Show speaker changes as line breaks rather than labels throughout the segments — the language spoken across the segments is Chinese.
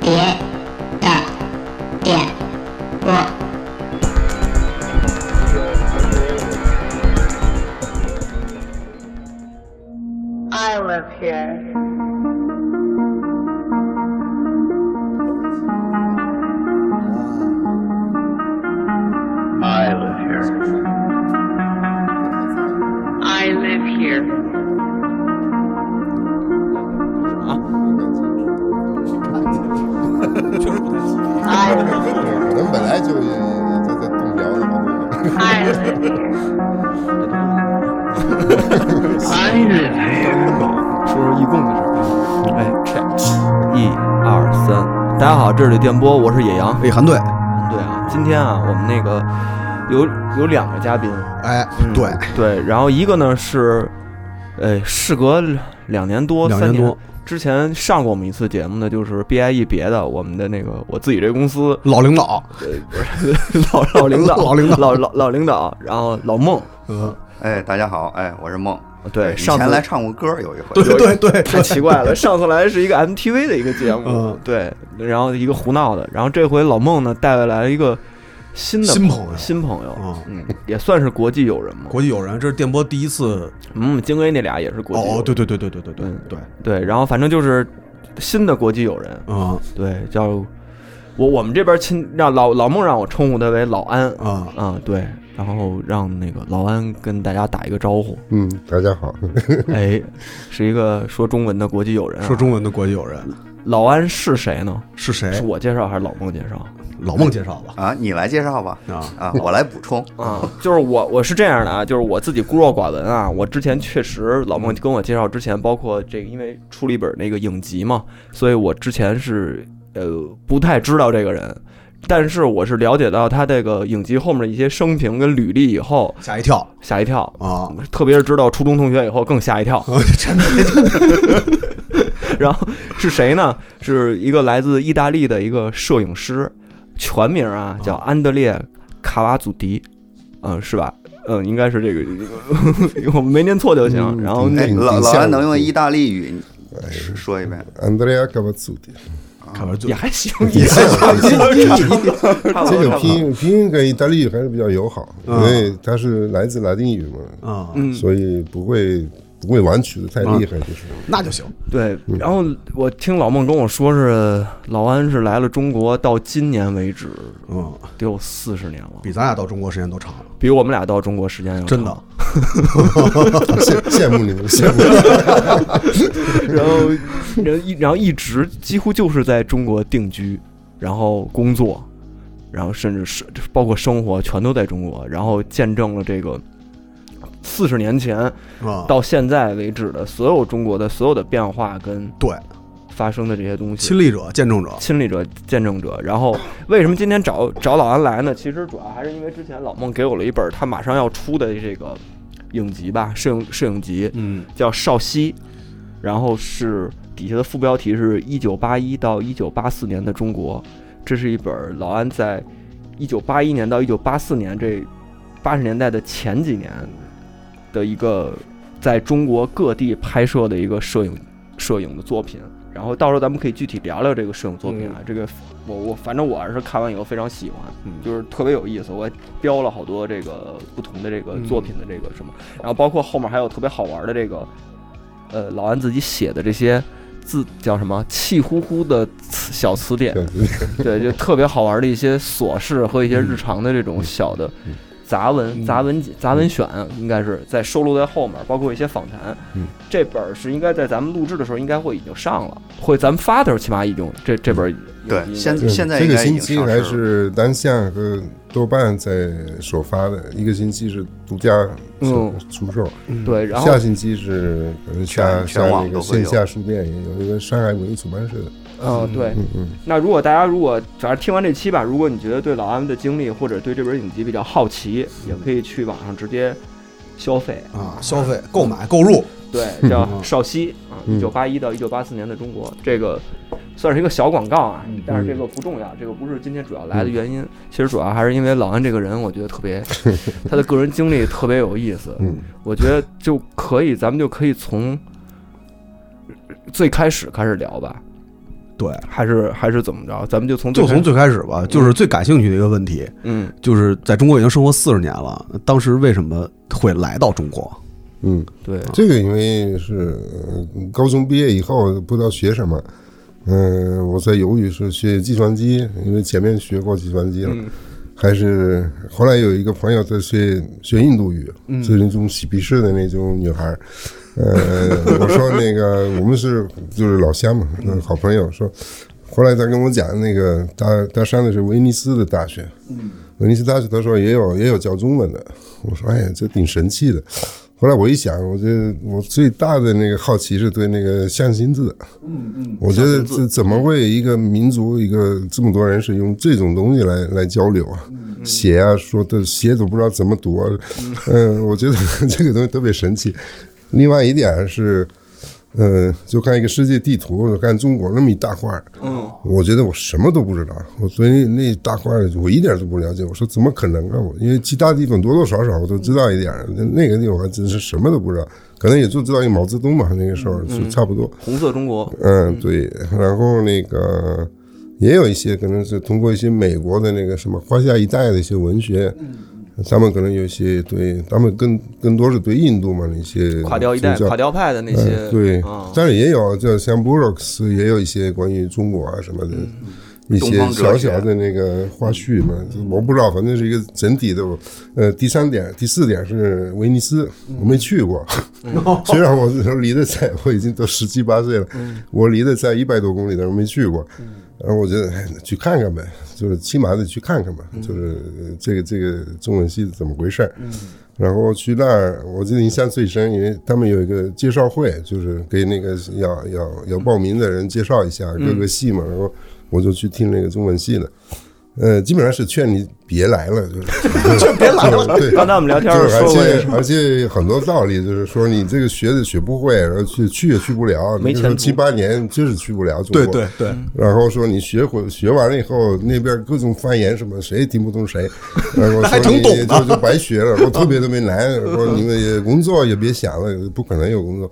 别的点播。
I live here.
I live here.
I live here.
我们本来就就在动摇的嘛，对吧
I live here.
I live here.
说义工的事儿。哎，check，一二三，大家好，这里电波，我是野羊。
哎，韩队，
对啊，今天啊，我们那个有有两个嘉宾，
哎，对，
对，然后一个呢是，呃，事隔两年多，
两
三
年多
之前上过我们一次节目呢，就是 BIE 别的，我们的那个我自己这公司
老领导，
老老领导
老领导
老老老领导，然后老孟，
嗯，
哎，大家好，哎，我是梦。
哦
对，
以
上
前
次
来唱过歌，有一
对
回。
对对
太奇怪了，上次来是一个 MTV 的一个节目，
嗯
对，然后一个胡闹的，然后这回老孟呢带回来了一个新的
新朋友
新朋友，
嗯
嗯，也算是国际友人嘛。
国际友人，这是电波第一次，
嗯，京 A 那俩也是国际友人，
哦，对对对对对对对
嗯
对，
对，然后反正就是新的国际友人，
嗯
对，叫我我们这边亲让老老孟让我称呼他为老安啊、
啊，
对，然后让那个老安跟大家打一个招 呼，
嗯，大家好，
哎，是一个说中文的国际友人、啊。
嗯说中哎文的国际友人
老安是谁呢？
是谁
是？我介绍还是老孟介绍？
老孟介绍吧，
啊，你来介绍吧。
啊
啊，我来补充。
啊，就是我我是这样的啊，就是我自己孤陋寡闻啊。我之前确实老孟跟我介绍之前，包括这个，因为出了一本那个影集嘛，所以我之前是呃不太知道这个人，但是我是了解到他这个影集后面的一些生平跟履历以后，
吓一跳
吓一跳。
啊，
特别是知道初中同学以后更吓一跳，
真的，
然后是谁呢？是一个来自意大利的一个摄影师，全名啊叫安德烈·卡瓦祖迪，嗯，是吧？嗯，应该是这个，这个 我没念错就行。
嗯
然后
哎，
那
嗯你
老
哎
老
下
安能
一
用
步
意大利语说说一遍？
安德烈亚·卡瓦祖蒂，
看完就
也还行，也还行，
这个拼音拼音跟意大利语还是比较友好，因
嗯
为它是来自拉丁语嘛，
啊，
嗯，
所以不会不会玩曲的太厉
嗯
害，就是
那就行，
对。然后我听老孟跟我说是老安是来了中国到今年为止
嗯，
得有四十年了，
比咱俩到中国时间都长了，
比我们俩到中国时间要长
嗯真的，
啊羡羡慕你们，羡慕你们。
然后，然后一然后一直几乎就是在中国定居，然后工作，然后甚至是包括生活全都在中国，然后见证了这个四十年前
啊，
到现在为止的所有中国的所有的变化跟
对，
发生的这些东西。
亲历者、见证者，
亲历者、见证者。然后为什么今天找找老安来呢？其实主要还是因为之前老孟给我了一本他马上要出的这个影集吧，摄影摄影集，
嗯，
叫少熙，然后是底下的副标题是“一九八一到一九八四年的中国”，这是一本老安在一九八一年到一九八四年这八十年代的前几年的一个在中国各地拍摄的一个摄影摄影的作品。然后到时候咱们可以具体聊聊这个摄影作品啊，这个我我反正我是看完以后非常喜欢，就是特别有意思。我还标了好多这个不同的这个作品的这个什么，然后包括后面还有特别好玩的这个，呃，老安自己写的这些字叫什么气呼呼的词小词典，对，就特别好玩的一些琐事和一些日常的这种小的杂文、杂文集、杂文选，应该是在收录在后面，包括一些访谈。
嗯
这本儿是应该在咱们录制的时候应该会已经上了，会咱们 father 起码已经这这本儿已
对
经在
现
对
现在
这
应
个
该已
星
经
期
上
还
市了。
是单向和豆瓣在首发的，一个星期是独家首
嗯
出售，
对，然后
下星期是可能下
全
下
全网
呃那个
都会
线
有哦
下书店也有一个上海文艺出版社的，
嗯对，
嗯嗯。
那如果大家如果反正听完这期吧，如果你觉得对老安的经历或者对这本影集比较好奇，也可以去网上直接消费。
啊，消费、购买、购入，
对，叫
嗯
少熙啊，一
嗯
九八一到一九八四年的中国，这个算是一个小广告啊，但是这个不重要，这个不是今天主要来的原因。其实主要还是因为老安这个人，我觉得特别，他的个人经历特别有意思。
嗯，
我觉得就可以，咱们就可以从最开始开始聊吧。
对，嗯
还是还是怎么着？咱们就从
就
开
从
始
最开始吧，就是最感兴趣的一个问题，
嗯
就是在中国已经生活四十年了，当时为什么会来到中国？
嗯，
对
这个因为是呃高中毕业以后不知道学什么，嗯、我在犹豫是学计算机，因为前面学过计算机了，还是后来有一个朋友在学学印度语，是那种嬉皮士的那种女孩儿。呃，我说那个 我们是就是老乡嘛，那好朋友说，后来他跟我讲那个他他上的是威尼斯的大学，威尼斯大学他说也有也有教中文的，我说哎呀这挺神奇的。后来我一想，我觉得我最大的那个好奇是对那个象形字，我觉得这怎么会一个民族一个这么多人是用这种东西来来交流啊？写啊，说的写都不知道怎么读、啊，嗯、我觉得 这个东西特别神奇。另外一点是，嗯、就看一个世界地图，我看中国那么一大块儿，嗯，我觉得我什么都不知道，我所以那一大块儿我一点都不了解。我说怎么可能啊？我因为其他地方多多少少我都知道一点儿，那那个地方我还真是什么都不知道，可能也就知道一毛泽东吧，那个时候
嗯
就差不多。
红色中国，
嗯，对，然后那个也有一些可能是通过一些美国的那个什么华夏一代的一些文学，
嗯
他们可能有一些对，他们更更多是对印度嘛那些
垮掉一代、
宗教
垮掉派的那
嗯
些，
对
啊，
但是也有就像布鲁克斯也有一些关于中国啊什么的。一
嗯东
些
方哲
小
学
小的那个花絮嘛，我不知道，反正是一个整体的。呃，第三点、第四点是威尼斯，我没去过。 虽然我离得在，我已经都十七八岁了，我离得在一百多公里，但是没去过。然后我觉得，哎，去看看呗，就是起码得去看看吧，就是呃这个这个中文系怎么回事儿。然后去那儿，我记得印象最深，因为他们有一个介绍会，就是给那个要要要报名的人介绍一下各个系嘛。然后我就去听那个中文系的，呃，基本上是劝你别来了，就是劝别来了。 对，
刚才我们聊天
就
儿
是
说过这
而
事
且而且很多道理，就是说你这个学也学不会，然后去去也去不了，那个
没前
时候
途
七八年就是去不了中国。
对对对，
然后说你学会学完了以后，那边各种方言什么谁也听不懂谁，然后
还
说
挺
你
懂的
就就白学了，说特别特别难，说你们也工作也别想了，不可能有工作。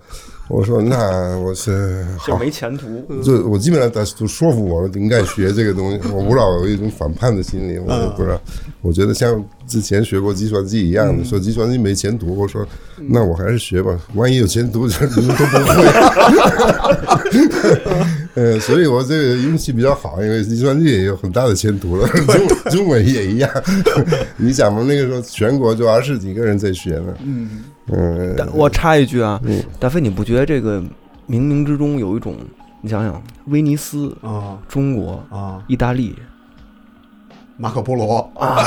我说那我是
就
好，
没前途。
就我基本上他都说服我了，应该学这个东西。我不知道我有一种反叛的心理，我也不知道。我觉得像之前学过计算机一样的，说计算机没前途，我说那我还是学吧，万一有前途，这你们都不会。 呃，所以我这个运气比较好，因为计算机也有很大的前途了， 中中文也一样。 你想嘛，那个时候全国就二十几个人在学呢。嗯嗯，
但我插一句啊，大飞，你不觉得这个冥冥之中有一种？你想想，威尼斯、
啊
中国、
啊，
意大利，
马可波罗啊，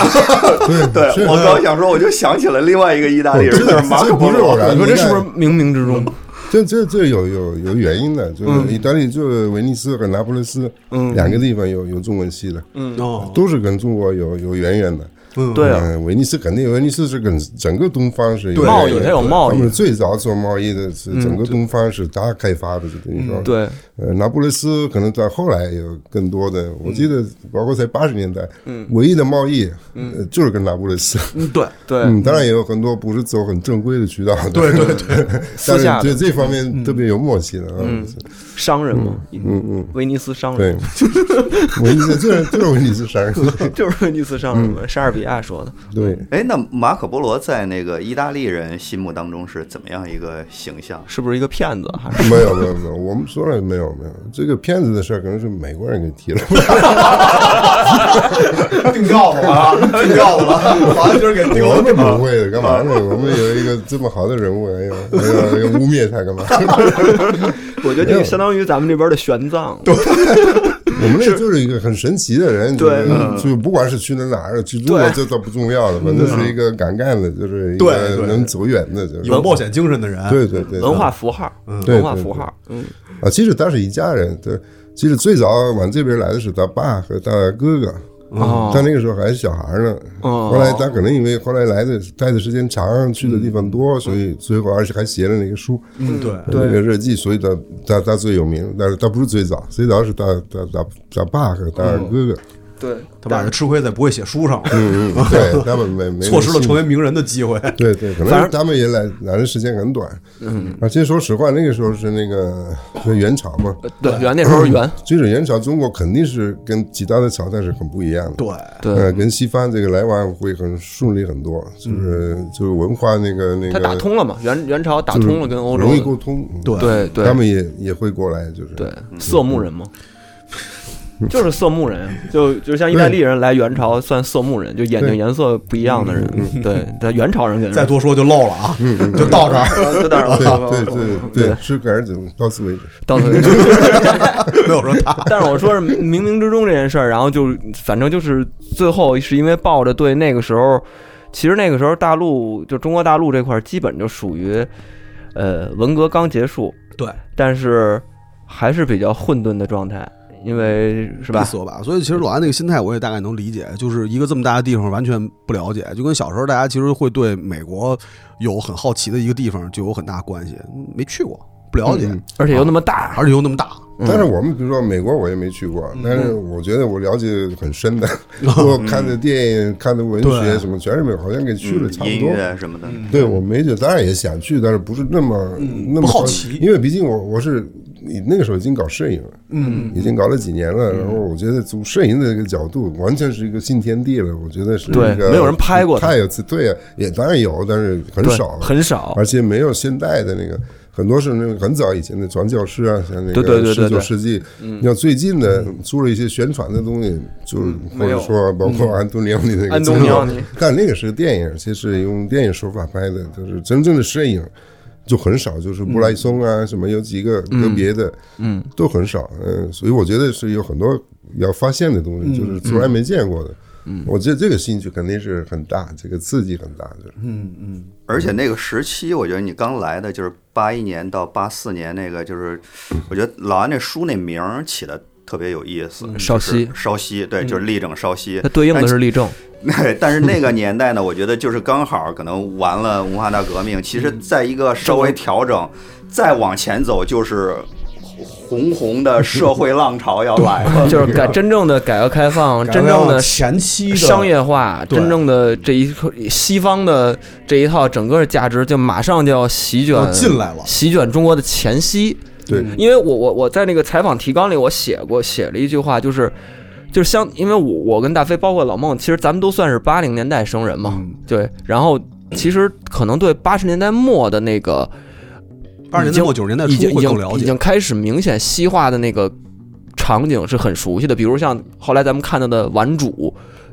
对
对，我刚想说，我就想起了另外一个意大利人，就是马可
这不
波
是偶
罗。
哦然的
你说这是不是冥冥之中？
这这这有有有原因的，就是意大利就是威尼斯和那不勒斯，
嗯
两个地方有有中文系的，
哦，
都是跟中国有有渊源的。
对啊，
嗯，威尼斯肯定，威尼斯是跟整个东方是有
对
贸易它有贸
他
易嗯
们，最早做贸易的是整个东方是他开发的，就等于说，
对，
呃，那不勒斯可能在后来有更多的，我
嗯
记得包括在八十年代，唯一的贸易，
嗯
呃就是跟那不勒 斯，
嗯，对，
对，
嗯，当然也有很多不是走很正规的渠道的，对对 对，
私
但
下
是
的
对这方面特别有默契的啊。
商人嘛，嗯嗯，威尼斯商
对
人，，
我一直就是就是威尼斯商人，
就是威尼斯商人嘛，莎士比亚说的。
对，
哎，那马可波罗在那个意大利人心目当中是怎么样一个形象？
是不是一个骗子？还 是
没有没有没有，我们说了没有没有，这个骗子的事儿可能是美国人给提了，
定告我了，定告我 了，好像就是给
嗯
定
我们不会的，干嘛呢？我们有一个这么好的人物，哎呦，哎呦，哎呦污蔑他干嘛？
我觉得这个相当于咱们这边的玄奘，
我们那就是一个很神奇的人，就
对
是就不管是去了哪儿，去中国
对
这倒不重要了，反正是一个敢干的，就是一
对
个
对
能走远的，就是
嗯有冒险精神的人，
对对对，
文化符号，
对
文化
对
符
对
号，嗯，
啊，其实他是一家人，对，其实最早往这边来的是他爸和他哥哥，
哦
他那个时候还是小孩儿呢。
哦
后来他可能因为后来来的待的时间长，去的地方多，所以最后而且还写了那个书，
嗯，对，
那个日记，所以他他他最有名，但是他不是最早，最早是他他他他爸和他哥哥。
对，
他把这吃亏在不会写书上，
嗯嗯，对他们没没
错失了成为
信
名人的机会。
对对，可
反
能
而
他们也来来的时间很短。嗯，啊，其实说实话，那个时候是那个是元朝嘛，
对元那时候是元，
就是元朝中国肯定是跟其他的朝代是很不一样的。
对，
对
呃，跟西方这个来往会很顺利很多，就是就是文化那个那
他打
个
通了嘛，元元朝打
就是
通了跟欧
嗯
洲
容易
的
沟通，嗯
对
对对，
他们嗯也也会过来，就是
对，色目人嘛，就是色目人，就就像意大利人来元朝算色目人，就眼睛
对嗯
颜色不一样的人，对，但元朝人跟
再
人
多说就漏了啊，就 到这儿。
就当然了，
对对对对，适可而止，到此为止。
到此为止。
没有说他，
但是我说是冥冥之中这件事儿，然后就是反正就是最后是因为抱着对那个时候，其实那个时候大陆就中国大陆这块儿基本就属于呃文革刚结束，
对，
但是还是比较混沌的状态，因为是
闭
吧？
塞吧。所以其实老安那个心态我也大概能理解，就是一个这么大的地方完全不了解，就跟小时候大家其实会对美国有很好奇的一个地方就有很大关系，没去过，不了解，
嗯
而且又那么大，
而且又那么大，
但是我们比如说美国，我也没去过，但是我觉得我了解很深的，我看的电影、看的文
对
学什么，全是美，好像给去了差不
嗯音
多。
乐什么的，
嗯
对，我没去，当然也想去，但是不是那么那
不
么
好
着
奇
因为毕竟我我是你那个时候已经搞摄影了，嗯，已经搞了几年了，
嗯
然后我觉得从摄影的这个角度，完全是一个新天地了，我觉得是一
对
个
没有人拍过它
太有次对啊，也当然有，但是很
对
少，
很少，
而且没有现代的那个，很多是那个很早以前的传教士啊，像那
对对
个
对嗯对
十
对
九世纪。你像最近的出了一些宣传的东西，就是
没
或
有嗯
者说包括安东尼奥尼那个
安东尼奥尼，
但那个是电影，其实用电影手法拍的，就是真正的摄影。就很少，就是布莱松啊，
嗯
什么有几个个别的，嗯，都很少，嗯，所以我觉得是有很多要发现的东
嗯
西，就是从来没见过的，嗯，我觉得这个兴趣肯定是很大，这个刺激很大，就是，
而且那个时期，我觉得你刚来的就是八一年到八四年那个，就是我觉得老安那书那名儿起的特别有意思，就是
烧西
烧西，对，就是立正烧西，
嗯它对应的是立正，
对，但是那个年代呢，我觉得就是刚好可能完了文化大革命，其
嗯
实在一个稍微调整，再往前走就是红红的社会浪 潮要来了，
就是改真正的哎改革开放，真正的
前期的
商业化，
对
真正的这一套西方的这一套整个价值，就马上就要席
要
卷
进来了
席卷中国的前夕。嗯
对，
因为我我我在那个采访提纲里我写过写了一句话，就是就是相，因为我我跟大飞包括老孟，其实咱们都算是八零年代生人嘛，
嗯
对，然后其实可能对八十年代末的那个
八十年代末九十年代
已
初
经已
会更
经
了
已
解
经，开始明显西化的那个场景是很熟悉的，比如像后来咱们看到的《顽主》，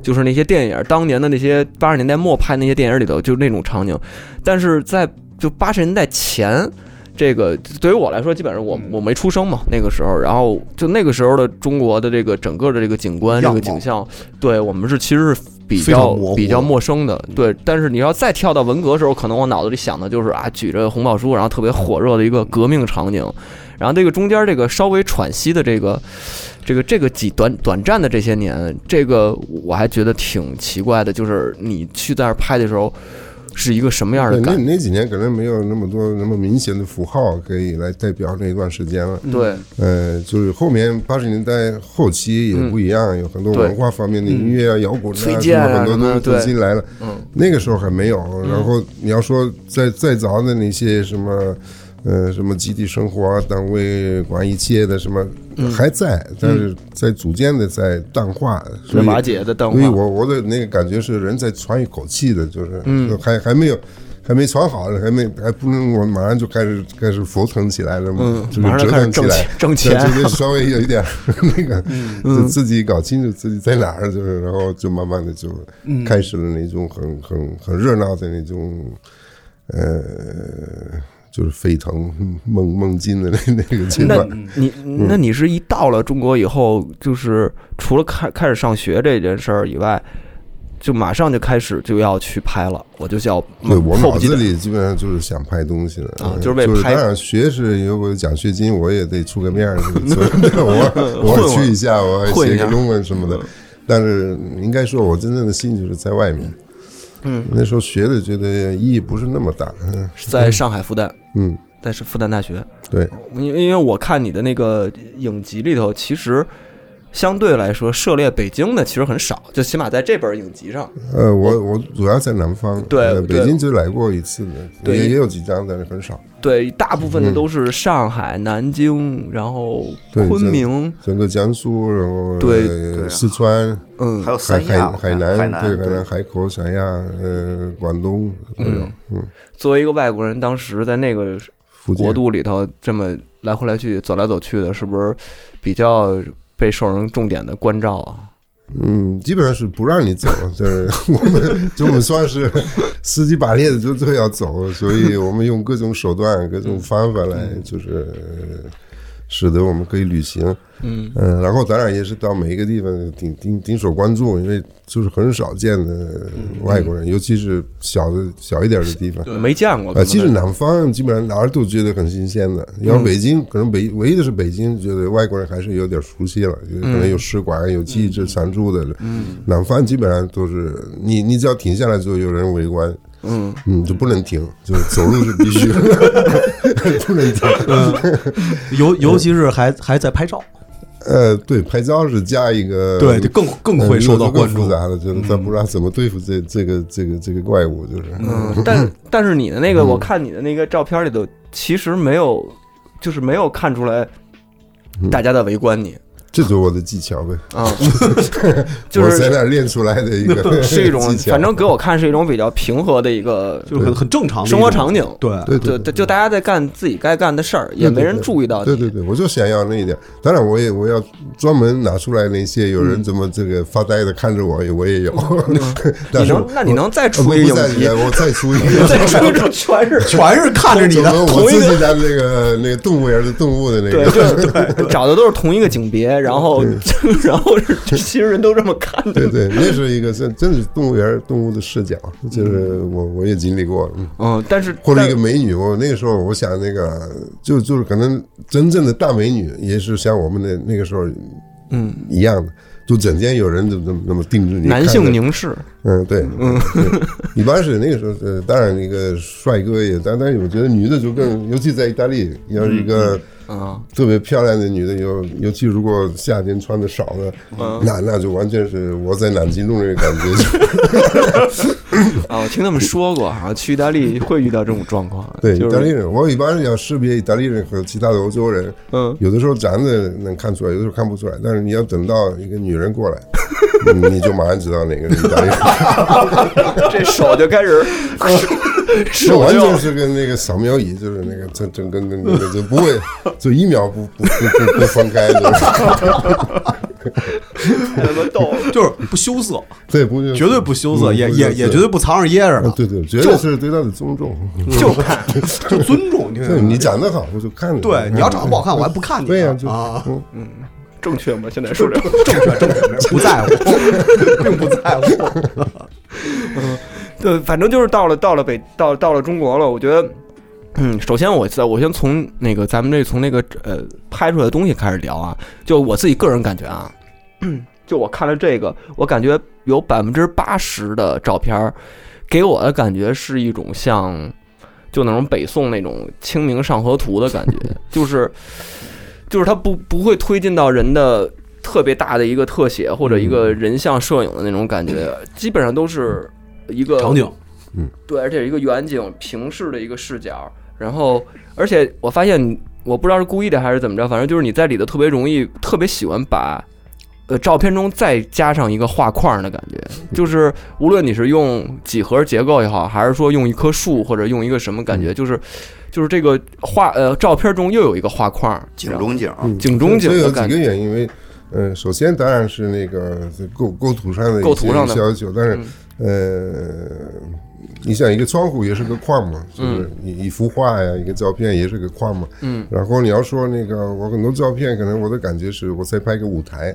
就是那些电影当年的那些八十年代末拍那些电影里头就是那种场景，但是在就八十年代前。这个对于我来说，基本上
嗯
我我没出生嘛，那个时候，然后就那个时候的中国的这个整个的这个景观、这
样
个
貌
景象，对我们是其实是比
非常
较
模糊嗯
比较陌生的，对。但是你要再跳到文革的时候，可能我脑子里想的就是啊，举着红宝书，然后特别火热的一个革命场景，然后这个中间这个稍微喘息的这个这个这个几短短暂的这些年，这个我还觉得挺奇怪的，就是你去在那儿拍的时候是一个什么样的
对，那
感觉？
那几年可能没有那么多那么明显的符号可以来代表那一段时间了。
对
呃，就是后面八十年代后期也不一样，有很多
嗯对
文化方面的音乐啊、摇滚啊，
崔健啊
什么很
什么
多
的
东
对嗯
西进来了。那个时候还没有。然后你要说再再早的那些什么。呃，什么集体生活啊，单位管一切的什么
嗯
还在，但是在逐渐的在淡化，所以
瓦解的淡化
所以我我的那个感觉是人在喘一口气的，就是，
嗯
就还还没有。还没喘好呢，还没还不能，我马上就开始开始浮腾起来了，嗯就是
马上就
折
开始
腾起
挣
来
钱，挣钱嗯
对就得稍微有一点儿 那个，就自己搞清楚自己在哪儿，就是，然后就慢慢的就
嗯
开始了那种很很很热闹的那种，呃，就是沸腾 梦梦境的那那个阶
那
段。
你
嗯
那你是一到了中国以后，就是除了开开始上学这件事儿以外，就马上就开始就要去拍了，我就要
对我
迫
脑
不及
子
待。
里基本上就是想拍东西的
啊
嗯
就是
就
为拍
当然学是有我奖学金，我也得出个面儿， 所以我我
混
也
混
去一下，我
混一
写
下嗯
个论文什么的。但是应该说，我真正的兴趣是在外面。嗯，那时候学的觉得意义不是那么大。嗯
在上海复旦，
嗯，
在是复旦大学，
对，
因为因为我看你的那个影集里头，其实相对来说涉猎北京的其实很少，就起码在这本影集上，
呃，我我主要在南方，
对
呃
对
北京就来过一次的，
对
也也有几张，但是很少。
对，大部分的都是上海、南京，然后
对
昆
这
明，
整个江苏，然后
对
呃
对啊
四川、
嗯
还，有
海
三
海
亚、
海
南、海
南，对海南
对，
海口、三亚，呃，广东都有，嗯，
作为一个外国人，当时在那个
福建
国度里头这么来回来去、走来走去的，是不是比较被受人重点的关照啊？
嗯，基本上是不让你走，就是我们就我们算是死乞白赖的就就要走，所以我们用各种手段、各种方法来，就是呃使得我们可以旅行。嗯然后当然也是到每一个地方顶顶顶首关注，因为就是很少见的外国人，尤其是小的小一点的地方。
没见哦过，可
啊，
能
其实南方基本上哪儿都觉得很新鲜的。然后北京，可能北唯一的是北京，觉得外国人还是有点熟悉了，因为可能有使馆、有记者常驻的。嗯，南方基本上都是你，你只要停下来就有人围观。嗯就不能停，就是走路是必须的， 不能停。
尤尤其是还还在拍照，
呃，对，拍照是加一个，
对，就更更会受到关
呃更
注
复。杂的，就是他不知道怎么对付这这个这个这个怪物，就是
嗯，但 但是你的
嗯
那个，我看你的那个照片里头，其实没有，就是没有看出来
嗯
大家在围观你
这就是我的技巧呗，
啊，就
我在
是
那儿练出来的一个
是一种
技，巧
反正给我看是一种比较平和的一个
就是很很正常的一
生活
种
场景
对
对
对对，就大家在干自己该干的事儿，也没人注意到你。
对对对，我就想要那一点。当然，我也我要专门拿出来那些有
嗯
人怎么这个发呆的看着我，我也有。 但
你
是
能
我
那你能再
呃不
出一
不
个
再
影集，，
我再出一个
再出 一个全是
全是看着你
怎么
的，
我自己的那个那个动物园的动物的那
对，
个。
就是找的都是同一个景别，然后 然后是其实人都这么看
对
的。
对，那是一个真真是动物园动物的视角，就是我我也经历过，嗯
嗯，但是
或者
但
一个美女，我那个时候我想那个就就是可能真正的大美女也是像我们的那个时候
嗯
一样的，就整天有人就那么那么盯着你，
男
看着
性凝视，
嗯，对， 嗯，一般是那个时候，呃，当然那个帅哥也，但但是我觉得女的就更，尤其在意大利，要是一个嗯
啊，
特别漂亮的女的，尤尤其如果夏天穿的少了，
嗯
那那就完全是我在南京路那个感觉，
啊，我听他们说过，好像去意大利会遇到这种状况。
对，
就
意大利
是
人，我一般要识别意大利人和其他的欧洲人，
嗯
有的时候长得能看出来，有的时候看不出来，但是你要等到一个女人过来， 你就马上知道哪个是意大 利人。
这手就开始，
这
手
完
就
全是跟那个扫描仪，就是那个整整个那个那个就不会，就一秒不不不不不分开，就 是
太他妈逗 了。
就是不羞涩，
对不
绝对不羞涩，
嗯
也
不啊
也也绝对不藏着掖着的，
对对，绝对是对他的尊重。
就看就尊重，你 听
对
见
你
没？
长得好，我就看你。
对，你要长得不好看，我还不看你
对呀，
呢
就
啊，
嗯
正确吗？现在说这个，
正确正确，不在乎，并不在乎。
对，反正就是到了到了北到到了中国了，我觉得。嗯，首先我在我先从那个咱们这从那个呃拍出来的东西开始聊啊，就我自己个人感觉啊，
嗯
就我看了这个，我感觉有百分之八十的照片儿给我的感觉是一种像就那种北宋那种《清明上河图》的感 觉，就是就是它不不会推进到人的特别大的一个特写或者一
嗯
个人像摄影的那种感觉，基本上都是一个
场景，
对，而且是一个远景平视的一个视角。然后，而且我发现你，我不知道是故意的还是怎么着，反正就是你在里头特别容易，特别喜欢把。呃，照片中再加上一个画框的感 觉，就是无论你是用几何结构也好，还是说用一棵树或者用一个什么感
嗯
觉，就是就是这个画呃照片中又有一个画框，
景中景，
嗯
景中景
这有
的
几
感
个
觉，
原因，因为呃，首先当然是那个这构构图上的一
构图
些
上的嗯
要求，但是呃，你想一个窗户也是个框嘛，就是一一幅画呀，一个照片也是个框嘛，
嗯，
然后你要说那个，我很多照片，可能我的感觉是我在拍个舞台，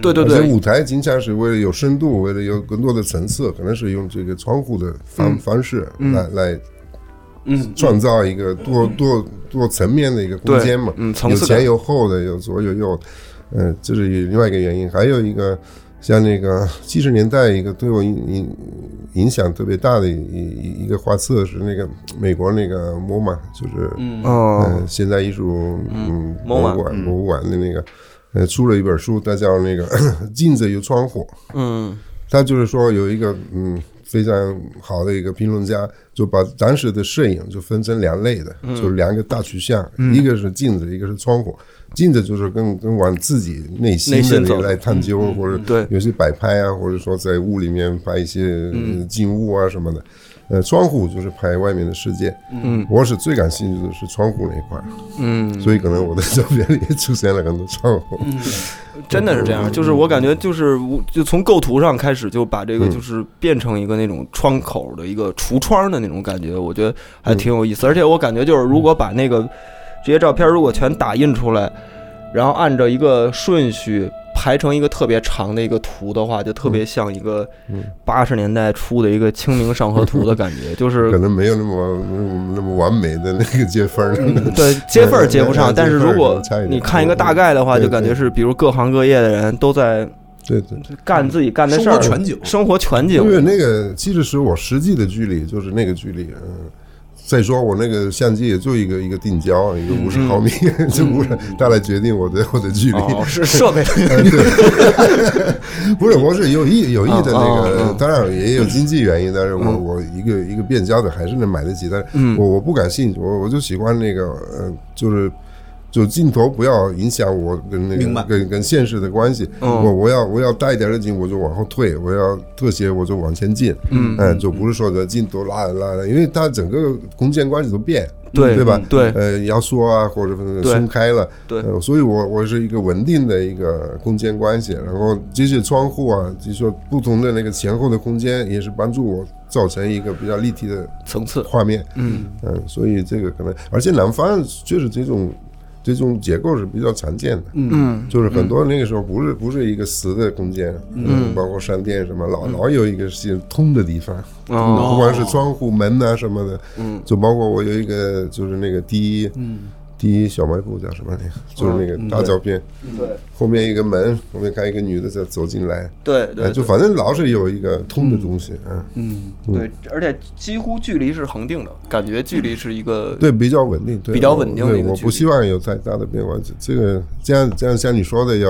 对对
而且
对，
舞台经常是为了有深度，为了有更多的层次，可能是用这个窗户的方、方式来来
嗯，
创造一个多、多多层面的一个空间嘛，
对嗯层
有
次感
前有后的，有左有右，嗯、这是另外一个原因，还有一个像那个 七十年代一个对我影影影响特别大的一一一个画册是那个美国那个 MoMA，就是嗯
哦，
嗯，现代艺术嗯
博物
博
馆
物馆博物馆的那个，呃，出了一本书，它叫那个《镜子与窗户》。
嗯
他就是说有一个嗯非常好的一个评论家，就把当时的摄影就分成两类的，
嗯
就两个大取向，一个是镜子，一个是窗户。镜子就是更更往自己内心
内心
的
走
来探究，
嗯
或者
对
有些摆拍啊，或者说在屋里面拍一些
嗯
呃静物啊什么的。呃，窗户就是拍外面的世界。嗯，我是最感兴趣的是窗户那一块儿，
嗯，
所以可能我的照片里也出现了很多窗户。
真的是这样。就是我感觉就是我就从构图上开始就把这个
嗯
就是变成一个那种窗口的一个橱窗的那种感觉，我觉得
嗯
还挺有意思。而且我感觉就是如果把那个这些照片如果全打印出来，然后按照一个顺序。排成一个特别长的一个图的话，就特
嗯
别像一个八十年代初的一个《清明上河图》的感觉，就是
可能没有那么完那么完美的那个接分儿。
嗯对，接缝儿接不
对
上，
对
但是
呃接缝
如
儿可
果
能差一点
你看一个大概的话，
对
就感觉是，比如各行各业的人都在
对对，
干自己干的
生
事儿，
活全景
生活全景
因，为那个其实是我实际的距离，就是那个距离，嗯。再说我那个相机也就一个一个定焦，一个五十毫米， 就五十，它来决定我的我的距离。
嗯哦，是设备，
不是，我是有意有意的那
哦哦
个呃
哦，
当然也有经济原因，但是我我一个一个变焦的还是能买得起，但是我我不感兴趣，我我就喜欢那个，呃，就是。就镜头不要影响我跟那
明白
个跟跟现实的关系，我我要我要大一点的景我就往后退，我要特写我就往前进，嗯，就不是说的镜头拉拉拉，因为它整个空间关系都变，
对
对吧
嗯？对
呃，压缩啊，或者是
对
松开了，
对
呃所以我我是一个稳定的一个空间关系，然后这些窗户啊，就是说不同的那个前后的空间，也是帮助我造成一个比较立体的
层次
画面，嗯所以这个可能，而且南方确实这种。这种结构是比较常见的，嗯，就是很多那个时候不是不是一个死的空间，嗯，包括商店什么，老老有一个是通的地方，
哦
不管是窗户、门呐、什么的，嗯，就包括我有一个就是那个第一，嗯，第一小卖部叫什么那个，就是那个大照片，
对
后面一个门，后面看一个女的在走进来，
对
哎
对
就反正老是有一个通的东西，嗯，
对，而且几乎距离是恒定的，感觉距离是一个
对，比较稳定，对，
比较稳定的
我
一
对，
个
我
距
不
离
希望有太大的变化。这这个这样这样像你说的要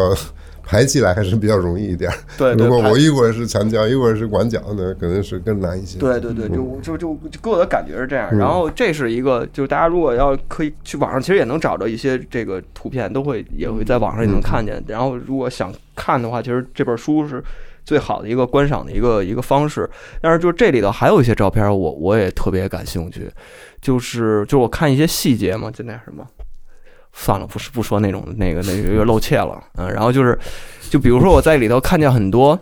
排起来还是比较容易一点儿。
对对
如果
排
我一会儿是长焦，一会儿是广角呢，可能是更难一些。
对对对，就就就就给我的感觉是这样。然后这是一个，就是大家如果要可以去网上，其实也能找着一些这个图片，都会也会在网上也能看见。然后如果想看的话，其实这本书是最好的一个观赏的一个一个方式。但是就是这里头还有一些照片我，我也特别感兴趣，就是就是我看一些细节嘛，就那什么。算了，不是不说那种那个那个有点露怯了，嗯，然后就是，就比如说我在里头看见很多，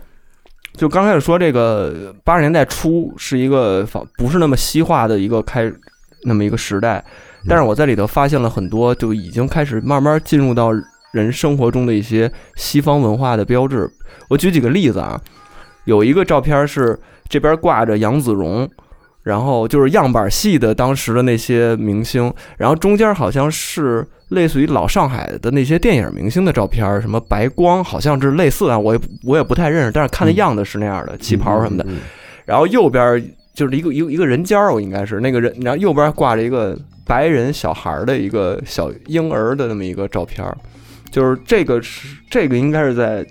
就刚开始说这个八十年代初是一个仿不是那么西化的一个开那么一个时代，但是我在里头发现了很多，就已经开始慢慢进入到人生活中的一些西方文化的标志。我举几个例子啊，有一个照片是这边挂着杨子荣。然后就是样板戏的当时的那些明星，然后中间好像是类似于老上海的那些电影明星的照片儿，什么白光，好像是类似啊，我也不我也不太认识，但是看那样子是那样的，旗袍什么的。
嗯
然后右边儿就是一个一个一个人尖儿，我应该是那个人，然后右边挂着一个白人小孩儿的一个小婴儿的那么一个照片儿，就是这个是这个应该是在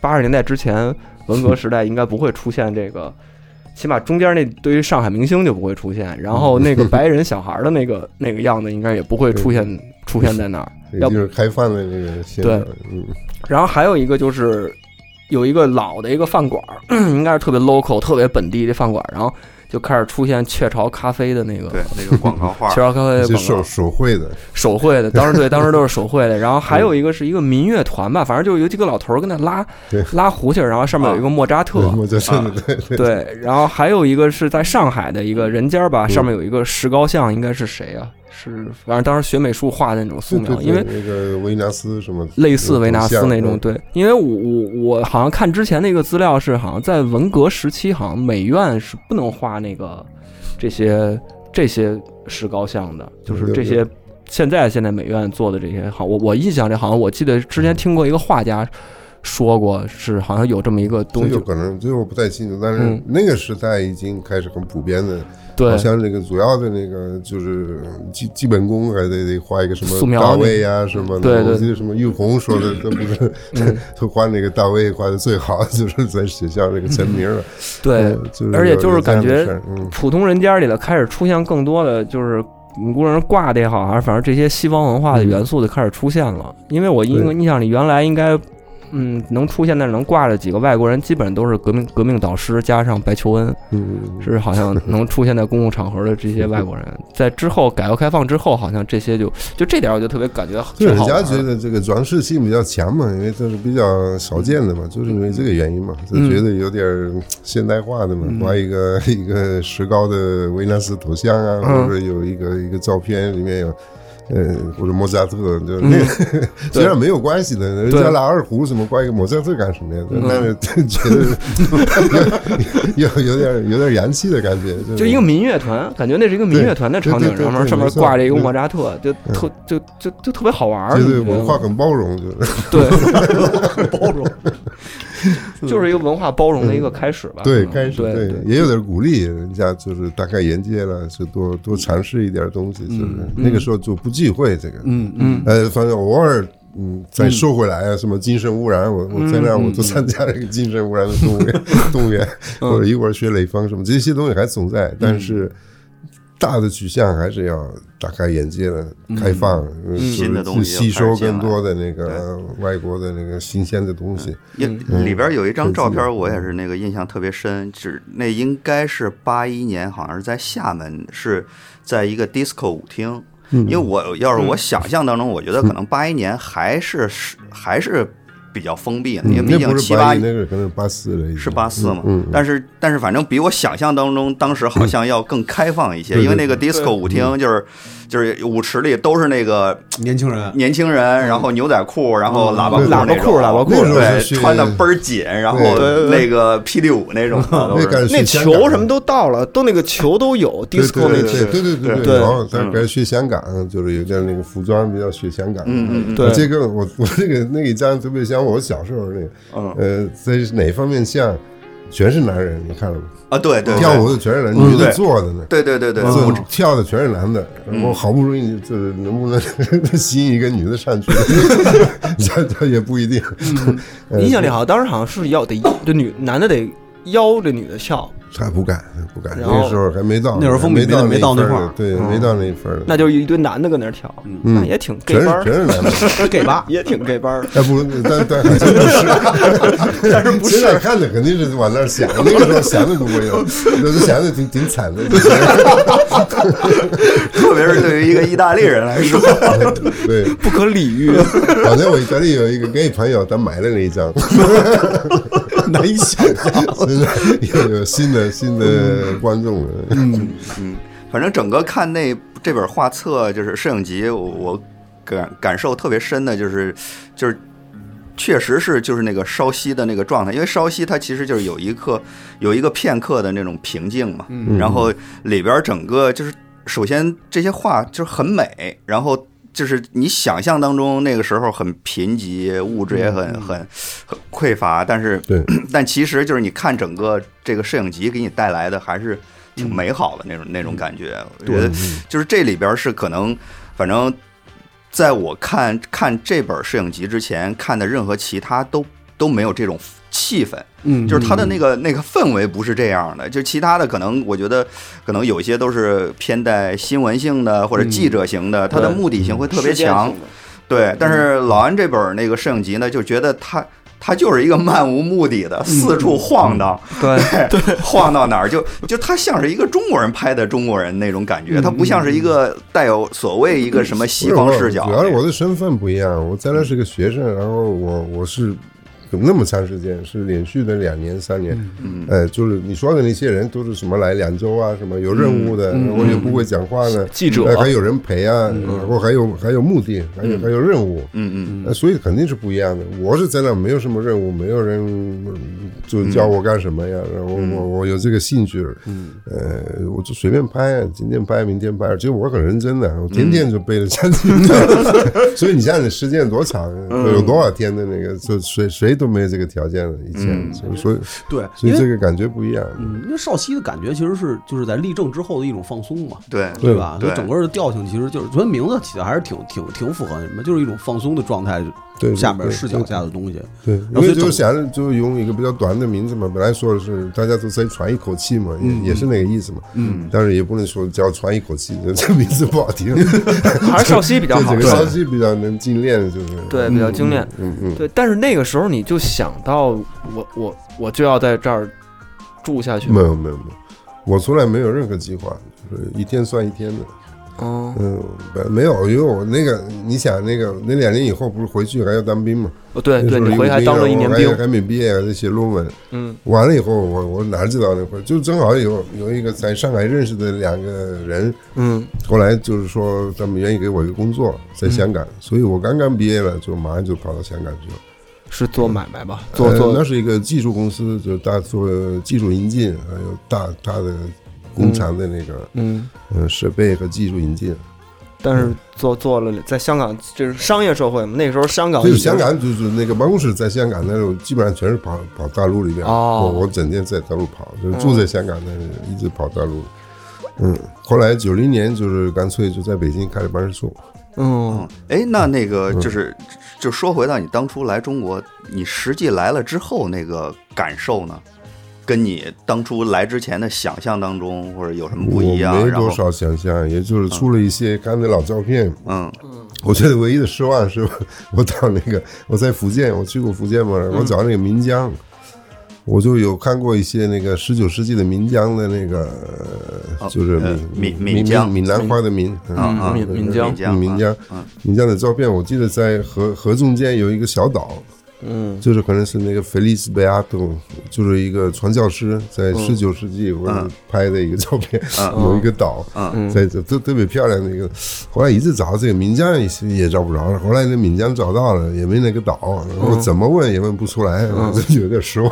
八十年代之前，文革时代应该不会出现这个，起码中间那对于上海明星就不会出现，然后那个白人小孩儿的那个那个样子应该也不会出现出现在那儿，
这
要
就是开放的那个现场
对，
嗯，
然后还有一个就是有一个老的一个饭馆儿， 应该是特别 local、特别本地的饭馆儿，然后就开始出现雀巢咖啡的那个
对，那个广告画
雀，巢咖啡的
就
广
手
告，
手绘的，
手绘 的，当时对，当时都是手绘的。然后还有一个是一个民乐团吧，反正就是有几个老头儿跟那拉
对
拉胡琴儿，然后上面有一个莫扎特， 啊
我就真的对
对，然后还有一个是在上海的一个人家儿吧，上面有一个石膏像，应该是谁啊？是反正当时学美术画的那种素
对对
描，
对
因为
那个维纳斯什么
类似维纳斯那种，
像
对，因为我我我好像看之前那个资料是，好像在文革时期，好像美院是不能画那个这些这些石膏像的，就是
对
这
对
些现在现在美院做的这些，好，我我印象里好像我记得之前听过一个画家说过，是好像有这么一个东
这
西
有。可能，这我不太清楚。但是
嗯
那个时代已经开始很普遍的，
对
好像那个主要的那个就是基基本功，还得得画一个什
素
么
描
大卫呀、什么的。
对对嗯
我记得什么玉红说的，这不是、 他画那个大卫画的最好，就是在学校那个成名了。
对
嗯，就是
而且
有
就是
有这样的
感觉
事儿嗯
普通人家里了，开始出现更多的就是无论是挂的也好，还是反正这些西方文化的元素就开始出现了。因为我印
对
印象里原来应该，嗯，能出现在能挂的几个外国人，基本都是革命革命导师加上白求恩，
嗯，
是好像能出现在公共场合的这些外 国人。在之后改革开放之后，好像这些就就这点我就特别感觉
就
挺
人
好玩
家
儿
觉得这个装饰性比较强嘛，因为这是比较少见的嘛，就是因为这个原因嘛，就
嗯
觉得有点儿嗯现代化的嘛，画一个一个石膏的维纳斯头像啊，
嗯
或者有一个一个照片里面有。呃，或者莫扎特，就是那个、 虽然没有关系的，人
嗯对嗯
家拉二胡什么，挂一个莫扎特干什么呀？但是 觉得有有有点儿有点儿洋气的感觉，就是
就一个民乐团，感觉那是一个民乐团的场景，
对对对
然后上面
没错
挂着一个莫扎特，就特就就就特别好玩儿。
绝
你
对
觉得
文
吗
化很包容，就是
对，包 容，就是一个文化包容的一个开始
啊
吧。
对，
嗯
开始
对，
也有点鼓励人家，就是大开眼界了，就多多尝试一点东西，
嗯
就是那个时候就不忌讳这个，
嗯
嗯
呃，反正偶尔。嗯，再说回来啊，什么精神污染，我我在
嗯
那儿我都参加了一个精神污染的动物 园，动物园，
嗯
或者一会儿学雷锋什么，这些东西还存在，但是大的取向还是要大开眼界了，
嗯
开放，呃就是
新的东西
吸
要开
收
始
更
进来
多的那个外国的那个新鲜的东西。
也
嗯
里边有一张照片，我也是那个印象特别深，只那应该是八一年，好像是在厦门，是在一个 disco 舞厅。
嗯
因为我要是我想象当中，我觉得可能八一年还是是还是比较封闭的，因为毕
嗯那
竟
不是
七
八
八
一，那个可能是八四了已经，
是八四嘛
嗯，嗯
但是但是反正比我想象当中当时好像要更开放一些，
对
因为
对嗯
那个 disco 舞厅就是就是舞池里都是那个
年轻人
年轻人，然后牛仔裤，
嗯
然后喇叭
对
喇
那种
叭裤喇叭裤
那时候
对，
是
穿的倍儿紧，然后
对
那个霹雳舞那种的，都
那
是
感觉
呃那球什么都到了，都那个球都有
对
disco 那
对
球，
对对对
对
然后他开始学香港，就是有点那个服装比较学香港。
嗯嗯嗯
对
这个我我那个那一张特别像我小时候那个，呃，在哪方面像，全是男人，你看了吗？
啊，对对对
跳舞的全是男，女的
对嗯
坐的呢。
对对对对，
坐
嗯
我
着跳的全是男的，然后好不容易就是能不能 吸引一个女的上去，这这也不一定。呃
印象里好像当时好像是要得这女男的得邀这女的笑，
他不敢，不敢，那
然后
个时候还没到，
那会儿风靡
没到
没到
那一
那
份
块儿
儿对，没到那一份儿，
那就是一堆男的跟那儿跳，那也挺 gay
嗯全是
班
全
儿，
是男 的。
gay 吧也挺 gay 班儿。
哎，不，但但好像不是， 但是不是？现在看的肯定是往那儿想，那个时候想的都 没有，那时候想的挺挺惨的。
特别是对于一个意大利人来说，
对，
不可理喻，
反正我意大利有一个 gay 朋友，他买了那一 张，
难以想象。
现在又有新的新的观众了。
反正整个看那这本画册就是摄影集，我我感感受特别深的就是就是。确实是，就是那个稍息的那个状态，因为稍息它其实就是有一刻有一个片刻的那种平静嘛，
嗯
然后里边整个就是首先这些画就是很美，然后就是你想象当中那个时候很贫瘠，物质也很很很匮乏，但是
对
但其实就是你看整个这个摄影集给你带来的还是挺美好的那种那种感觉，我觉得就是这里边是可能反正在我看看这本摄影集之前看的任何其他都都没有这种气氛，
嗯
就是它的那个那个氛围不是这样的，就其他的可能我觉得可能有一些都是偏带新闻性的或者记
嗯
者型的，它的目的性会特别强，对。但是老安这本那个摄影集呢，就觉得它。它就是一个漫无目的
嗯
的四处晃荡，
嗯对
对， 晃到哪儿就就它像是一个中国人拍的中国人那种感
嗯
觉，它不像是一个带有所谓一个什么西方视角
主
那
要
种。
是我的身份不一样，我在那是个学生，然后我我是有那么长时间，是连续的两年三年，嗯，呃，就是你说的那些人都是什么来两周啊，什么有任务的，然后又不会讲话的，
记者
呃还有人陪啊，然后还有还有目的，还有还有任务，
嗯
呃
嗯。
所以肯定是不一样的。我是在那没有什么任务，没有人嗯就叫我干什么呀。
嗯
然后我我有这个兴趣，呃，我就随便拍，今天拍，明天拍。其实我很认真的，
嗯
我天天就
嗯
背着相机。所以你想想，时间多长，有多少天的那个，就谁谁都没这个条件了，以前，
嗯
所以所以
对，
所
因
以这
为
个感觉不一样。
嗯，因为少熙的感觉其实是就是在立正之后的一种放松嘛，
对
对吧？
对
就整个的调性其实就是，所以名字起的还是挺挺挺符合什么，就是一种放松的状态，
对
下面
对
视角下的东 西。
对，因
然后所
为
以
就
整
是想着就用一个比较短的名字嘛，本来说的是大家都再喘一口气嘛，
嗯
也也是那个意思嘛。嗯，但是也不能说只要喘一口气，这名字不好听。
还是少熙比较
这几
好
个
对
消息比较能精炼，就是
对，比较精炼。
嗯嗯，
对，但是那个时候你就想到我我我就要在这儿住下去
没。有没有没有，我从来没有任何计划，就是一天算一天的。
哦，
嗯，不没有，因为我那个，你想那个那两年以后不是回去还要当兵嘛？
哦对
那时
对，
候
你
有
回还当了一
然
年
后
兵
还，还没毕业，还在写论文。
嗯，
完了以后，我我哪知道那会儿，就正好有有一个在上海认识的两个人，
嗯，
后来就是说他们愿意给我一个工作，在香港，所以我刚刚毕业了，就马上就跑到香港去了。
是做买卖吧？做
呃那
做
是一个技术公司，就是大做技术引进，还有大大的工厂的那个
嗯，
嗯、呃设备和技术引进。
但是做做了在香港就是商业社会嘛，那时候香港
所以
已经
香港就是那个办公室在香港那种，基本上全是跑跑大陆里边。
哦
我我整天在大陆跑，就是住
嗯
在香港，但是一直跑大陆。嗯，后来九零年就是干脆就在北京开了办事处。
嗯
哎，那那个
嗯
就是，就说回到你当初来中国，你实际来了之后那个感受呢，跟你当初来之前的想象当中，或者有什么不
我
一样？
没
然后
多少想象，也就是出了一些看的老照片。
嗯
我觉得唯一的失望是，我到那个我在福建，我去过福建嘛，
嗯
我找那个岷江，我就有看过一些那个十九世纪的岷江的那个，
哦
就是
呃
闽
闽
闽
江
闽南话的闽
嗯啊
闽闽江
江
岷
啊
江
嗯
岷江的照片，我记得在河河中间有一个小岛，
嗯
就是可能是那个菲利斯贝亚多，就是一个传教士在十九世纪我
嗯
拍的一个照片，
嗯
有一个岛，
嗯
在这特特别漂亮的一个。后来一直找这个岷江也是也找不着了，后来那岷江找到了，也没那个岛，我怎么问也问不出来，
嗯
我 就有点失望。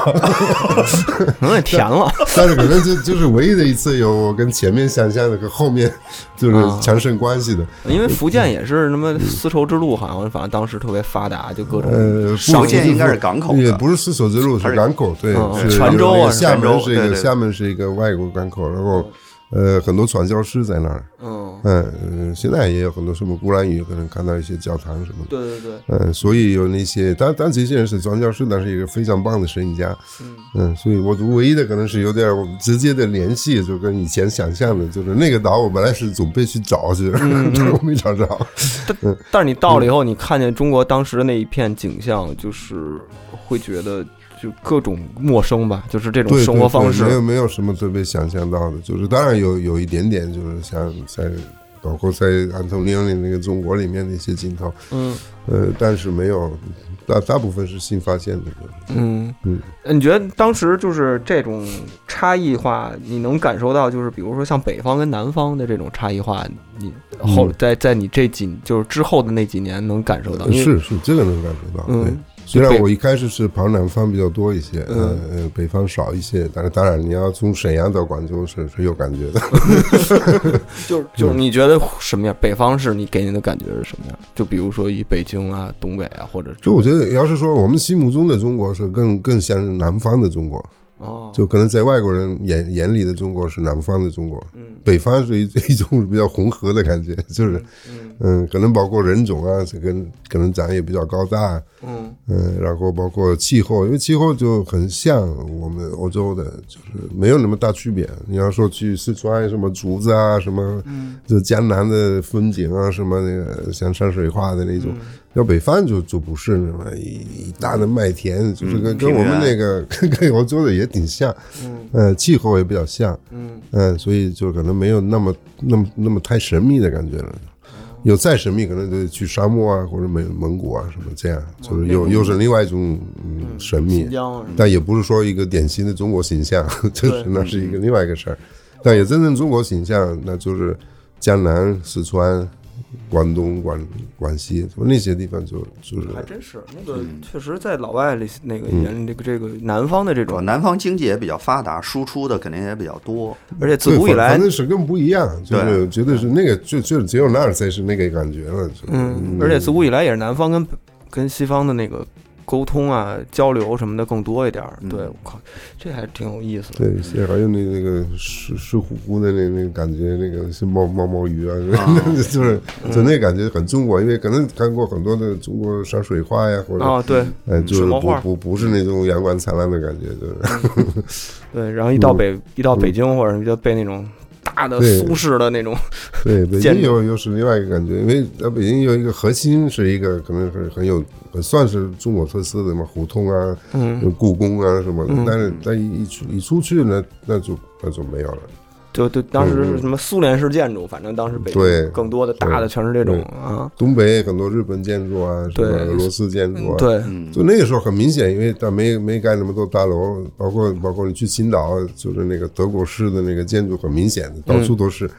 可能也甜了。
但是可能就就是唯一的一次有我跟前面想象的和后面
嗯
就是强盛关系的，
因为福建也是什么丝绸之路，好像反正当时特别发达，就各种
呃，不
商
福建
不
业
应该是港口的
也不是丝绸之路，
它
是
是
港口，对，
嗯
是
泉州
有
啊
那个
是
厦
泉
门
州
是一
对
个
对
厦门是一个外国港口，然后呃，很多传教士在那儿，
嗯，
嗯，呃现在也有很多什么鼓兰屿，可能看到一些教堂什么的。
对对对，
嗯，所以有那些，但但这些人是传教士，但是一个非常棒的生意家。嗯，所以我唯一的可能是有点我们直接的联系，就跟以前想象的，就是那个岛，我本来是准备去找去，
嗯
但是我没 找着。
但但是你到了
嗯
以后，你看见中国当时的那一片景象，就是会觉得就各种陌生吧，就是这种
对
生活方
对对没有
式。
没有什么特别想象到的，就是当然有有一点点，就是像在包括在安东尼奥的那个中国里面的一些镜头，
嗯
呃，但是没有大大部分是新发现的。
嗯
嗯，
你觉得当时就是这种差异化，你能感受到，就是比如说像北方跟南方的这种差异化，你后
嗯
在在你这几就是之后的那几年能感受到，因为
呃是是，这个能感受到。
嗯
对，虽然
北嗯
我一开始是跑南方比较多一些，呃呃，北方少一些，但是当然你要从沈阳到广州是是有感觉的。
就是就是你觉得什么样？北方是你给你的感觉是什么样？就比如说以北京啊、东北啊，或者
就我觉得，要是说我们心目中的中国是更更像南方的中国，
哦，
就可能在外国人眼眼里的中国是南方的中国，
嗯
北方是一 一种比较混合的感觉，就是，嗯，可能包括人种啊，这跟可能长得也比较高大，
嗯
嗯，然后包括气候，因为气候就很像我们欧洲的，就是没有那么大区别。你要说去四川什么竹子啊，什么，就江南的风景啊，什么那个像山水画的那种，要北方就就不是那么一一大的麦田，就是跟、
嗯
跟我们
平原
那个跟 跟欧洲的也挺像，嗯、呃，气候也比较像，
嗯
嗯，所以就可能没有那么那么那么太神秘的感觉了。有再神秘，可能得去沙漠啊，或者蒙蒙古啊什么这样，
嗯
就是又又是另外一种嗯神秘
新，疆啊
但也不是说一个典型的中国形象， 就是那
嗯
是一个另外一个事儿。但也真正中国形象，那就是江南、四川、广东、广广西那些地方就，就是
还真是那个，确实在老外里那个眼里，这个这个南方的这
主要
种，
南方经济也比较发达，输出的肯定也比较多。
嗯
而且自
对
古以
反
来
反，正是更不一样，就是绝对是那个，就就只有那儿才是那个感觉了。就是
嗯，而且自古以来也是南方跟跟西方的那个沟通啊、交流什么的更多一点
嗯
儿。对，我靠，这还挺有意思的。
对，现在还有那那个湿湿乎乎的那那个感觉，那个是毛毛毛雨啊， 就是就那感觉很中国，因为可能看过很多的中国山水画呀，或者
啊，对
哎，就
水
是
墨
不
画
不不是那种阳光灿烂的感觉，就 是
对，然后一到北一到北京或者就被那种大的
嗯对
苏式的那种，
对北
建
京又又是另外一个感觉，因为在北京有一个核心是一个可能是很有很算是中国特色的嘛，胡同啊、
嗯，
故宫啊什么的，但是但一一出一出去呢，那就那就没有了。
就就当时是什么苏联式建筑，反正当时
嗯
北
对
京更多的大的全是这种啊，
东北很多日本建筑啊，什么
对
俄罗斯建筑啊，
对，
就那个时候很明显，因为它没没盖那么多大楼，包括包括你去青岛，就是那个德国式的那个建筑，很明显的，到处都是。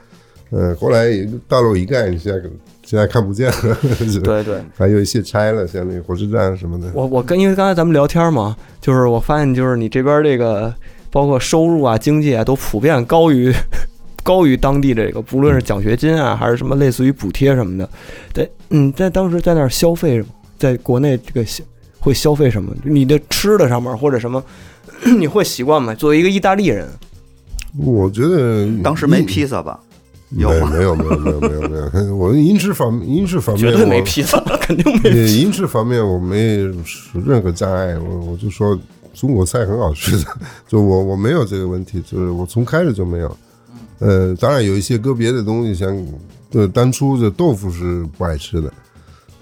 嗯、后来一个大楼一盖，你现在可现在看不见了。 是
对对，
还有一些拆了，像那个火车站什么的。
我我跟因为刚才咱们聊天嘛，就是我发现就是你这边这个包括收入啊、经济啊，都普遍高于高于当地这个，不论是奖学金啊，还是什么类似于补贴什么的。对，嗯，在当时在那儿消费，在国内这个消会消费什么？你的吃的上面或者什么， 你会习惯吗？作为一个意大利人，
我觉得
当时没披萨吧？有吗
没有没有没有没有没有没有， 我银质方银质方面
绝对没
我
披萨， 肯定没。
呃，饮食方面我没任何障碍，我我就说中国菜很好吃的，就我我没有这个问题，就是我从开始就没有。呃，当然有一些个别的东西，像呃当初这豆腐是不爱吃的，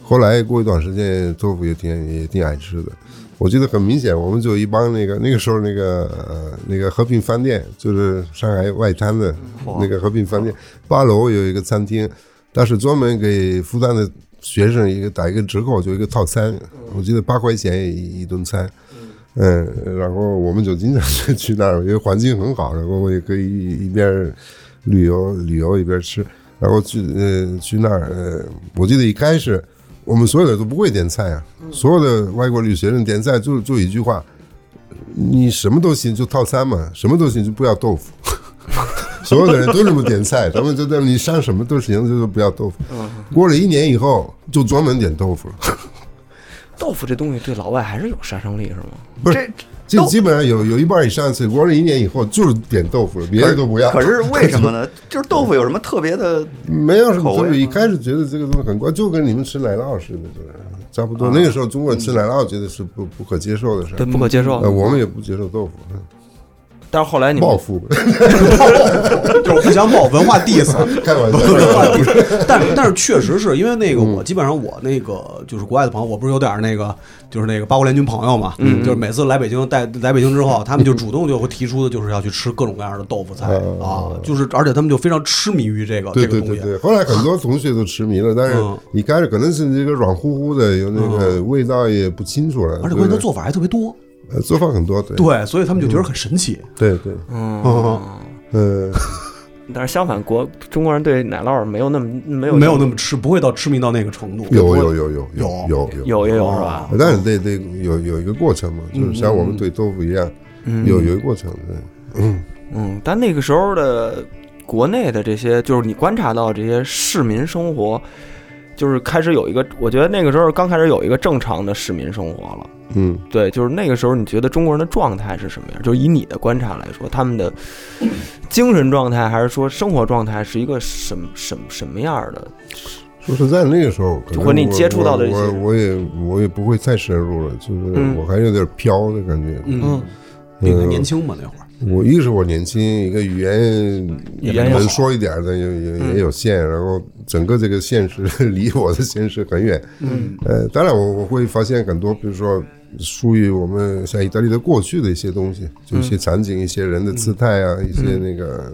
后来过一段时间豆腐也挺也挺爱吃的。我记得很明显，我们就一帮那个那个时候那个呃那个和平饭店，就是上海外滩的那个和平饭店，八楼有一个餐厅，但是专门给复旦的学生一个打一个折扣，就一个套餐，我记得八块钱一一顿餐。嗯，然后我们就经常去 去那儿，因为环境很好，然后我也可以一边旅游旅游一边吃，然后去呃去那儿，呃，我记得一开始我们所有的都不会点菜啊，所有的外国留学生点菜就就一句话，你什么都行就套餐嘛，什么都行就不要豆腐。所有的人都这么点菜，他们就在你上什么都行，就是不要豆腐。过了一年以后，就专门点豆腐了。
豆腐这东西对老外还是有杀伤力，是吗？
不是，这基本上有有一半以上是过了一年以后就是点豆腐了， 别的都不要。
可 是为什么呢？就是豆腐有什么特别的？
没有什么
口
特
味
别，一开始觉得这个东西很怪，就跟你们吃奶酪似的，就是差不多。那个时候中国人吃奶酪觉得是不不可接受的事
对，
儿，
不可接受。
呃，我们也不接受豆腐，
但是后来你们
报复，
就是互相报文化 diss。啊
开玩笑。
但但是确实是因为那个，
嗯
我基本上我那个就是国外的朋友，我不是有点那个，就是那个八国联军朋友嘛，就是每次来北京带来北京之后，他们就主动就会提出的就是要去吃各种各样的豆腐菜啊，就是而且他们就非常痴迷于啊这个
哦对
这
对
个东
对
西。
对，后来很多同学都痴迷了，但是
嗯
一开始可能是这个软乎乎的，有那个味道也不清楚了。
而且关键他
做
做法还特别多，
做饭很多，对嗯
对，所以他们就觉得很神奇。
对对，
嗯，
呃，
但是相反国中国人对奶酪没有那么没有
没有那么痴，不会到痴迷到那个程度。
有有有有
有
有有
有也有是吧？
但是得得有有一个过程嘛，就是像我们对豆腐一样，有有一个过程。对
嗯，但那个时候的国内的这些，就是你观察到这些市民生活，就是开始有一个，我觉得那个时候刚开始有一个正常的市民生活了。
嗯，
对，就是那个时候，你觉得中国人的状态是什么样？就是以你的观察来说，他们的精神状态还是说生活状态是一个什么什么什么样的？
说实在，那个时候可能
或者你
我
接触到的一些
我我我也我也不会太深入了，就是
嗯
我还有点飘的感觉。
嗯，
嗯
你还年轻嘛那会儿，
我一是我年轻，一个语言嗯
也没那么好
能说一点儿的也也也有限，然后整个这个现实离我的现实很远。嗯，呃，当然我我会发现很多，比如说属于我们像意大利的过去的一些东西，就一些场景、一些人的姿态啊，一些那个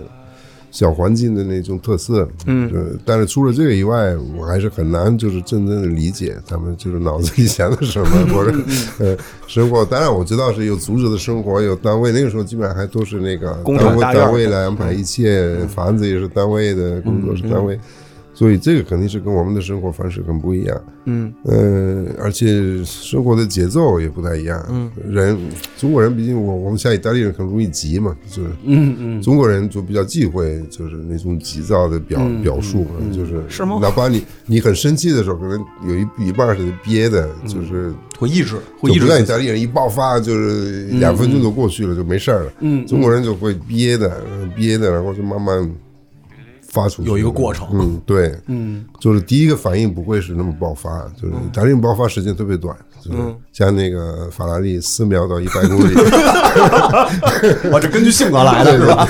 小环境的那种特色。
嗯
呃，但是除了这个以外，我还是很难就是真正的理解他们就是脑子里想的什么，
嗯
或者呃生活。当然我知道是有组织的生活，有单位，那个时候基本上还都是那个
工
单
厂
位
大院儿嗯
单位来安排一切，房子也是单位的，工作是单位。所以这个肯定是跟我们的生活方式很不一样。
嗯
呃，而且生活的节奏也不太一样。
嗯，
人中国人毕竟我我们像意大利人很容易急嘛，就是
嗯嗯，
中国人就比较忌讳就是那种急躁的表、
嗯
表述嘛，就是
是吗
哪怕你你很生气的时候，可能有一一半是憋的，
嗯
就是
会抑制，
就
会抑
不
制
像意
自己。
大利人一爆发就是两分钟就过去了，就没事儿了。
嗯嗯嗯
中国人就会憋的憋的，然后就慢慢发出去，
有一个过程
嗯，对，
嗯
就是第一个反应不会是那么爆发，就是意大利人爆发时间特别短，就是
嗯
像那个法拉利四秒到一百公 里。
我这根据性 格来的是吧？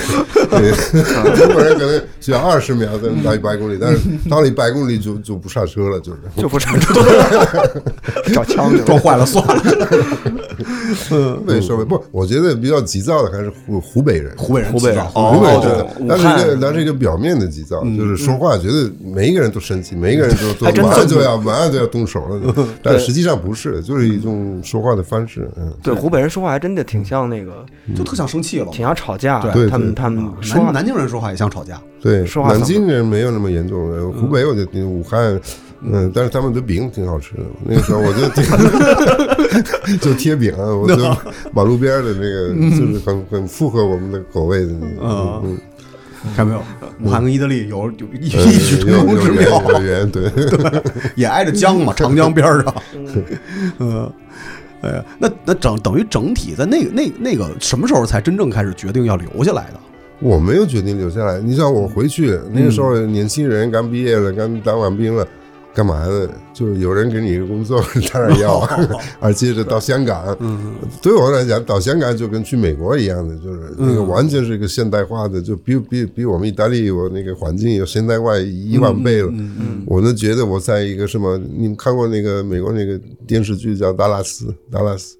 对， 中国人可能只要二十秒才能到一百公里，但是到了一百公里就就不刹车了，就是。
就不上车，找枪去
撞
了。
坏了算了。
对，稍微不，我觉得比较急躁的还是湖湖北人，湖
湖北人，
湖北人
知道
湖北人
哦
觉得，
武
但是一个
汉
但是一个表面的急躁，就是说话觉得每一个人都生气，每一个人都都
还哎真的
马上就要马上就要动手 了，但实际上不是，就是一种说话的方式，嗯。
对，湖北人说话还真的挺像那个，
就特想生气了。
挺像吵架。
对
对
他们
对
他们说话
南南京人说话也像吵架，
对，
说话嗓嗯
南
子
京人没有那么严重，呃湖北我觉得武汉，嗯，但是他们的饼挺好吃的。那个时候我就 就就贴饼啊，我就马路边儿的那个，
嗯
就是很很符合我们的口味的。嗯嗯，
看到没有？武汉跟意大利有有异
呃
异曲同工
有
之
有缘
妙，
有缘，对，
也挨着江嘛，长江边儿上。 嗯，哎呀，那那整等于整体在那个那那个什么时候才真正开始决定要留下来的？
我没有决定留下来。你像我回去那个时候，年轻人刚毕业了，刚当完兵了。干嘛的？就是有人给你一个工作， 当然要。而接着到香港，对我来讲，到香港就跟去美国一样的，就是那个完全是一个现代化的，就比比比我们意大利我那个环境要现代化一万倍了。我都觉得我在一个什么，你们看过那个美国那个电视剧叫《达拉斯》，达拉斯。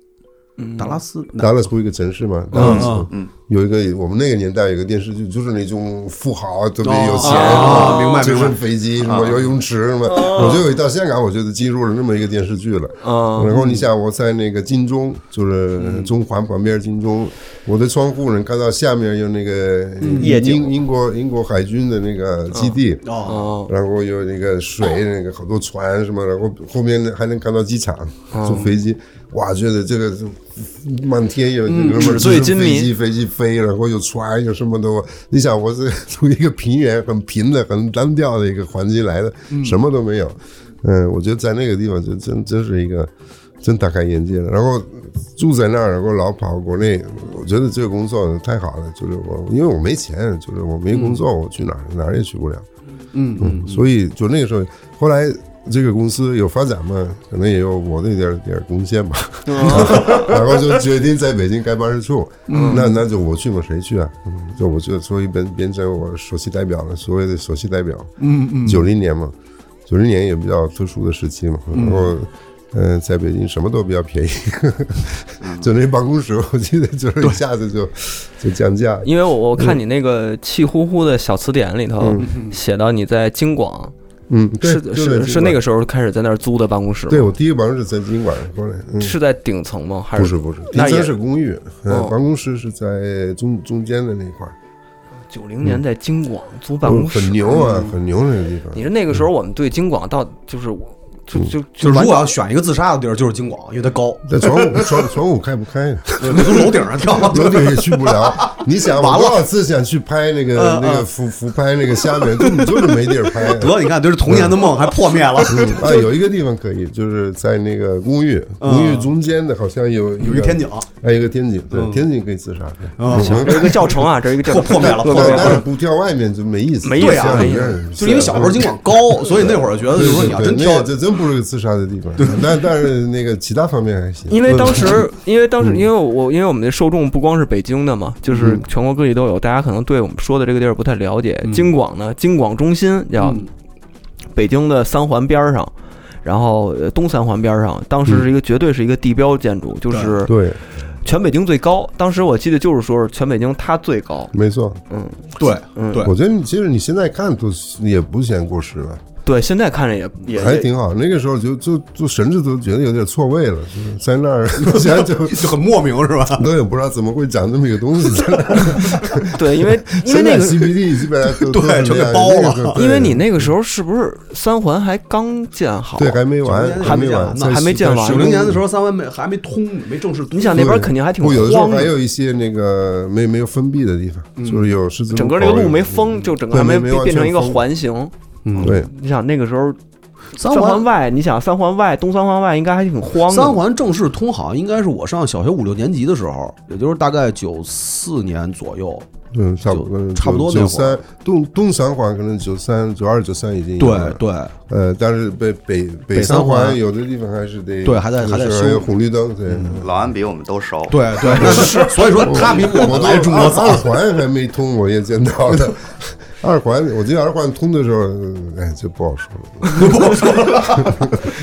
达拉斯，
达拉斯不是一个城市嘛？达拉斯
嗯，
嗯，有一个我们那个年代有一个电视剧，就是那种富豪啊特别有钱，
哦明白
直
明
升
白
飞机
啊
什么游泳池什么，
哦
我就一到香港，我就进入了那么一个电视剧了。
嗯
然后你想，我在那个金钟，就是中环旁边金钟，我的窗户能看到下面有那个
嗯夜景
英英国英国海军的那个基地。
哦，
哦，
然后有那个水，那个好多船什么，然后后面还能看到机场，
嗯
坐飞机，哇，觉得这个满天有那个
纸醉金迷
飞机飞机飞，然后有船有什么的，我你想我是从一个平原很平的、很单调的一个环境来的，什么都没有，嗯，我觉得在那个地方就真真是一个。真打开眼界了，然后住在那儿，然后老跑国内，我觉得这个工作太好了，就是我，因为我没钱，就是我没工作，我去哪儿哪儿也去不了，嗯，所以就那个时候，后来这个公司有发展嘛，可能也有我那点儿点儿贡献吧， 然后就决定在北京开办事处。
嗯
那那就我去嘛，谁去啊？嗯，就我就所以变变成我首席代表了，所谓的首席代表。嗯嗯，九零年嘛，九零年也比较特殊的时期嘛，然后。嗯、在北京什么都比较便宜，
嗯
就那办公室，我记得就是一下子就就降价，
因为我我看你那个气呼呼的小词典里头写到你在京广，
嗯，对
是
就在
是
京
是
管
那个时候开始在那儿租的办公室吗，
对我第一个办公室在宾馆过来，嗯，
是在顶层吗？还
不
是
是不是，第
那也
三是公寓，呃
哦
办公室是在中中间的那块儿，
九零年在京广租办公室，嗯
很牛！啊，很牛那个地方
你。说那个时候我们对京广到就是我就就
就
就
如
完
果
全
要选一个自杀的地儿，就是京广，因为它高，
但窗户窗窗户开不 开，
你从楼顶上跳，
楼顶也去不 了。你想，我
完了嗯
多少次想去拍那个那个俯俯拍那个下面，就就是没地儿拍。
得，你看，这是童年的梦还破灭了。
啊，有一个地方可以，就是在那个公寓，公寓中间的好像有有
嗯有一个天井，嗯
还有一个天井，对，天井可以自杀。
行，这是一个教程啊，这是一个教
破
程
破灭了，破
但
灭
但
了。
是不跳外面就没意思，
没意思
对啊
像
没
里
意思
边儿
就是因为小时候京广高，所以那会儿觉得就是说你要真
对，
挑
那，这真不是个自杀的地方。但但是那个其他方面还行。
因为当时，
嗯
因为当时，因为我因为我们的受众不光是北京的嘛，就是
嗯
全国各地都有，大家可能对我们说的这个地儿不太了解。京广呢，京广中心叫
嗯
北京的三环边儿上，然后呃东三环边儿上，当时是一个绝对是一个地标建筑，就是
嗯对，
全北京最高。当时我记得就是说是全北京它最高，
没错，
嗯，
对对
我觉得你其实你现在看都是也不嫌过时了。
对，现在看着也 也
还挺好。那个时候就就就甚至都觉得有点错位了，就是在那儿， 现在就
就很莫名是吧？
都也不知道怎么会长这么一个东西。在那儿
对，因为因
现
为那
在
个
CBD 基本上都都
对
是
全给
这样
包了
那个对
因为你那个时候是不是三环还刚建好？
对还没完，
还没
没
讲
完
完，呢
在
还没见完
在
九
石
零
龙
年的时候，三湾没还没通，没正式通。
你想那边肯定还挺
不有的时候
荒
还
的，
有一些那个没没有封闭的地方，就是有十字
整个
那
那个路没封，就整个
对
还
没没
变
完
变成
全
一个
封
环形。
嗯对，
你想那个时候
三
环
环
外，你想三环外东三环外应该还挺荒的。
三环正式通好，应该是我上小学五六年级的时候，也就是大概九四年左右。
嗯，差不多
就差不多那
九
会儿
三东东三环可能九三九二九三已经有
对
了
对，
呃，但是北北北
北三
三
环
环有的地方还是得
对还在还在
就是
修嗯
有红绿灯，对。
老安比我们都熟。
对对，那是所以说他比我们来中国
二
早
二。环还没通，我也见到 了。二环，我记得二环通的时候，嗯哎，这不好说了，不 好说，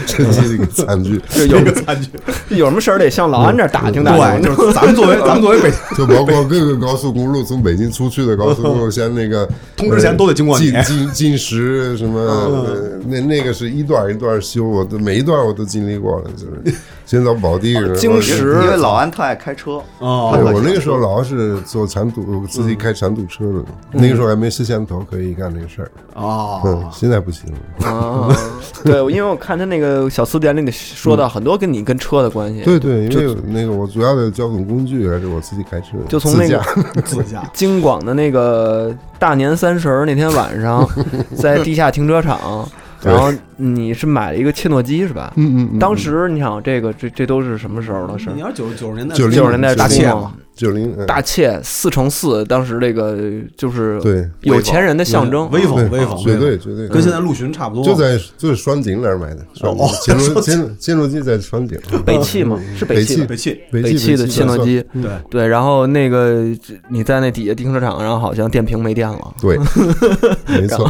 这是一个惨 剧。
就有 有什么事儿得向老安这儿打听打
对，
听。
就是咱 们作为咱们作为北，
就包括各个高速公路，从北京出去的高速公路，像那个呃
通之前都得经过你嗯
进进进石什么，呃那那个是一段一段修，我都每一段我都经历过了，就是先到保定，然后
京
因为，
石
因为老安特爱开车。
哦
对我那个时候老是坐长途，自己开长途车的，那个时候还没摄像头可以干这个事儿，嗯
哦，，
现在不行了。
啊，对，因为我看他那个小词典里说到很多跟你跟车的关系，
对对，因为那个我主要的交通工具还是我自己开车，
就从
自
那个
驾
自驾
京广的那个大年三十儿那天晚上，在地下停车场，
对
然后你是买了一个切诺基是吧？
嗯嗯嗯，
当时你想这个这这都是什么时候的事儿
你？要是九九十年代
90
九十年代
大
初
切
嘛
嘛，
九零
大切四乘四，当时这个就是
对嗯
有钱人的象征。哦
威风
对
威风，
绝对绝对
跟现在陆巡差不多。
就在就是双井那儿买的，双井
哦
切诺
双井
切诺切诺基在双井，
北汽嘛，是北汽
汽
吧，
北汽，
嗯北
汽的切诺
算，
基。
对，
对，然后那个你在那底下停车场，然后好像电瓶没电了。
对，没错，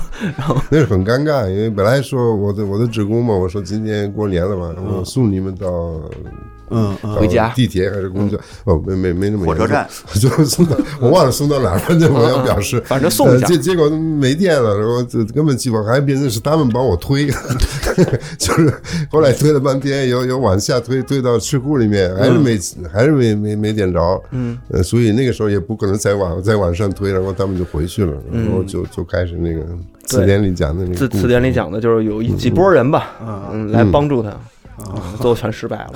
那是很尴尬，因为本来说我的我的职工嘛，我说今天过年了嘛，我送你们到
嗯嗯，
回家嗯
到地铁还是公交？哦，没没没那么
火车
严重
站，
就是送到我忘了送到哪儿，反正我要表示，
嗯反正送一下
呃结结果没电了，然后这根本记不好，还变成是他们帮我推， 就是后来推了半天，有有往下推，推到车库里面，还
嗯
是没还是没没没点着，嗯，呃，所以那个时候也不可能再往再往上推，然后他们就回去了，然后就就开始那个词典里讲的那
这
个故事
嗯词典里讲的就是有一几波人吧，嗯，来帮助他，最后全失败 了。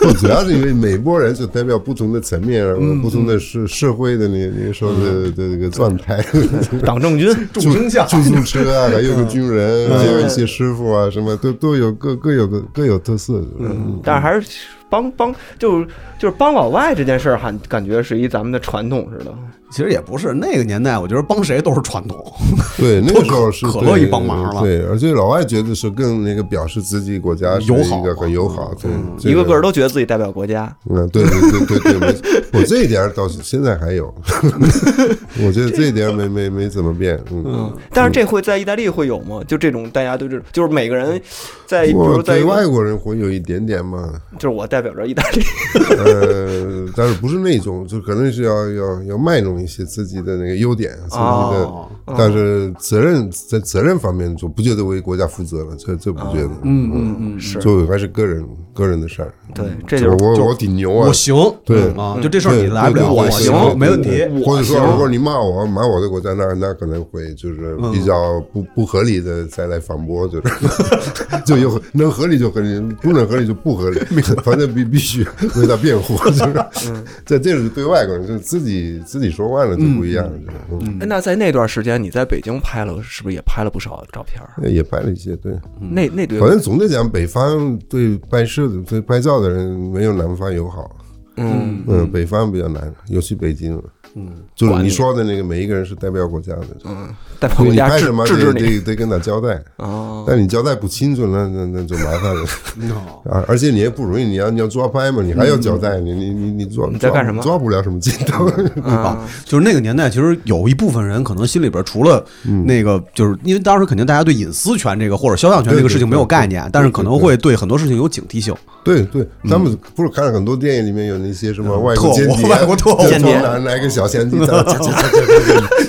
不，主要是因为每波人就代表不同的层面，然
嗯
后不同的社社会的那那个时候的的这个状态，
党政军，
众生相
出租车 啊，还有个军人，
嗯
还有一些师傅啊，什么都都有各各有各各有特色。嗯，
但是还是帮帮，就是就是帮老外这件事儿，还感觉是一咱们的传统似的。
其实也不是那个年代，我觉得帮谁都是传统。
对，那个时候是
可
对
乐一帮忙了
对，而且老外觉得是更那个表示自己国家是
友好嗯
一个很友好，对，这
一个个都觉得自己代表国家，
嗯，对对对对对，没 错我这一点儿倒是现在还有，我觉得这一点儿没没没怎么变，嗯。
但是这会在意大利会有吗？就这种大家对这种，就是每个人在，比
我
如在一
对
个
外国人会有一点点嘛，
就是我代表着意大利，
呃，但是不是那种，就可能是要要要卖弄一些自己的那个优点，自己的，
哦
但是责任在责任方面就不觉得为国家负责了，这这不觉得，嗯嗯嗯，
是
就还是个人个人的事儿， 嗯
对，这就是
我我我挺牛啊，
我行，
对
嗯啊，就这事儿你
对
来不
对
了，
对
我
对
行，没问题。
或者说，如果你骂我，骂我的国家，那那可能会就是
嗯
比较不、不合理的再来反驳，就是 就有能合理就合理，不能合理就不合理，反正必必须为他辩 护，就是
嗯
这这是对外国人，就是自己自己说话了就不一样了，就是嗯
哎 那在那段时间，你在北京拍了，是不是也拍了不少照片儿？
哎也拍了一些，对，
那那对
反正总的讲，北方对拍摄的、对拍照的人没有南方友好。
嗯，
嗯，北方比较难，尤其北京。嗯，就是你说的那个，每一个人是代表国家的，嗯，
代表
所以
国
你
家
拍
制
什么
制
得
止你
得得跟他交代，
哦，
但你交代不清楚，那那那就麻烦 了
No
啊！而且你也不容易，你要你要抓拍嘛，你还要交代，你你你你抓
嗯你在干什么嗯
抓不了什么镜头，
啊，就是那个年代，其实有一部分人可能心里边除了那个，就是因为当时肯定大家对隐私权这个或者肖像权这个事情没有概念，但是可能会对很多事情有警惕性。
对对，咱们不是看了很多电影，里面有那些什么外
特
嗯
国间谍
务、外国特务
对
间谍
从哪哪个小相 机， 在那夹夹夹夹夹夹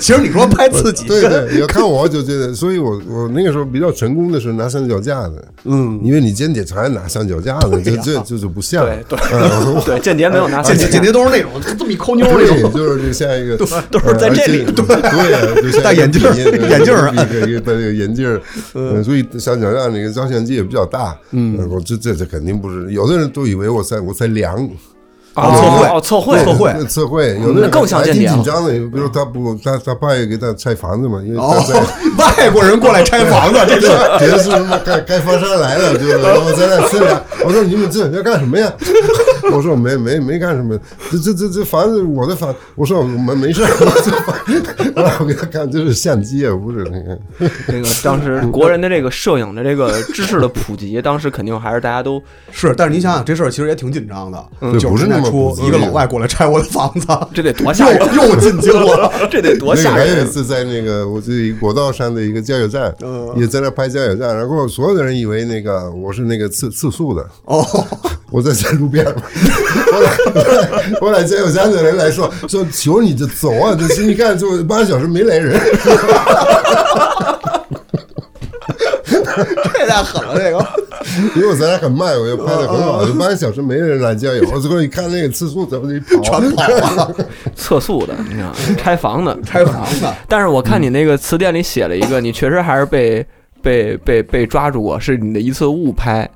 其实你说拍自己，
对对，要看我就觉得，所以我我那个时候比较成功的是拿三脚架子，
嗯，
因为你间谍才拿三脚架子，这这这就不像，嗯
对 对 对，间谍没
啊
有拿
这
三
这
脚
这
架，
些都是那 种这么一抠妞儿那
对，
种，
就是就像一个
都是在
呃而
这
且
里
对对，就像
戴眼镜儿
一个笔
眼镜儿
一个一个戴那个眼镜儿，嗯，所以三脚架那个照相机也比较大，嗯，我这这这肯定不是，有的人都以为我在我在量。
哦，测绘，哦，测绘，
测绘
测绘，有的人
那更像
还
间谍
挺紧
了
张的。比如他不，他他爸也给他拆房子嘛，因为他
哦
在，
外国人过来拆房子，这是
别的是他妈该该发商来了，就是然后咱俩吃俩。我说你们这要干什么呀？ 我说没没没干什么，这这这这房子我的房，我说我们没事儿。 我这房然 后我给他看，这是相机啊，不是那个。
这个当时国人的这个摄影的这个知识的普及，当时肯定还是大家都
是，但是你想想，这事儿其实也挺紧张的。
对
九
不
十
是
年
那
代
么
初
普，及
一个老外过来拆我的房 子，
这得多吓人，
又又进京了。
这得多
那个
吓
还有一
人！啊
次在那个我自己国道上的一个加油站，
嗯
也在那拍加油站，然后所有的人以为那个我是那个次次数的，
哦，
我在在路边儿， 后来后来后来加油站的人来说说求你就走啊，这你看就八个小时没来人，
这太狠了，这 个。
因为我在那很慢，我又拍的很
嗯
好，就八个小时没人来加油，我最后一看那个次数怎么得 跑，
全跑了，
测速的，你看拆房的，
拆房子。
但是我看你那个词典里写了一个，你确实还是被被被被抓住过，是你的一次误拍，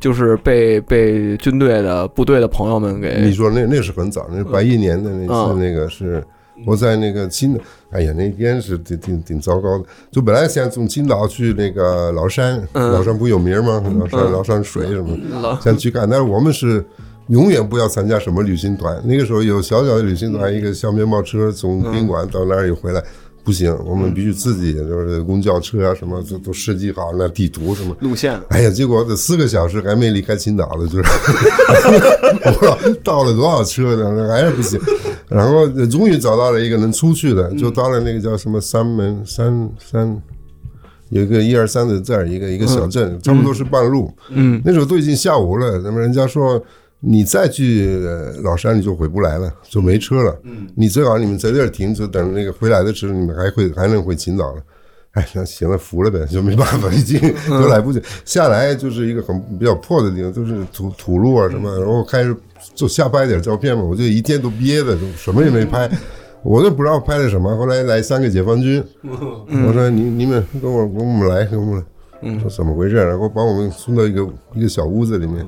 就是被被军队的部队的朋友们
你
给
说那那是很早，那是八一年的那次，
嗯
那个是我在那个青岛，哎呀，那天是挺挺挺糟糕的。就本来想从青岛去那个崂山，
嗯
崂山不有名吗？崂山
嗯
崂山水什么
崂
的，想去看。但是我们是永远不要参加什么旅行团。那个时候有小小的旅行团，一个小面包车从宾馆到那儿又回来。不行，我们必须自己，就是公交车啊，什么都都设计好，那地图什么，
路线。
哎呀，结果这四个小时还没离开青岛呢，就是 我不知道倒了多少车呢，还是不行。然后终于找到了一个能出去的，就到了那个叫什么三门三三，有一个一二三的字儿，一个一个小镇，差不多是半路。嗯，那时候都已经下午了，那么人家说。你再去呃老山，你就回不来了，就没车了。嗯，你最好你们在这儿停着，等那个回来的时候，你们还会还能回青岛了。哎，那行了，服了呗， 就没办法，已经都来不及。下来就是一个很比较破的地方，就是土土路啊什么，然后开始就瞎拍点照片嘛，我就一天都憋着，就什么也没拍，我都不知道拍的什么。后来来三个解放军，我说你你们跟我跟我们来，跟我们来。说怎么回事？然后把我们送到一个一个小屋子里面，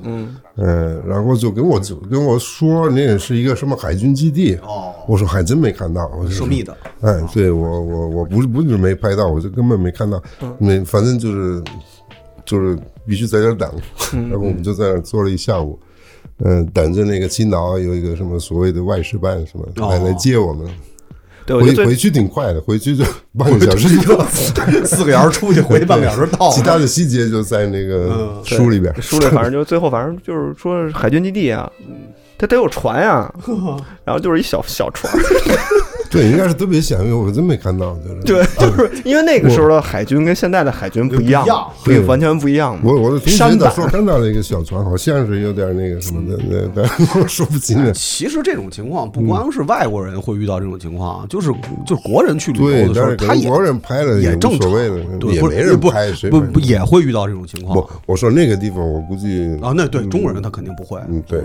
嗯，然后就跟我就跟我说那个是一个什么海军基地，
哦
我说还真没看到，我就
涉密的，
哎，对我我我不是不是没拍到，我就根本没看到，没反正就是就是必须在这儿等，然后我们就在那儿坐了一下午，嗯、等着那个青岛有一个什么所谓的外事办什么来来接我们，
对，我觉
回
得最
回去挺快的，回去就半个小时就到。
四个小时出去，回去半个小时到。
其他的细节就在那个
对
书里边。
书里反正就最后反正就是说海军基地啊，它得有船 呀，然后就是一小小船，
对，应该是特别响应，我真没看到。就是，
对，就是因为那个时候的海军跟现在的海军不一样
不一样，
不一完全不一样嘛。
我我的同学
山
在
板
说看到了一个小船，好像是有点那个什么的，那但我说不清了。
其实这种情况
嗯
不光是外国人会遇到这种情况，啊就是就是国人去 旅
对
游，的时
但是
候，
可
他
能
也
国人拍了
也
无
正常
所谓的，
对，
也
不
没人
不
拍，谁
不
拍
不也会遇到这种情况
不，我说那个地方，我估计
啊？那对中国人他肯定不会，
嗯，对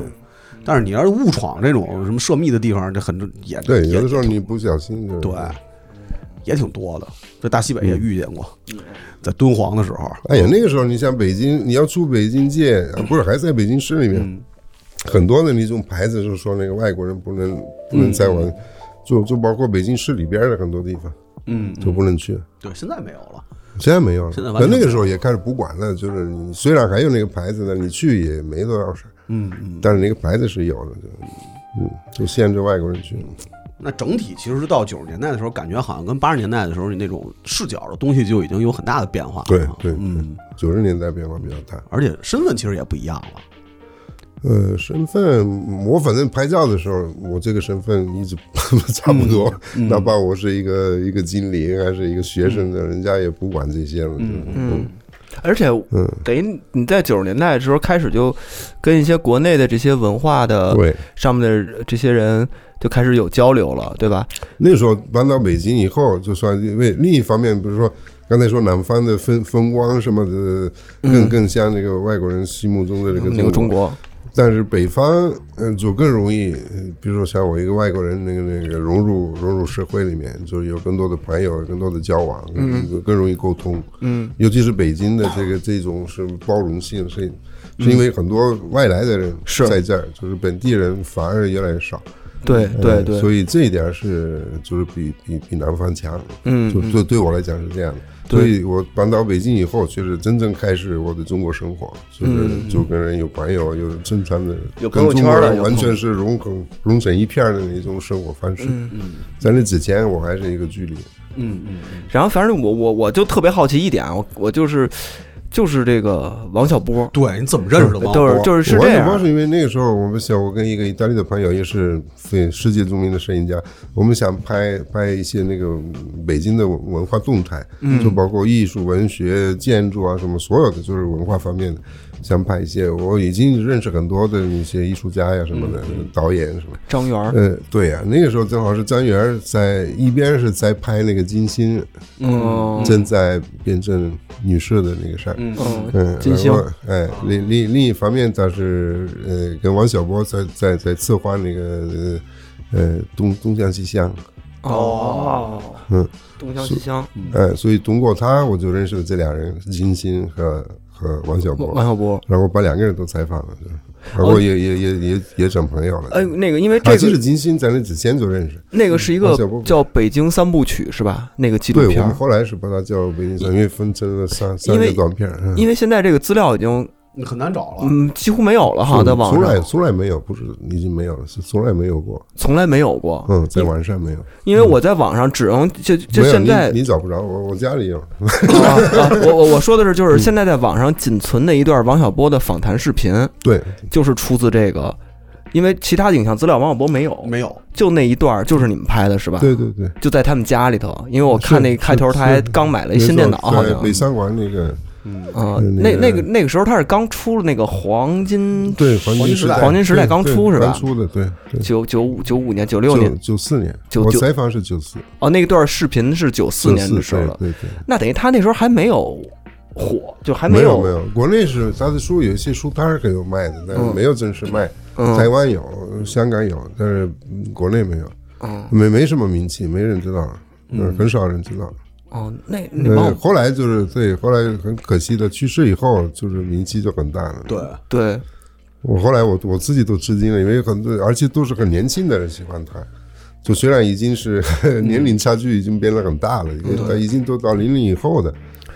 但是你要是误闯这种什么涉密的地方，这很也
对，
也
有的时候你不小心就是
对，也挺多的。这大西北
嗯
也遇见过，在敦煌的时候，
哎呀，那个时候你像北京，你要出北京界，啊不是还在北京市里面，
嗯
很多的那种牌子就说那个外国人不能不能再往，就就包括北京市里边的很多地方，
嗯，
就不能去。
对，现在没有了。
现在没有了，
现在完
可
全
那个时候也开始不管了，就是你虽然还有那个牌子呢，你去也没多少事儿，
嗯嗯。
但是那个牌子是有的，就嗯，就限制外国人去。
那整体其实到九十年代的时候，感觉好像跟八十年代的时候，你那种视角的东西就已经有很大的变化了。
对对
嗯，
九十年代变化比较大，
而且身份其实也不一样了。
呃，身份我反正拍照的时候，我这个身份一直 差不多，哪怕
嗯
我是一个一个经理还是一个学生的，人家也不管这些了。嗯嗯，
而且
嗯，
等于你在九十年代的时候开始就跟一些国内的这些文化的
嗯对，
上面的这些人就开始有交流了，对吧？
那时候搬到北京以后，就算因为另一方面，比如说刚才说南方的风风光什么的，更更像这个外国人心目中的这个
嗯那个中国，
但是北方，嗯，就更容易，呃比如说像我一个外国人，那个那个融入融入社会里面，就是有更多的朋友，更多的交往，嗯，更容易沟通，嗯，尤其是北京的这个这种是包容性，是是因为很多外来的人
是
在这儿，就是本地人反而越来越少，
对对
呃
对，
所以这一点是就是比比比南方强，
嗯
就对对我来讲是这样的。
对
所以我搬到北京以后，确实真正开始我的中国生活，就是就跟人有朋友，有正常的，
嗯有
跟
朋友
中
圈
国
了
人
有
完
朋
全是融合融成一片儿的那种生活方式。
嗯
在那之前，我还是一个距离。
然后反正我我我就特别好奇一点，我我就是就是这个王小波，
对，你怎么认识的王
都
波？
是就是是
我
这
玩主播
样
是，因为那个时候我们想，我跟一个意大利的朋友，也是非世界著名的摄影家，我们想拍拍一些那个嗯北京的文文化动态，
嗯
就包括艺术、文学、建筑啊什么，所有的就是文化方面的，想拍一些。我已经认识很多的一些艺术家呀什么的，
嗯
导演什么。
张元儿，
呃，对呀、那个时候正好是张元儿在一边是在拍那个金星，
嗯
正在辩证女士的那个事儿，
嗯
嗯，
金星
然后哎，另另另一方面，他是呃跟王小波在在在策划那个呃呃东东向西乡，
哦，
啊
嗯，
东乡西乡，
哎，所以通过他我就认识了这俩人，金星和和王小
王王
波，
小波，
然后把两个人都采访了，就是然后也也也也也整朋友了。
哎，那个因为
啊，
这
其实
个
金星咱们之前就认识，
那个是一个
王小波
叫《北京三部曲》是吧？那个纪录
对我
片
们
儿，
后来是把他叫北京三，因为分成了三三
因为
个短片儿，嗯
因为现在这个资料已经
你很难找了。
嗯几乎没有了哈，在网
从来
上
从来没有，不是已经没有了，是从来没有过，
从来没有过，
嗯，在网上没有。
哦因为我在网上只能就就
没有
现在
你你找不着，我我家里有，嗯
啊 啊我我我说的是就是现在在网上仅存的一段王小波的访谈视频，
对，
就是出自这个。因为其他影像资料王小波没有，
没有，
就那一段儿就是你们拍的是吧？
对对对，
就在他们家里头，因为我看那个开头，
是
他还刚买了一新电脑，好
没错
像
在北三环那个
啊，
嗯
那那
那
个
个
那个时候他是刚出了那个黄金
对黄
金
金
时
时
代
代，
黄金时代
对
刚
对
出是吧
刚出的，对对，
九九五九五年九六
九
年
九四年，
九
我
九
采访是九四，
哦，那段视频是九四年的时候
对
了，
对对，
那等于他那时候还没有火，就还
没
有
没有，国内是他的书有一些书摊儿给有卖的，但是没有正式卖，
嗯
台湾有，香港有，但是嗯国内没有，
嗯
没没什么名气，没人知道。嗯，很少人知道。
哦，那那帮
呃，
我
后来就是对，后来很可惜的，去世以后就是名气就很大了。
对，
对
我后来我我自己都吃惊了，因为很多，而且都是很年轻的人喜欢他。就虽然已经是年龄差距已经变得很大了，因为他已经都到零零以后的，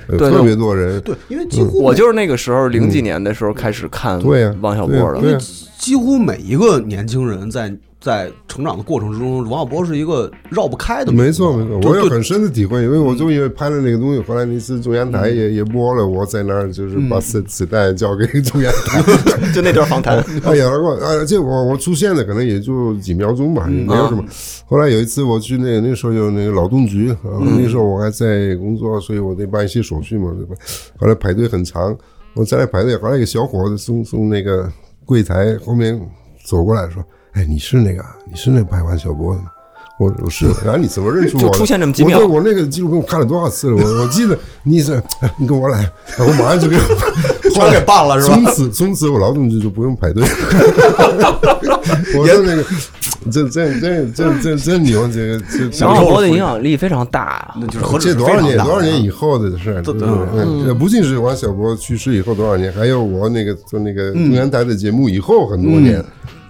呃
对
特别多人。
对，因为几乎
我就是那个时候零几年的时候开始看
对呀，
王小波
对呀对
的，
呀
几乎每一个年轻人在在成长的过程之中，王小波是一个绕不开的名字。
没错没错，
就
我有
就
很深的体会，因为我就因为拍了那个东西，后来那次中央台也也播了，我在那儿就是把磁磁带交给中央台，
就那段访谈，
哎呀，我而且我我出现的可能也就几秒钟吧，也
嗯
没
啊
有什么。后来有一次我去那个那时候有那个劳动局，啊
嗯
那时候我还在工作，所以我得办一些手续嘛，对吧？后来排队很长，我在那排队，后来一个小伙子从从那个柜台后面走过来说：“哎，你是那个你是那个拍完小波的吗？”我说是，然后你怎么认出我的？
就出现这么几
我
秒
说我那个纪录片我看了多少次了？我我记得你是， 你跟我来，我马上就给 我
全给办了是吧
从此从此我劳动局就不用排队。 我说那个，这这这这这这牛，这个这这
王小波的影响力非常大，啊
那就是何止
这
是
多
非
少
常
年
大
多少年
的
以后的事儿，
对
对
对
嗯，不仅是王小波去世以后多少年，还有我那个做那个
嗯
中央台的节目以后很多年，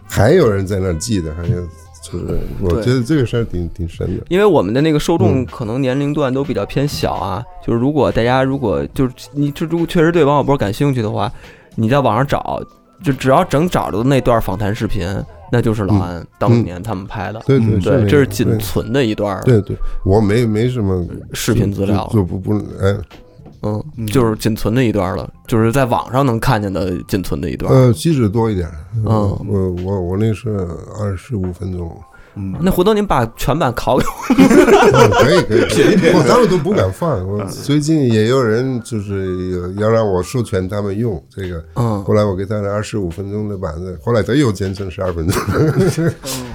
还有人在那儿记得，还有就是我觉得这个事儿挺挺深的。
因为我们的那个受众可能年龄段都比较偏小啊，就是如果大家如果就是你这如果确实对王小波感兴趣的话，你在网上找，就只要整找着那段访谈视频，那就是老安当年他们拍的。
对对
嗯对，
那
这
个
是仅
对
存的一段
对对，我没没什么
呃视频资料
就就不不哎
嗯，就是仅存的一段了，就是在网上能看见的仅存的一段。
呃，记者多一点。
嗯
我我我那是二十五分钟，
嗯
那回头您把全版拷给我。
嗯可以可以，我他们都不敢放。
嗯
我最近也有人就是要让我授权他们用这个，
嗯
后来我给他了二十五分钟的版本，后来他又剪成十二 分钟。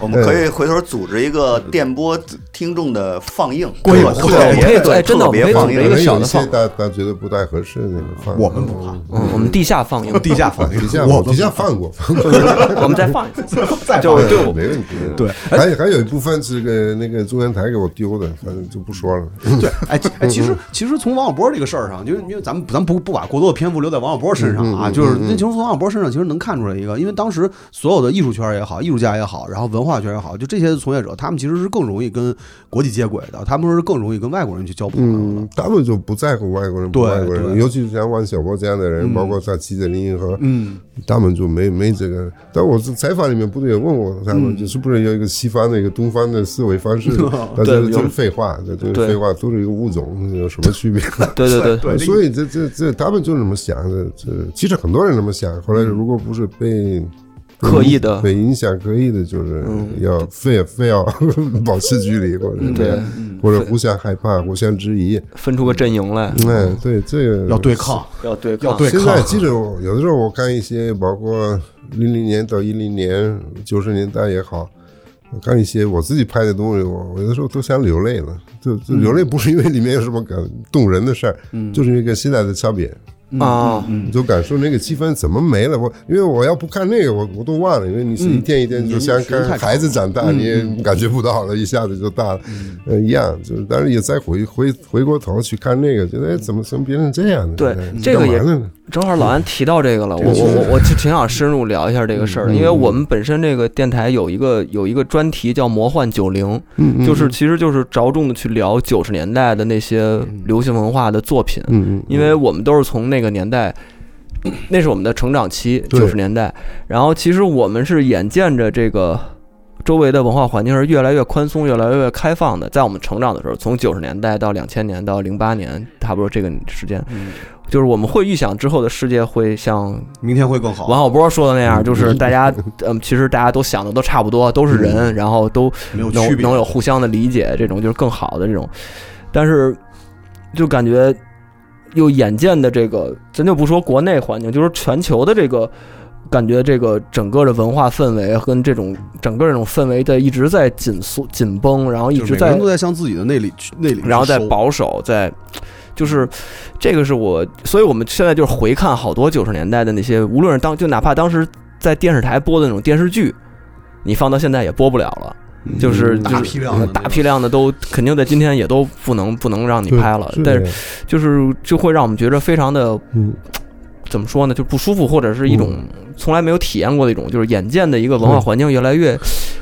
我们可以回头组织一个电波听众的放映，
过瘾
对
特
我们可以
别
做哎真的
特别
我们可以
可
组织一个。
放映
能有
小的
一些
放
大大觉得不太合适那个放，
我们不怕，
嗯，我们地下放映，
地下放
底下
我
我底下放 过，放过
我们再放一 次。
再
就
放
对我
没问题。
对，
还有还有一部分是个那个中央台给我丢的，反正就不说了。嗯
对，哎其哎，
嗯
其实其实从王小波这个事儿上，因为因为咱们咱们不不把过多的篇幅留在王小波身上
嗯
啊，就是那其实从王小波身上其实能看出来一个，因为当时所有的艺术圈也好，艺术家也好，然后文化圈也好，就这些从业者，他们其实是更容易跟国际接轨的，他们是更容易跟外国人去交朋友的。
嗯，他们就不在乎外国人，不
对
外国人，
对
尤其是像万小波这样的
嗯
人，包括像齐泽林和
嗯，
他们就没没这个。但我是采访里面不是也问过他们，就是不是有一个西方的一个东方的思维方式？那
嗯 对
这
有
这是废话，这这
对
是废话，都是一个物种，有什么区别？
对对对，
对，
哦所以这这这他们就是这么想的，这其实很多人这么想。后来如果不是被
嗯刻意嗯的
被影响，刻意的就是要非非要 保持距离，或者
嗯
是这样，或者互相害怕、互相质疑。
分出个阵营来，
嗯，对这个
要对抗，
要对
要对
现
抗
在，其实我有的时候我看一些，包括零零年到一零年、九十年代也好，我看一些我自己拍的东西，我我有的时候都想流泪了。就就
嗯
流泪不是因为里面有什么感动人的事儿，就是一个现在的差别，
啊，
你就感受那个气氛怎么没了。我因为我要不看那个，我我都忘了，因为你是一天一天就像
嗯
看孩子长大，你也感觉不到了，一下子就大了，呃，一样。就是但是也再回回回过头去看那个，觉得哎，怎么怎么变成这样的？
对
哎
这个
干嘛
也
呢
正好老安提到这个嗯了，我我我我就挺想深入聊一下这个事儿的，因为我们本身这个电台有一个有一个专题叫《魔幻九零》，就是其实就是着重的去聊九十年代的那些流行文化的作品，
嗯，
因为我们都是从那个年代，那是我们的成长期，
对
九十年代。然后其实我们是眼见着这个周围的文化环境是越来越宽松、越来越开放的。在我们成长的时候，从九十年代到两千年到零八年，差不多这个时间，就是我们会预想之后的世界会像
明天会更好。
王小波说的那样，就是大家，嗯，其实大家都想的都差不多，都是人，然后都
没有区
能
别
能有互相的理解，这种就是更好的这种。但是，就感觉又眼见的这个，咱就不说国内环境，就是全球的这个感觉，这个整个的文化氛围跟这种整个这种氛围在一直在紧缩紧绷，然后一
就是
直
每个
在
人都在向自己的内里去内里去收，
然后再保守，再就是这个是我，所以我们现在就是回看好多九十年代的那些，无论是当就哪怕当时在电视台播的那种电视剧，你放到现在也播不了了，就是
嗯
就是
大批量的那
大
种
批量的都肯定在今天也都不能不能让你
对
拍了，
的
但是就是就会让我们觉得非常的
嗯
怎么说呢，就不舒服或者是一种。从来没有体验过的一种，就是眼见的一个文化环境越来越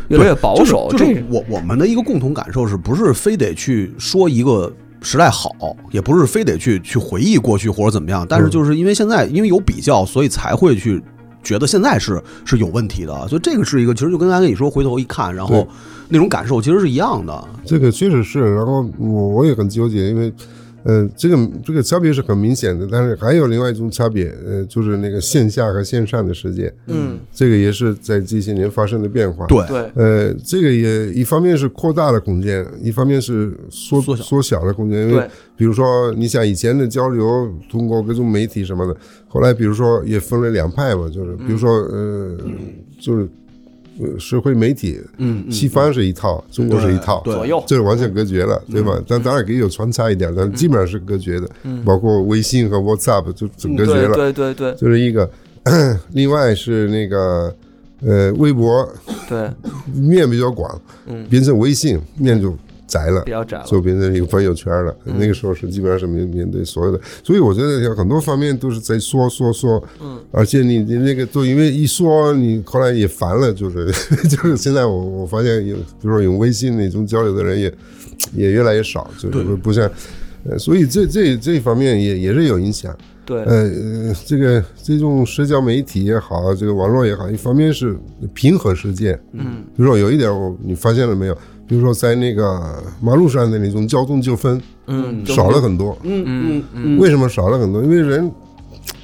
越来越保守，
就是、就
这
是、我我们的一个共同感受是不是非得去说一个时代好，也不是非得去去回忆过去或者怎么样，
嗯
但是就是因为现在因为有比较，所以才会去觉得现在是是有问题的，所以这个是一个其实就跟刚才你说回头一看，然后
对
那种感受其实是一样的。
这个确实是，然后我我也很纠结，因为，呃，这个这个差别是很明显的，但是还有另外一种差别，呃，就是那个线下和线上的世界，
嗯，
这个也是在这些年发生的变化。，
对，
对，
呃，这个也一方面是扩大了空间，一方面是缩
缩小
了空间，因
对
为比如说你想以前的交流通过各种媒体什么的，后来比如说也分了两派嘛，就是比如说呃，就是。呃，社会媒体，
嗯嗯
西方是一套，中国是一套，
对嗯
左右
这是完全隔绝了，对吧？但当然可以有穿插一点，但基本上是隔绝的，包括微信和 WhatsApp 就整
嗯
隔绝
对
了。
对对对
这是一个， 另外是那个呃，微博
对，
面比较广，变成微信面就窄了
嗯比。较窄了。嗯
就变成一个朋友圈了。那个时候是基本上是面面对所有的，所以我觉得有很多方面都是在说说说，嗯，而且你你那个都因为一说，你后来也烦了，就是 就是现在我我发现有，比如说用微信那种交流的人也也越来越少，就是不不像，呃，所以这这这一方面也也是有影响。
对，
呃，呃这个这种社交媒体也好，这个网络也好，一方面是平衡世界，嗯，比如说有一点我你发现了没有？比如说在那个马路上的那种交通纠纷，
嗯，
少了很多，
嗯嗯嗯，
为什么少了很多？因为人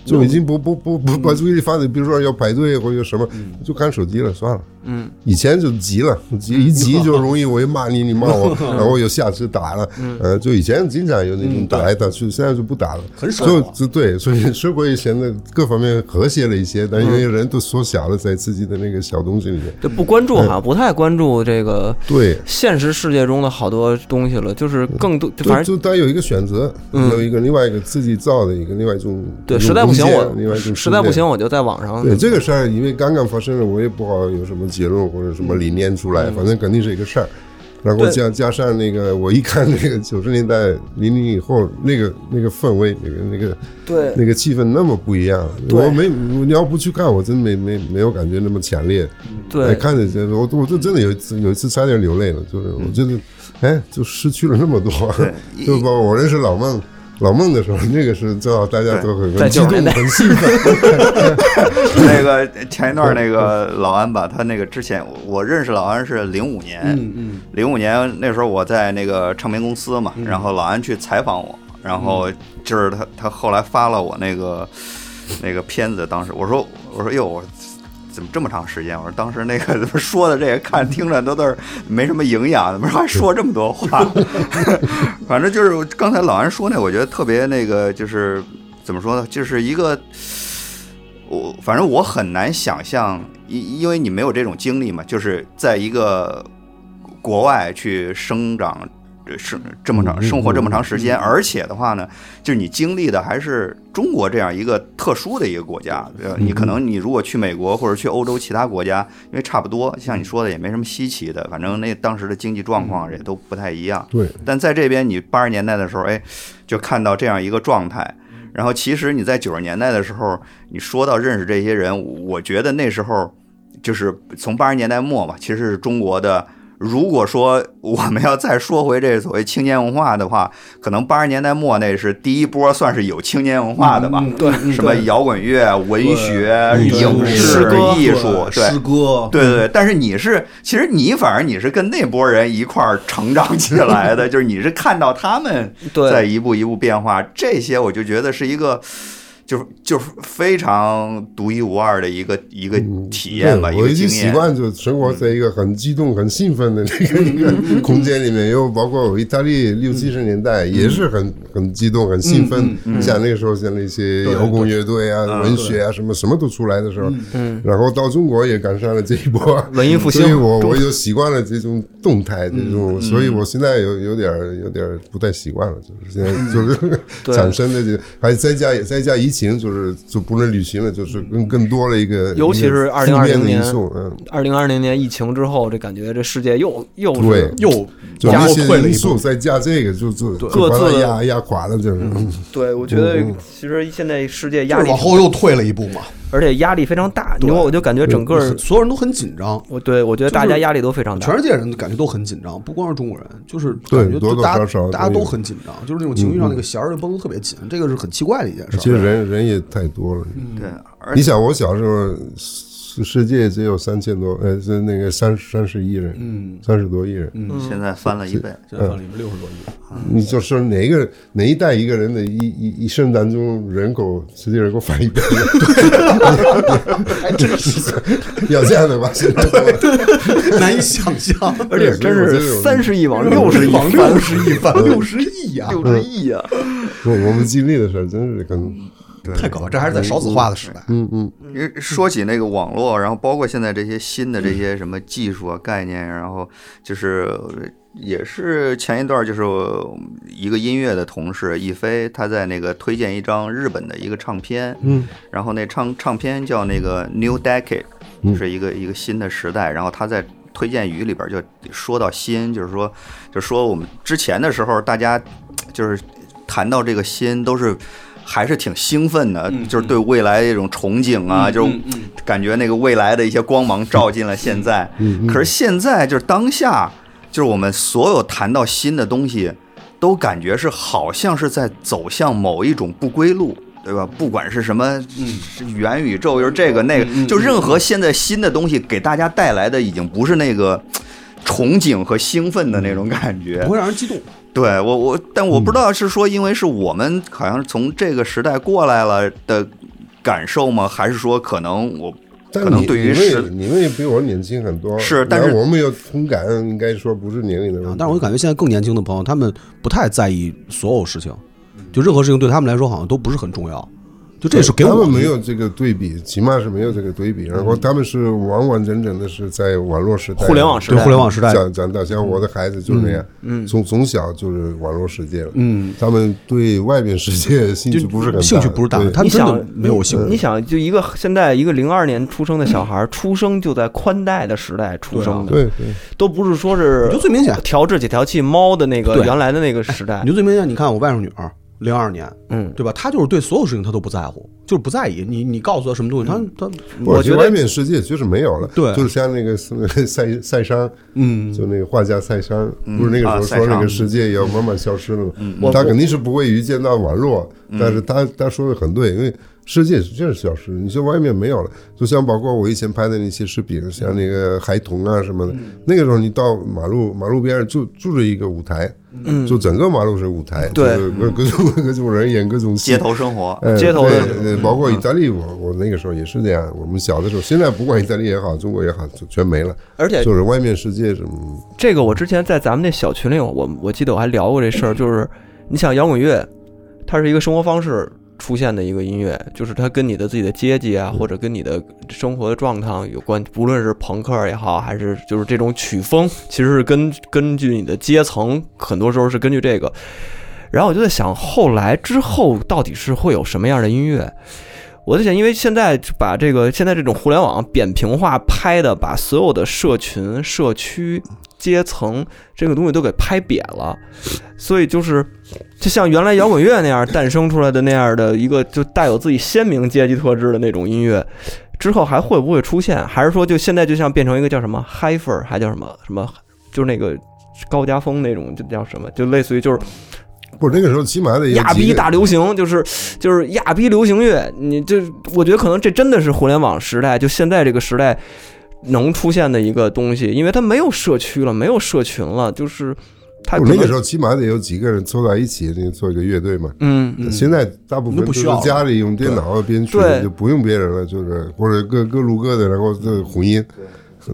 就已经不不不
嗯
不把注意力发在，比如说要排队或者什么，就看手机了，算了。
嗯，
以前就急了，急一急就容易我一骂你，你骂 我，然后又下次打了，
嗯
呃，就以前经常有那种打来打去，现在就不打了，
很少
就
了
就对，所以社会现在各方面和谐了一些，但因为
嗯
人都缩小了在自己的那个小东西里面，
就不关注哈，不太关注这个
对，
现实世界中的好多东西了，就是更多，就
就
反正嗯
就他有一个选择，有一个另外一个自己造的一个另外一种
对，
一种
实在不行
空间另
我
外一种
实在不
世界
行我就在网上
对这个事儿，因为刚刚发生了，我也不好有什么结论或者什么理念出来，反正肯定是一个事儿。然后
嗯对
加加上那个，我一看那个九十年代零零以后那个那个氛围，那个那个
对
那个气氛那么不一样。
对
我没你要不去看，我真没没没有感觉那么强烈。哎
对
看着这我我就真的有一次有一次差点流泪了，就是
嗯
我真的哎就失去了那么多。就包括我认识老孟。老孟的时候，那个是正好大家都很
在
很激
90
动、
年代
很兴奋。
那个前一段那个老安把他那个之前我我认识老安是零五年，
嗯
零五年那时候我在那个唱片公司嘛，然后老安去采访我，然后就是他他后来发了我那个那个片子，当时我说我说哟我。怎么这么长时间？我说当时那个怎么说的这个看听着都都是没什么营养，怎么还说这么多话？ 反正就是刚才老安说那，我觉得特别那个就是怎么说呢，就是一个我反正我很难想象，因因为你没有这种经历嘛，就是在一个国外去生长、呃生这么长生活这么长时间，而且的话呢，就是你经历的还是中国这样一个特殊的一个国家。呃，你可能你如果去美国或者去欧洲其他国家，因为差不多，像你说的也没什么稀奇的，反正那当时的经济状况也都不太一样。
对，
但在这边，你八十年代的时候，哎，就看到这样一个状态。然后，其实你在九十年代的时候，你说到认识这些人，我我觉得那时候就是从八十年代末吧，其实是中国的。如果说我们要再说回这所谓青年文化的话，可能八十年代末那是第一波，算是有青年文化的吧。
对
什么摇滚乐、文学、
对
影视
诗歌、
艺术，对，
诗
哦
歌，
对对对，但是你是，其实你反而你是跟那波人一块儿成长起来的，就是你是看到他们
对
在一步一步变化，这些我就觉得是一个，就是就是非常独一无二的一个一个体验吧，
嗯对
一
我
个
已经
经
习
验。
惯就生活在一个很激动、很兴奋的那个一个空间里面，又包括我意大利六七十年代也是很很激动、很兴奋，像那个时候像那些摇滚乐队啊、文学啊什么什么都出来的时候，然后到中国也赶上了这一波
文艺复 兴
所以我我就习惯了这种动态，这种，所以我现在有有点儿有点儿不太习惯了，就是现在就是
对
产生的这，还在家也在家疫情，就是就不能旅行了，就是更更多了一个
尤其是
一个负面的
2020
因
年
素，嗯，
二零二零年疫情之后，这感觉这世界又又
对
是，
又
就那
往后
些
退了
因
一步
素。再加这个，就就就
各
把
自
它
的嗯
压压垮了，就是
对，我觉得
嗯
其实现在世界压
就是
力
往，后又退了一步嘛，
而且压力非常大。你说，我就感觉整个儿，
所有人都很紧张，
我对我觉得大家压力都非常大
全。世界人感觉都很紧张，不光是中国人，就是
对
感觉
多
就
多
大家
少少
大家
都有
都很紧张，就是那种情绪上那个弦儿就绷得特别紧，这个是很奇怪的一件事儿。
其实人人也太多了。
嗯
对，而
你想，我小时候世世界只有三千多，呃，是那个三三十亿人，嗯，三十多亿人，嗯，
现在翻了一倍，
现在放里面六十多亿，
你就说哪一个哪一代一个人的一一一生当中人口实际人口翻一倍，
还哎真是
要这样 的吧？现在
难以想 象，
而且真
所以我觉
是
得
三十亿往六十亿
往六十亿翻， 六十亿呀！
六十亿啊！
嗯
我我们经历的事儿真是可能，
嗯
太搞了，这还是在少子化的时代。
嗯嗯，
因为说起那个网络，然后包括现在这些新的这些什么技术啊、概念，然后就是呃也是前一段就是我一个音乐的同事一飞，他在那个推荐一张日本的一个唱片，嗯，然后那唱唱片叫那个 New Decade，就是一个一个新的时代，然后他在。推荐语里边就说到新，就是说，就说我们之前的时候，大家就是谈到这个新，都是还是挺兴奋的，就是对未来的一种憧憬啊，就是感觉那个未来的一些光芒照进了现在。可是现在就是当下，就是我们所有谈到新的东西，都感觉是好像是在走向某一种不归路。对吧？不管是什么是元宇宙，就是这个那个，就任何现在新的东西给大家带来的，已经不是那个憧憬和兴奋的那种感觉，
不会让人激动，
对
嗯
我我，但我不知道是说，因为是我们好像是从这个时代过来了的感受吗？还是说可能我
但
可
你
能对于
你
时
们你们也比我年轻很多，
是但是
然后我们有同感，应该说不是年龄的问
啊
题。
但是我感觉现在更年轻的朋友，他们不太在意所有事情，就任何事情对他们来说好像都不是很重要。就这是给
他
我
们没有这个对比，起码是没有这个对比。
嗯
然后他们是完完整整的是在网络时代、
互联网时
对
代，
互联网时代，
长长大，像我的孩子就是那样，嗯，从从小就是网络世界了，嗯，他们对外边世界兴趣不是很大，
兴趣不是大
对，
他
你
们真
想
的没有兴趣。
你想，就一个现在一个零二年出生的小孩儿，出生就在宽带的时代出生的，
对对，
都不是说是
我觉得最明显
调制解调器猫的那个
对
原来的那个时代
你，就最明显，你看我外甥女儿，零二年，
哎嗯
对吧？她就是对所有事情她都不在乎，就是不在意。你你告诉她什么东西，她她
我
觉
觉
得
得
外面世界就是没有了，
对
就是像那个 塞塞尚，嗯，就那个画家塞尚，不是那个时
啊
候
塞
说那
尚
个世界也要慢慢消失了嘛，嗯
我
他肯定是不会于见到网络，但是他他说的很对，因为。世界就是消失，你说外面没有了，就像包括我以前拍的那些视频，像那个孩童啊什么的，那个时候你到马路马路边儿就住着一个舞台，
嗯
就整个马路是舞台，
对
就是各各种各种人演各种戏
街头生活？
呃
街头的嗯
对对包括意大利，我我那个时候也是这样。我们小的时候，现在不管意大利也好，中国也好，就全没了。
而且
就是外面世界什么，
这个我之前在咱们那小群里，我我记得我还聊过这事儿，就是你想摇滚乐，它是一个生活方式出现的一个音乐，就是它跟你的自己的阶级啊，或者跟你的生活的状况有关，不论是朋克也好，还是就是这种曲风，其实是根根据你的阶层，很多时候是根据这个。然后我就在想，后来之后到底是会有什么样的音乐？我在想，因为现在就把这个现在这种互联网扁平化拍的，把所有的社群、社区、阶层这个东西都给拍扁了，所以就是就像原来摇滚乐那样诞生出来的那样的一个就带有自己鲜明阶级特质的那种音乐，之后还会不会出现？还是说就现在就像变成一个叫什么 hyper，还叫什么什么，就是那个高家峰那种，就叫什么，就类似于就是
不，那个时候起码得有
亚
几
逼
个
大流行，就是就是亚逼流行乐。你这，我觉得可能这真的是互联网时代，就现在这个时代能出现的一个东西，因为它没有社区了，没有社群了，就是它
不
可
那个
能
时候起码得有几个人凑在一起，那做一个乐队嘛。
嗯，
现在大部分
那不
都
需
是
要了
家里用电脑啊编曲
对，
就不用别人了，就是或者各各录各的，然后这混音，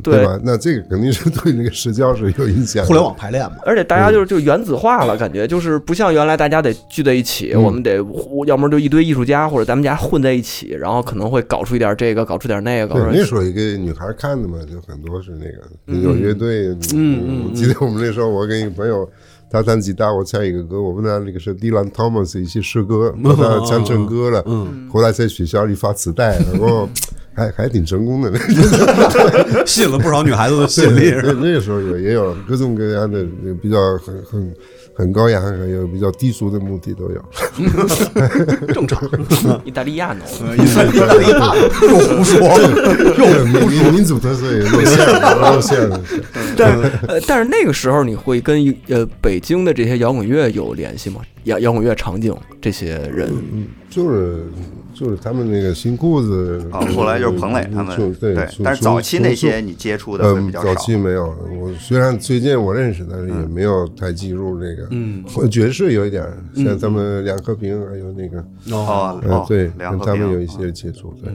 对
吧？那这个肯定是对那个社交是有影响的。
互联网排练嘛。
而且大家
嗯
就是就原子化了，感觉就是不像原来大家得聚在一起，
嗯
我们得要么就一堆艺术家或者咱们家混在一起，然后可能会搞出一点这个，搞出点那个，搞
对
出，
那时候一个女孩看的嘛，就很多是那个有乐队。嗯我记得我们那时候，我跟一个朋友，他弹吉他，我唱一个歌，我问他那个是 Dylan Thomas 一些诗歌，把他唱成歌了。嗯，后来在学校里发磁带，然后还还挺成功的。
吸引了不少女孩子的吸引力。
对，那那时候有也有各种各样的比较很很很高雅，还有比较低俗的目的都有。
正常，
嗯意大利亚 呢？
哎又胡说。
民民族特色也露馅了，露馅了。
但是 呃，但是那个时候你会跟呃北京的这些摇滚乐有联系吗？摇摇滚乐场景这些人，
嗯就是就是他们那个新裤子
啊，后来就是彭磊他们
就，对，出
但是早期那些
出
你接触的会比
嗯，
较
早
少。嗯
期没有。我虽然最近我认识，但是也没有太进入那个。 嗯，爵士有一点儿，像他们梁和平还有那个，
嗯
啊
哦
呃
哦，，
对，
梁
跟
和
他们
平
有一些接触，对，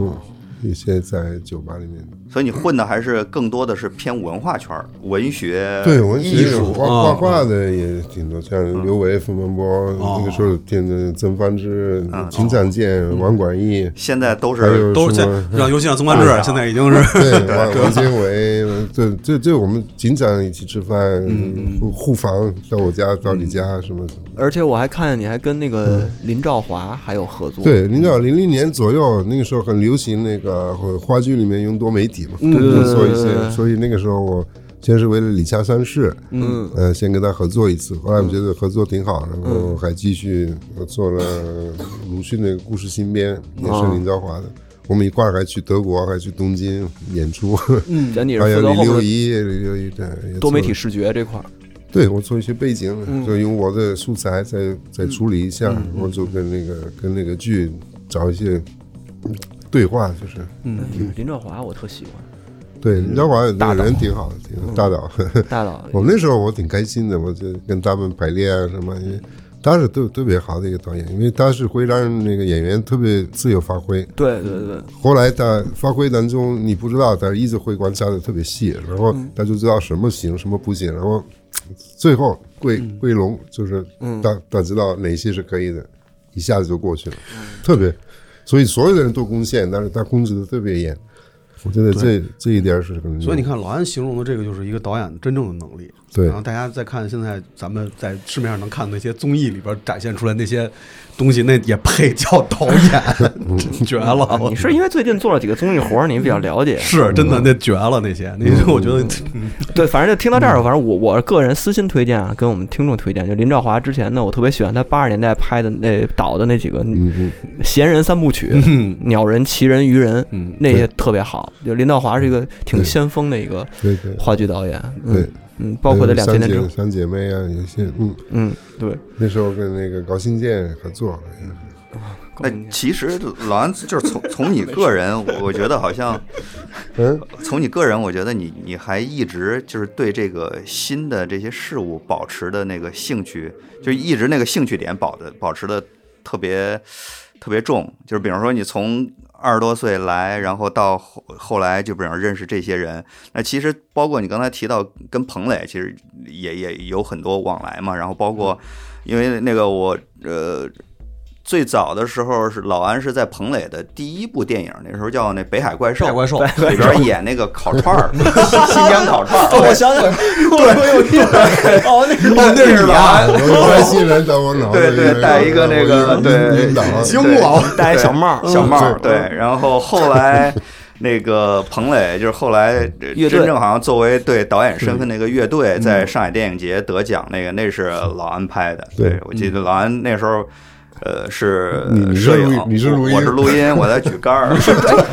嗯，一些在酒吧里面。
所以你混的还是更多的是偏文化圈儿、文学、
对，文
呃艺
学
术。嗯
画
啊
画画的也挺多，像刘维、冯文波，那个时候听的曾方之、
嗯
秦展健、王管义，
现在都
还
是
有
都是
什
现
么
让尤其让曾
哎
冠志现在已经
嗯
是
对，王王经纬，对对对，我们经常一起吃饭，
嗯
互互访，到我家到你家什么什么。
而且我还看见你还跟那个林兆华还有合
嗯
作，
对，你知道零零年左右那个时候很流行那个话剧里面用多媒体嘛，
对嗯对对
所以
对对对
先所以那个时候我先是为了李家三世，嗯，呃，先跟他合作一次，后
嗯
来我觉得合作挺好，然后还继续我做了鲁迅那个故事新编，也
哦
是林兆华的。我们一块儿还去德国，还去东京演出，
嗯，咱你是
还有
负责
哎李
后
六
面
一，李六一对也做
多媒体嗯
了
视觉这块儿，
对我做一些背景，就用我的素材再再处理一
嗯
下，我就跟那个跟那个剧找一些对话，就是
嗯，林兆华我特喜欢，
对林兆华那个人挺好的，
嗯
挺好大佬。
大佬
我那时候我挺开心的，我就跟他们排练啊什么，因为他是特特别好的一个导演，因为他是会让那个演员特别自由发挥。
对对 对，
后来他发挥当中，你不知道，他一直会观察的特别细，然后
嗯
他就知道什么行，什么不行，然后最后归
嗯
归拢，就是他他知道哪些是可以的，一下子就过去了，
嗯
特别，所以所有的人都攻陷，但是他控制的特别严，我觉得这这一点是很，
所以你看，老安形容的这个就是一个导演真正的能力。
对
然后大家再看现在咱们在市面上能看的那些综艺里边展现出来那些东西，那也配叫导演， 真绝了！
哦
嗯你是因嗯为最近做了几个综艺活儿，你比较了解。
是真的，那绝了那些，那些我觉得嗯
对，反正就听到这
嗯
儿，反正我我个人私心推荐啊，跟我们听众推荐，就林兆华之前呢，我特别喜欢他八十年代拍的那导的那几
嗯
个闲人三部曲，鸟人、奇人、鱼人，
嗯
那些特别好。就林兆华是一个挺先锋的一个
对嗯对
话剧导演，
对
嗯，嗯，包括在两千年之后
三姐，三姐妹啊，有些嗯，
嗯，对，
那时候跟那个高新建合作，
哎，其实老安就是从从你个人，我我觉得好像，
嗯，
从你个人，我觉得你你还一直就是对这个新的这些事物保持的那个兴趣，就一直那个兴趣点保的保持的特别特别重。就是比方说你从二十多岁来，然后到后后来就比方认识这些人，那其实包括你刚才提到跟彭磊，其实也也有很多往来嘛。然后包括因为那个我呃最早的时候是老安是在彭磊的第一部电影，那时候叫那《北海怪兽》，
北海怪兽
里边演那个烤串儿，新新疆烤串儿。
哦我想起来，我有 印哦，那是
那是老
哦
安，
我外星人在我脑子
对
里，
对，戴一个那个对
晕倒了，
惊了
对
戴一小帽儿
对小帽儿
嗯
对。然后后来那个彭磊就是后来呃
乐队
真正好像作为对导演身份那个乐队在上海电影节得奖那个，那是老安拍的。
对
对，我记得老安那时候。呃，是
你你是
摄影
录，你是录音
我是录音，我在举杆儿，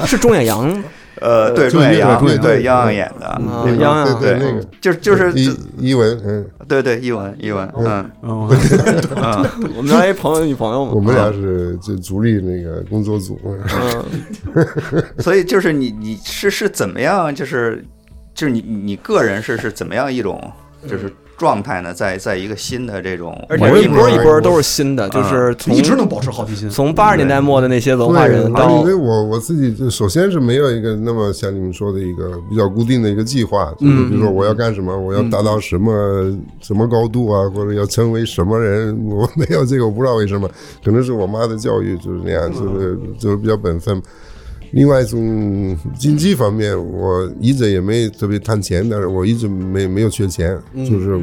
是钟远洋，
呃，对，
就
钟远
乐队
洋，
钟远
对，
洋
杨洋演的，
啊
对嗯
洋洋
对
对
那个
就就是
一一文，嗯，
对对，一文一文，嗯
嗯，
嗯，
我们原来一朋友女朋友
我
哦
嘛，
们俩是就主力那个工作组，
嗯，
所以就是你你是是怎么样，就是就是你你你个人是是怎么样一种就是状态呢？在在一个新的这种
而且是一波一波都是新
啊
的，就是从
一直能保持好奇心。
从八十年代末的那些文化人
对
到
因为我我自己就首先是没有一个那么像你们说的一个比较固定的一个计划，就是
嗯
比如说我要干什么，我要达到什么、什么高度啊，或者要成为什么人，我 没有这个，我不知道为什么，可能是我妈的教育就是那样，就是
嗯
就是比较本分。另外从经济方面，我一直也没特别贪钱，但是我一直没没有缺钱，就是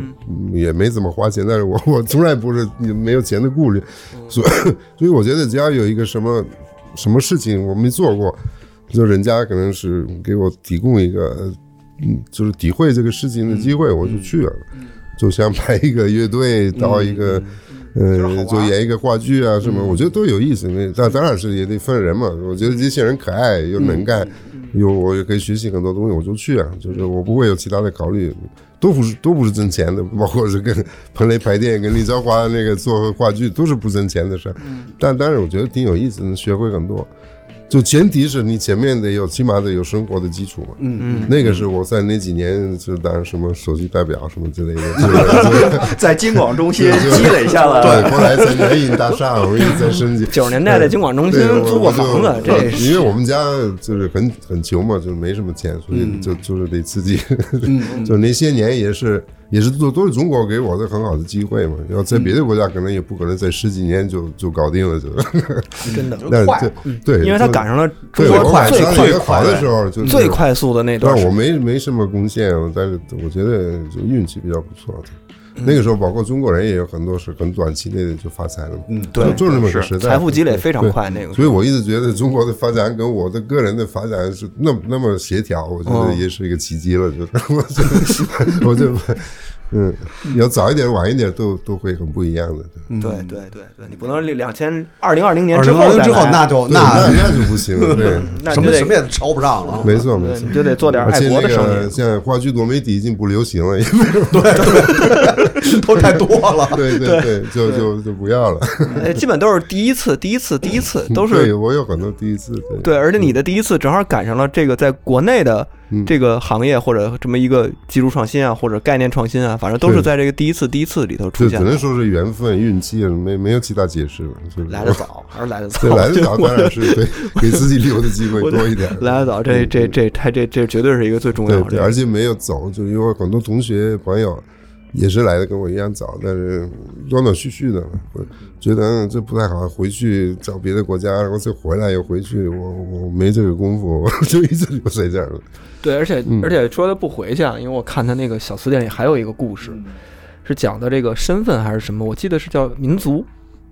也没怎么花钱，但是我 我从来不是没有钱的顾虑，所以 所以我觉得只要有一个什么什么事情我没做过，就人家可能是给我提供一个，呃嗯，就是体会这个事情的机会，我就去了。就像拍一个乐队，到一个，呃，就演一个话剧啊什么，我觉得都有意思。因为但当然是也得分人嘛。我觉得这些人可爱又能干，又我也可以学习很多东西，我就去啊。就是我不会有其他的考虑，都不是都不是挣钱的， 包括是跟彭磊拍电影、跟李兆华那个做话剧都是不挣钱的事儿。但但是我觉得挺有意思，能学会很多。就前提是你前面得有起码得有生活的基础嘛。嗯嗯，那个是我在那几年就当什么首席代表什么之 类的，就是
在京广中心积累下 了
对，后来在南影大厦，我一直在升级。
呃 九十年代的经管中心
对我
租过房子，
就呃
这
因为我们家就是很很穷嘛，就是没什么钱，所
嗯
以就就是得自己， 就那些年也是也是都都是中国给我的很好的机会嘛。然后在
嗯
别的国家可能也不可能在十几年就就搞定了，就
真 的，嗯
但是对对，
因为他
就
赶上了中
对我
国快
赶
最
上一
最
个好
快
的时候，就是
最快速的那段
但
时
我
间，
没没什么贡献，但是我觉得就运气比较不错的。那个时候，包括中国人也有很多是很短期内的就发财了嘛，嗯，
对
就是那么个时代，
财富积累非常
对
快，那个
所以我一直觉得中国的发展跟我的个人的发展是那么那么协调，我觉
哦
得也是一个奇迹了。就是 我觉得，我就嗯，要早一点晚一点都都会很不一样的。对
对对对对，你不能两千二零二零年
二
之
零哎二
后
零
再
之后，
来
那就
那
那
那就不行了， 对，
那
什
你就
么什么
得
也瞧不上了。
没错没
对
错
你。就得做点
而
爱
且
国
那
的生
个
意。
像话剧多媒体已经不流行了，因为
都太多
哦
了。
对对对，就就就不要了。
呃，基本都是第一次，第一次，第一次，都
嗯对
是
我有很多第一次，对
对，而且你的第一次正好赶上了这个在国内的
嗯
这个行业或者这么一个技术创新啊，或者概念创新啊，反正都是
是
在这个第一次第一次里头
这
出
只
现的。
能说是缘分、运气，没没有其他解释了。就是
来得早，还是来得 早，
对，来得早
我
当然是对，给自己留的机会
我
多一点。
来得早，这这这他这这绝对是一个最重要
对
的。
对，而且没有走，就因为很多同学朋友也是来的跟我一样早，但是断断续续的，我觉得嗯这不太好，回去找别的国家，然后再回来又回去，我我没这个功夫，我就一直留在这儿了。
对，而且而且说他不回去啊，因为我看他那个小词典里还有一个故事，
嗯
是讲的这个身份还是什么，我记得是叫民族，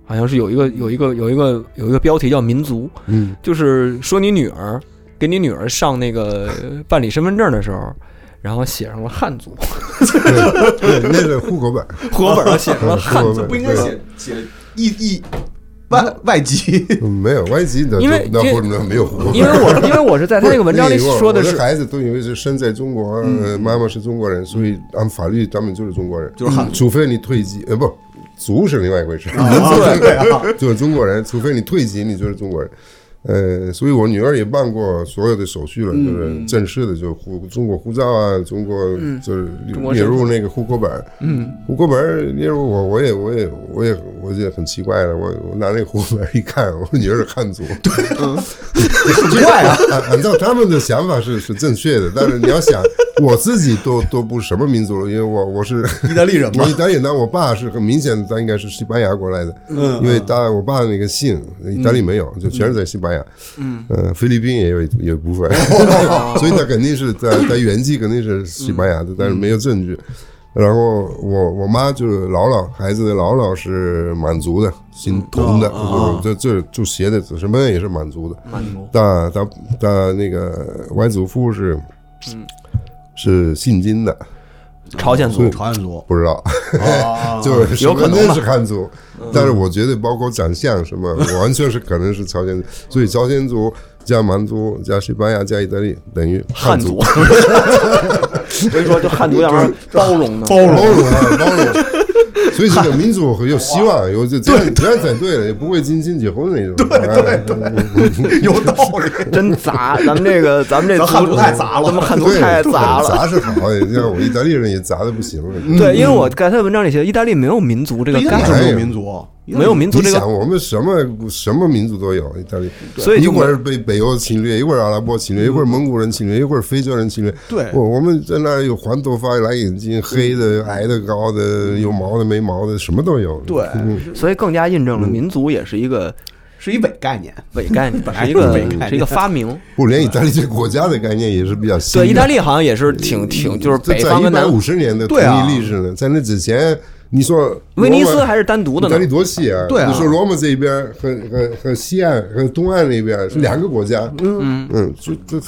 好像是有一个有一个有一个有一个标题叫民族，
嗯，
就是说你女儿给你女儿上那个呃办理身份证的时候。然后写上了汉族，
对，对那是户 口本，
户口本上写上了汉
户
族
口，本
不应该写写意意外外 籍，
对没有外籍的，
因为
那
因为
或者没有户口本，
因为我因为我是在他那个文章里
不是
说的
我
是嗯
的孩子都以为是生在中国，呃，妈妈是中国人，所以按法律他们就是中国人，嗯
就是汉族
除非你退籍，呃，不，族是另外一回事， 就是中国人，除非你退籍，你就是中国人。呃，所以我女儿也办过所有的手续了，就是正式的，就护中国护照啊，中国就是
国
列
身
入那个户口本，嗯，户口本列入我，我也我也我也我也很奇怪了，我我拿那个户口本一看，我女儿是汉族， 对，
很怪啊！
按按照他们的想法是是正确的，但是你要想我自己都都不是什么民族了，因为我我是
意大利人嘛
我意大利人，但我爸是很明显的，他应该是西班牙过来的，
嗯
因为他我爸那个姓意大利没有，就全是在西班牙，嗯，哦呃，菲律宾也有一有一部分， 所以他肯定是在在原籍肯定是西班牙的，但是没有证据。然后我我妈就是姥姥，孩子的姥姥是满族的，姓佟的，就是这这住鞋的子身份也是满族的，哦满族。但但但那个外祖父是，嗯是姓金的，
朝鲜族，
朝鲜族
不知道，
啊，
就是身
哦有可
份
能嗯
证
吧
是汉族，但是我觉得包括长相什 么，我完全是可能是朝鲜族，所以朝鲜族加蛮族加西班牙加意大利等于
汉
族
族。。所以说，就汉族要不然 包容呢，
包容啊，包 容。所以这个民族有希望，有这这样这样才对了，也不会近亲结婚那种。对对对，
有道理。
真杂。咱们这个，咱们这族
咱汉族太杂了
咱们汉族太杂了。
哎
嗯
杂是好，你看我意大利人也杂的不行了。
对，因为我在他的文章里写，意大利没有民族这个
意大
概念，
利没有民族，
没有民族
你
这个
想，我们什么什么民族都有，意大利，
所以
一
就嗯
会儿被北欧侵略，一会儿阿拉伯侵略，一会儿蒙古人侵略，一会儿非洲人侵略。
对
我我们在那儿有黄头发、蓝眼睛、黑的、矮的、高的，有毛的、没毛的，什么都有。
对，
所以更加印证了民族也是一个
是一伪概念。
伪概念，
本来
是一
就是伪
个
概念
是一个发明。
不连意大利这个国家的概念也是比较新的。
对，意大利好像也是挺挺，就是
这
北
在
方
一
跟
百
南
五十年的独
对啊
立历史呢，在那之前，你说
威尼斯
罗马
还是单独的
意大
呢
利。多细啊！
对啊
你说罗马这边和和和西岸和东岸那边是两个国家，嗯嗯，就就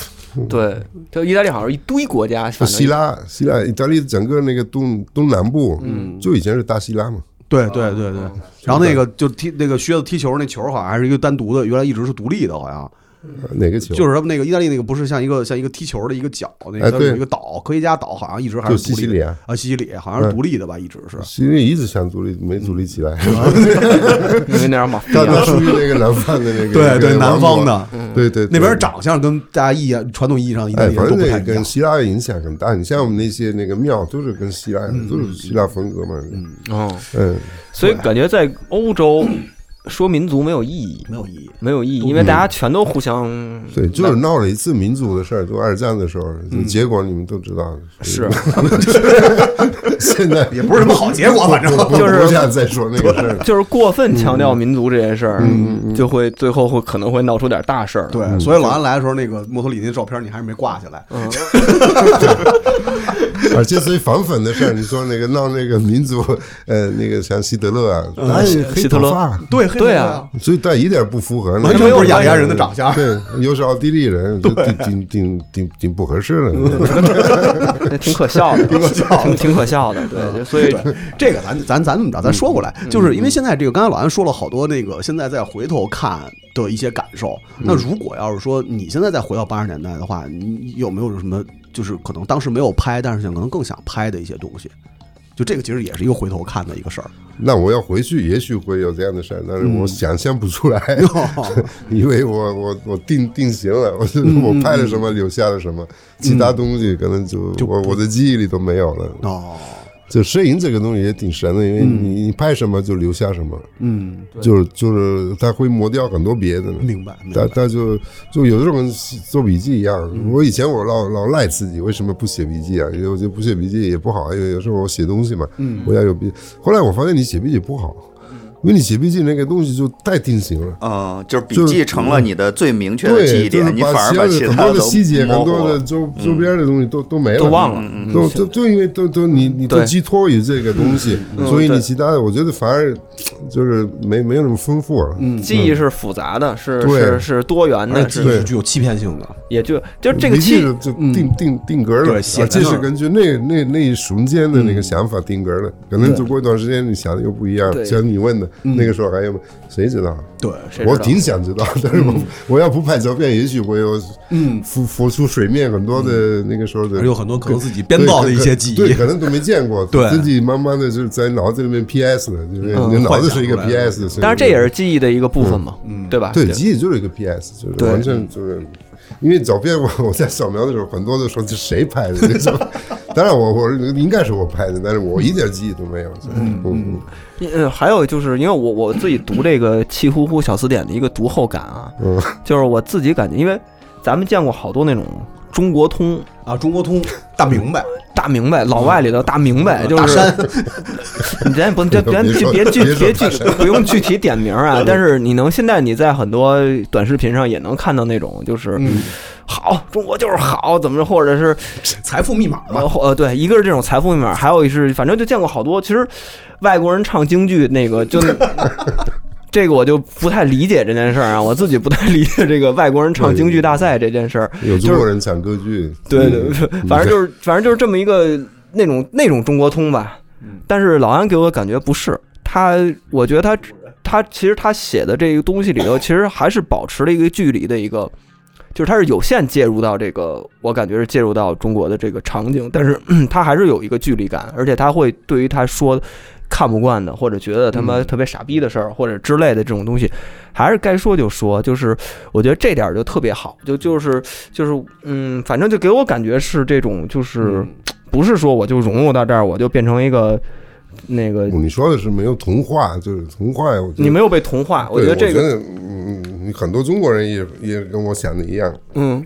对，就意大利好像是一堆国家，反正
希腊希腊，意大利整个那个东东南部，嗯，就以前是大希腊嘛，
对对对对，然后那个就踢那个靴子踢球那球好像还是一个单独的，原来一直是独立的，好像
呃哪个球？
就是什么那个意大利那个不是像一个像一个踢球的一个角，那
哎
个
对
有一个岛科学家岛，好像一直还是
就西西里
啊
啊，
西西里好像是独立的吧，一直是。
因为一直想独立，没独立起
嗯
来。
因为那样嘛，
但 它属于那个南方的那个，
对
那个
对
王
南方
国
的，
对对，对
那边长相跟大家意义啊传统意义上意大
哎，
利
反
人都
正
不
那
太
个
一样
跟。希腊影响很大。你像我们那些那个庙，都是跟希腊，都
嗯
是希腊风格嘛。嗯
嗯，
嗯，
所以感觉在欧洲说民族没有意义，
没有意义，
没有意义，因为大家全都互相
对，就是闹了一次民族的事儿，就二战的时候，
嗯
结果你们都知道。
是，
现在
也不是什么好结果，反正
就是
不想再说那个事儿了。
就是过分强调民族这件事儿，就会最后会可能会闹出点大事儿。
嗯
对。所以老安来的时候，那个墨托里那照片你还是没挂下来。
而且所以反粉的事儿，你说那个闹那个民族，呃，那个像希特勒啊，哎黑
希特
头
勒
发，
对黑
对
人
啊，
所以但一点不符合，
完全不是雅利安人的长相
对，又是奥地利人，就挺挺挺挺挺不合适的。
那挺可笑的，挺可笑，挺可笑的。对，就所以
对，这个咱咱咱这么着，咱
嗯
说过来，就是因为现在这个，刚才老安说了好多那个，现在再回头看的一些感受。
嗯
那如果要是说你现在再回到八十年代的话，你有没有什么就是可能当时没有拍，但是可能更想拍的一些东西？就这个其实也是一个回头看的一个事儿。
那我要回去，也许会有这样的事儿，但是我想象不出来，
哦
因为我我我定定型了，我就是我拍了什么，留下了什么，其他东西可能就我我的记忆里都没有了。
哦，
就摄影这个东西也挺神的，因为你你拍什么就留下什么，
嗯，
就是就是它会磨掉很多别的呢。
明白，明白
但。但就就有这种做笔记一样，我以前我老老赖自己为什么不写笔记啊？因为我觉得不写笔记也不好，因为有时候我写东西嘛，我要有笔。后来我发现你写笔记不好，因为你写笔记那个东西就太定型了。
嗯，就是笔
就是
记成了你的最明确的记
对，
忆
就是
点，你反而
把
把
其
其
他的很
他
多
都
的细节、
模
很
糊
多的
了
周周边的东西都都没了，
都忘了
嗯都都都因为都都你你都
对
寄托于这个东西，所以
对
你其他的我觉得反而就是没没有那么丰富了。嗯，
记忆是复杂的，是
对哎
是是多元
而
的，是
且记忆
对
是具有欺骗性的，
也就就这个
记
记
就定定定格了，
对
啊
写
这
在那
是
儿
根据那那那一瞬间的那个想法定格了，可能就过一段时间你想的又不一样了。
对
像你问的那个时候还有谁知道？啊
对，
谁知道
我挺想知道，但是我我要不拍照片，也许我有嗯浮浮出水面很多的那个时候的
而有很多可能自己编造的一些记忆，
对，可能都没见过，
对
自己慢慢的就是在脑子里面 PS 的，就是
嗯
你的脑子是一个 PS 的，
当然这也是记忆的一个部分嘛，对吧？
嗯对，记忆就是一个 PS，就是
对
完全就是，因为照片我我在扫描的时候，很多的时候是谁拍的 这种，当然我我应该是我拍的，但是我一点记忆都没有。嗯嗯，
嗯，还有就是因为我我自己读这个《气呼呼小词典》的一个读后感啊，
嗯
就是我自己感觉，因为咱们见过好多那种中国通
啊，中国通大明白，
大明白，老外里头大明白，就
嗯大
是
山，
你咱也不，咱 咱
别
具
说
别具
别说
别
大
具
山
不用具体点名
嗯
啊，但是你能现在你在很多短视频上也能看到那种就是
嗯
好中国就是好怎么着，或者是
财富密码嘛，
呃呃对，一个是这种财富密码，还有一是反正就见过好多，其实外国人唱京剧那 个就。这个我就不太理解这件事儿啊，我自己不太理解这个外国人唱京剧大赛这件事儿。
有中国人唱歌剧，
对对，对
嗯
反正就是反正就是这么一个那种那种中国通吧。但是老安给我的感觉不是他，我觉得他他其实他写的这个东西里头，其实还是保持了一个距离的一个，就是他是有限介入到这个，我感觉是介入到中国的这个场景，但是嗯他还是有一个距离感，而且他会对于他说。看不惯的，或者觉得他
嗯
妈特别傻逼的事儿，或者之类的这种东西，还是该说就说。就是我觉得这点儿就特别好，就就是就是嗯，反正就给我感觉是这种，就是
嗯
不是说我就融入到这儿，我就变成一个那个
嗯你说的是没有童话，就是童话，我觉得
你没有被同化。我
对
觉
我
得这个，
得嗯，嗯很多中国人也也跟我想的一样，
嗯，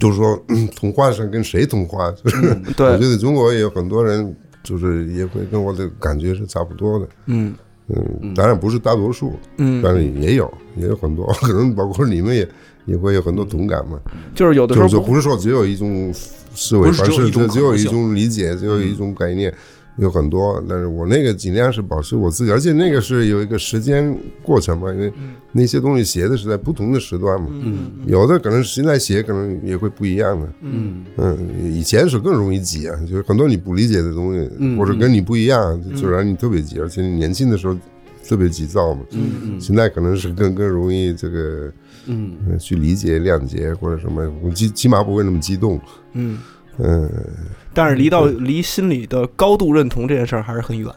就是说嗯童话是跟谁童话？就是我
对，
觉得中国也有很多人，就是也会跟我的感觉是差不多的。
嗯
嗯，当然不是大多数，
嗯，
但是也有也有很多， 可能包括你们也也会有很多同感嘛。
就是嗯有的时
就
候
是
不
不是说只有一种思维
不是
方
只有
式，
一种
只有
可能
一
性
种理解，只有一种概念，有很多。但是我那个尽量是保持我自己，而且那个是有一个时间过程嘛，因为那些东西写的是在不同的时段嘛。
嗯
有的可能现在写可能也会不一样的。嗯以前是更容易挤啊，就是很多你不理解的东西，
嗯
或者跟你不一样，就让你特别挤，而且你年轻的时候。特别急躁嘛，
嗯
现在可能是更更容易这个，嗯，去理解、谅解或者什么，我起起码不会那么激动。
嗯，
嗯，
但是离到离心理的高度认同这件事儿还是很远。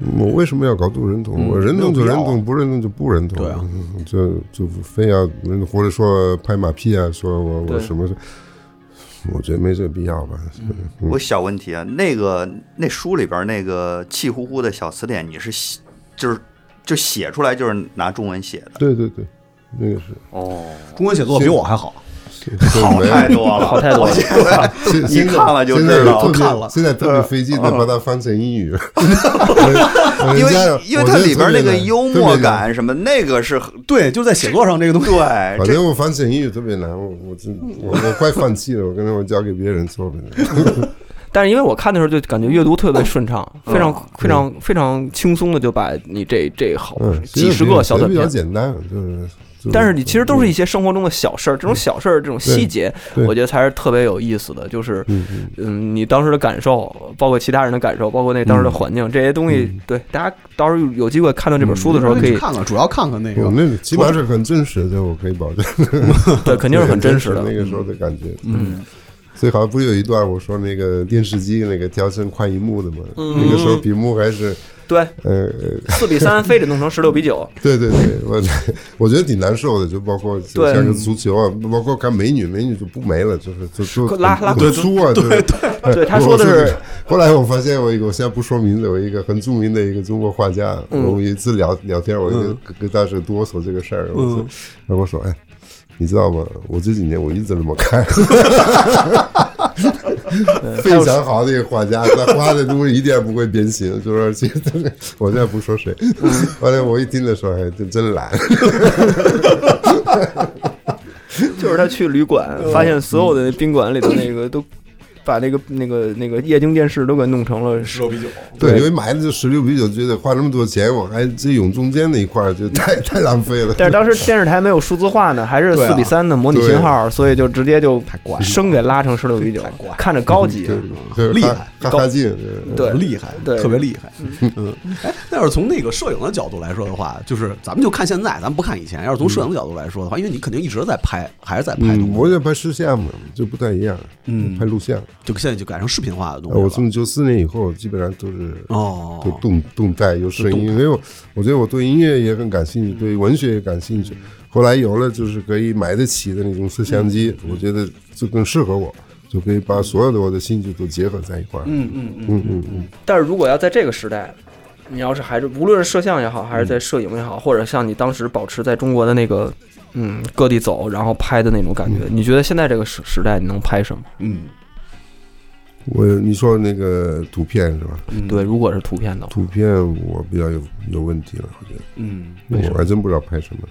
嗯我为什么要搞度人
嗯
同？我认同就认
啊
没有必要
同，不认同就不认同。
对啊
嗯，就就非要或者说拍马屁啊，说我
对
我什么事，我觉得没这必要吧。
我小问题啊，那个那书里边那个气呼呼的小词典，你是写就是就写出来就是拿中文写的
对对对，那个是
哦，
中文写作比我还好，
好
太多了，
好太多了
你看了就知道
特
我
别
看了
现在特别费劲的把它翻成英语，
因
因
为嗯因为它里边那个幽默感什么，那个是很
对，就是在写作上这 个东西，
对
反
这
正我翻成英语特别难，我我真我我快放弃了，我刚才我交给别人做的。
但是因为我看的时候就感觉阅读特别顺畅，
嗯
非常非常非常轻松的就把你这这好
嗯，
几十个小短
比较
片。
简单，就是。就
但是你其实都是一些生活中的小事儿，这种小事儿、这种细节，
嗯对
我觉得才是特别有意思的。就是，嗯，你当时的感受，包括其他人的感受，包括那当时的环
嗯
境，这些东西，对大家到时候有机会看到这本书的时
嗯
候，可
去
以，
看看，主要看看那
我
个。
嗯那个起码是很真实的，我可以保证，
对，肯定是很真实
那
的。
个时候的感觉。
嗯，
所以好像不是有一段我说那个电视机那个调成快银幕的嘛，
嗯
那个时候屏幕还是
对，
呃呃
四比三非得弄成十六比九，
对对对，我 我觉得挺难受的，就包括就
对嗯
像是足球啊，包括看美女，美女就不没了，就是就就
拉拉
很粗啊，对对
对他说的是。
后来我发现我一个，我现在不说名字，我一个很著名的一个中国画家，
嗯
我们一次聊聊天，我就跟跟大师哆嗦这个事儿，我
嗯
就然后我说，哎，你知道吗？我这几年我一直这么 看。非常好的一个画家，他画的东西一点也不会变形，就是说其实我现在不说谁，
嗯
后来我一听的时候，哎，真真懒，
就是他去旅馆发现所有的宾馆里的那个都把那个那个那个液晶电视都给弄成了
十六比九，
对，因为买的就十六比九，觉得花那么多钱，我还这用中间那一块儿就太太浪费了。
但是当时电视台没有数字化呢，还是
对啊
四比三的模拟信号，所以就直接就生给拉成十六比九，看着高
嗯
级。
对，就是
厉害
哈哈哈劲，对
对
嗯厉害，
对
特别厉害。嗯，哎，那要是从那个摄影的角度来说的话，就是咱们就看现在，咱们不看以前。要是从摄影的角度来说的话，因为你肯定一直在拍，还是在拍
嗯，
东
我
西，
也拍摄像嘛，就不太一样，
嗯
拍录像。
就现在就改成视频化的东
呃我
西了。
从九四年以后，基本上都是
哦
都动动态有声音，因为我我觉得我对音乐也很感兴趣，对文学也感兴趣。后来有了就是可以买得起的那种摄像机，我觉得就更适合我，就可以把所有的我的兴趣都结合在一块儿。嗯嗯嗯嗯嗯，
但是如果要在这个时代，你要是还是无论是摄像也好，还
嗯
是在摄影也好，或者像你当时保持在中国的那个嗯各地走，然后拍的那种感觉，你觉得现在这个时时代你能拍什么？
嗯，
我你说那个图片是吧？
嗯
对，如果是图片的话，
图片我比较有有问题了，我觉得，
嗯，
我还真不知道拍什么。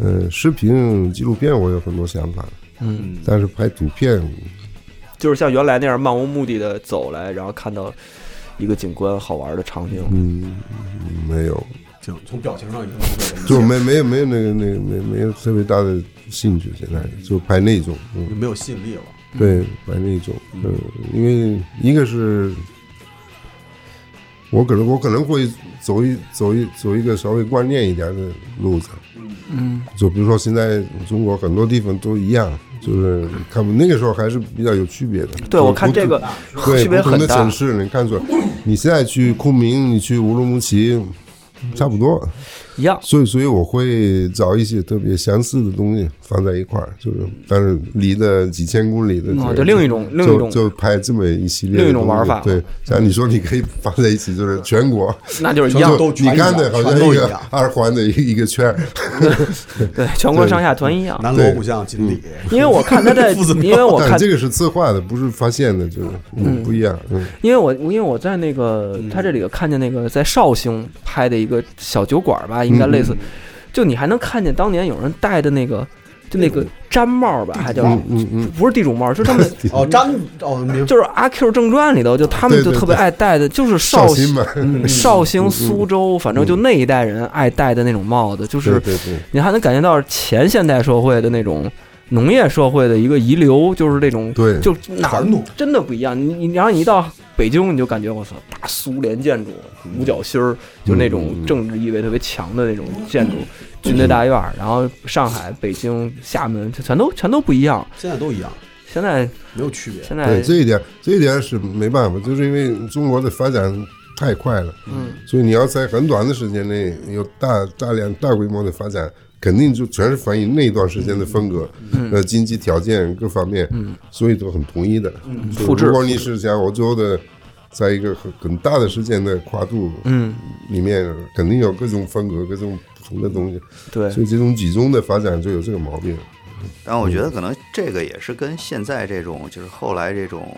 呃，视频、纪录片我有很多想法，
嗯，
但是拍图片
就是像原来那样漫无目的的走来，然后看到一个景观好玩的场景，
嗯没有，
行，从表情上已经不会
就没没有没有那个那个没没有特别大的兴趣，现在就拍那种，嗯，
没有吸引力了。
对，拍那种，嗯，因为一个是，我可能我可能会走一走一走一个稍微观念一点的路子，嗯，就比如说现在中国很多地方都一样，就是看不那个时候还是比较有区别的，
对
就
我看
不
这个
啊
对
区别
不同
很
的
大
城市，你看出来，你现在去昆明，你去乌鲁木齐，差不多，
一样。
所以，所以我会找一些特别相似的东西放在一块儿，就是但是离的几千公里的
哦
这个
就另一种另一种
就就拍这么一系列的
另一种
东西
玩法
对，像你说，你可以放在一起，就是全国，
那就是一样，
就
全
你看的好像
全都
一
一
个
样
二环的一一个圈儿，
对，全国上下团一样。
南锣
对嗯
鼓巷、锦里，
因为我看他在，
父子庙
因为我
但
看，
这个是策划的，不是发现的，就是嗯不一样，嗯，
因为我因为我在那个他这里头看见那个在绍兴拍的一个小酒馆吧，
嗯
应该类似，就你还能看见当年有人戴的那个，就那个毡帽吧，还叫什么
嗯嗯
不是地主帽，就 他们
哦，张哦，明白
就是《阿 Q 正传》里头，就他们就
对对
特别爱戴的，就是绍
绍
兴嗯
兴嗯嘛，
绍兴、苏州，反正就那一代人爱戴的那种帽子，就
嗯对
是
对对，
你还能感觉到前现代社会的那种农业社会的一个遗留，就是那种
对
就哪儿
传统
真的不一样。你你然后你一到北京，你就感觉我操，大苏联建筑、五角星儿，就那种政治意味特别强的那种建筑，军队大院儿。然后上海、北京、厦门，这全都全都不一样。
现在都一样，
现在
没有区别。
现在
对这一点，这一点是没办法，就是因为中国的发展太快了，嗯，所以你要在很短的时间内有大大量大规模的发展，肯定就全是反映那一段时间的风格，嗯，呃，经济条件各方面，嗯，所以都很统一的，嗯，
复制
如果你是想欧洲的。在一个很很大的时间的跨度，嗯，里面肯定有各种风格、各种不同的东西，
对
所以这种集中的发展就有这个毛病。
但我觉得可能这个也是跟现在这种，就是后来这种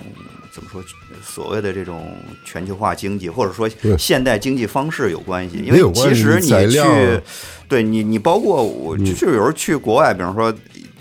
怎么说，所谓的这种全球化经济，或者说
对
现代经济方式有关系。因
没
为
有关
其
系
实
你
你
材
去
料嗯啊，
对你你包括我，就是有时候去国外，比方说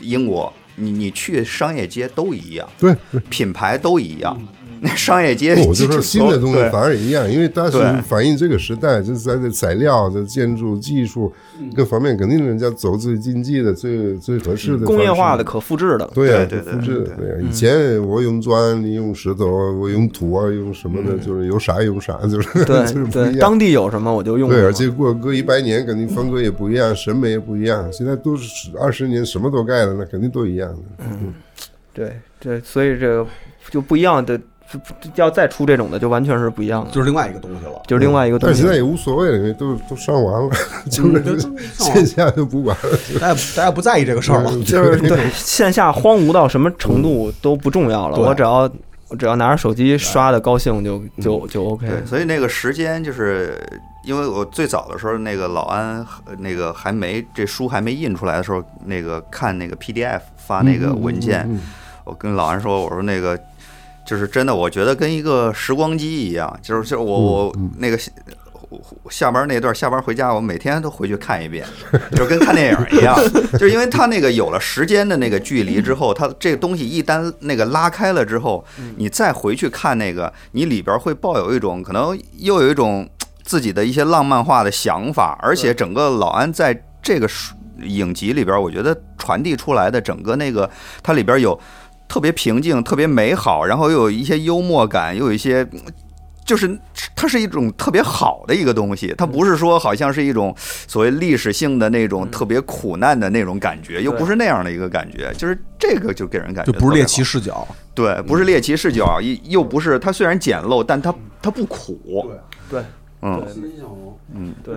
英国，你你去商业街都一样，
对，嗯哦
品牌都一样。那商业
哦
街，
不，我就说新的东西
对
反而也一样，因为它是
对
反映这个时代，就是在这材料、这建筑技术
嗯
各方面，肯定人家走最经济的、最最合适的
工业化的、
的。
可复制的，
对呀、
对对对
复制
对
对呀、啊以前我用砖，你用石头，我用土啊，用什么的，就是有啥有啥，就是
嗯对
就是不
对
一，样
当。地有什么我就用什
对，
么。
而且过隔一百年，肯定风格也不一样，审美也不一样。现在都是二十年什么都盖了，那肯定都一样的。
对，这所以这个就不一样的，就要再出这种的，就完全是不一样的，
就是另外一个东西了。
就是另外一个东
但
西。嗯
现在也无所谓了，因为都都上完了， 就
就是
线下就不管了，
大家大家不在意这个事儿
嗯
了。
就是对线下荒芜到什么程度都不重要了，
对
我只要我只要拿着手机刷的高兴就就就 OK。
对，所以那个时间就是因为我最早的时候，那个老安呃那个还没这书还没印出来的时候，那个看那个 PDF 发那个文件，我跟老安说，我说那个。就是真的，我觉得跟一个时光机一样，就是就是我我那个下我我下班那段下班回家，我每天都回去看一遍，就跟看电影一样。就是因为它那个有了时间的那个距离之后，它这个东西一旦那个拉开了之后，你再回去看那个，你里边会抱有一种可能又有一种自己的一些浪漫化的想法，而且整个老安在这个书影集里边，我觉得传递出来的整个那个它里边有特别平静、特别美好，然后又有一些幽默感，又有一些。就是它是一种特别好的一个东西，它不是说好像是一种所谓历史性的那种特别苦难的那种感觉，又不是那样的一个感觉，就是这个就给人感觉
就不是猎
特别好
奇嗯视角，
对，不是猎奇视角，又又不是它虽然简陋，但它它不苦。
对，
嗯，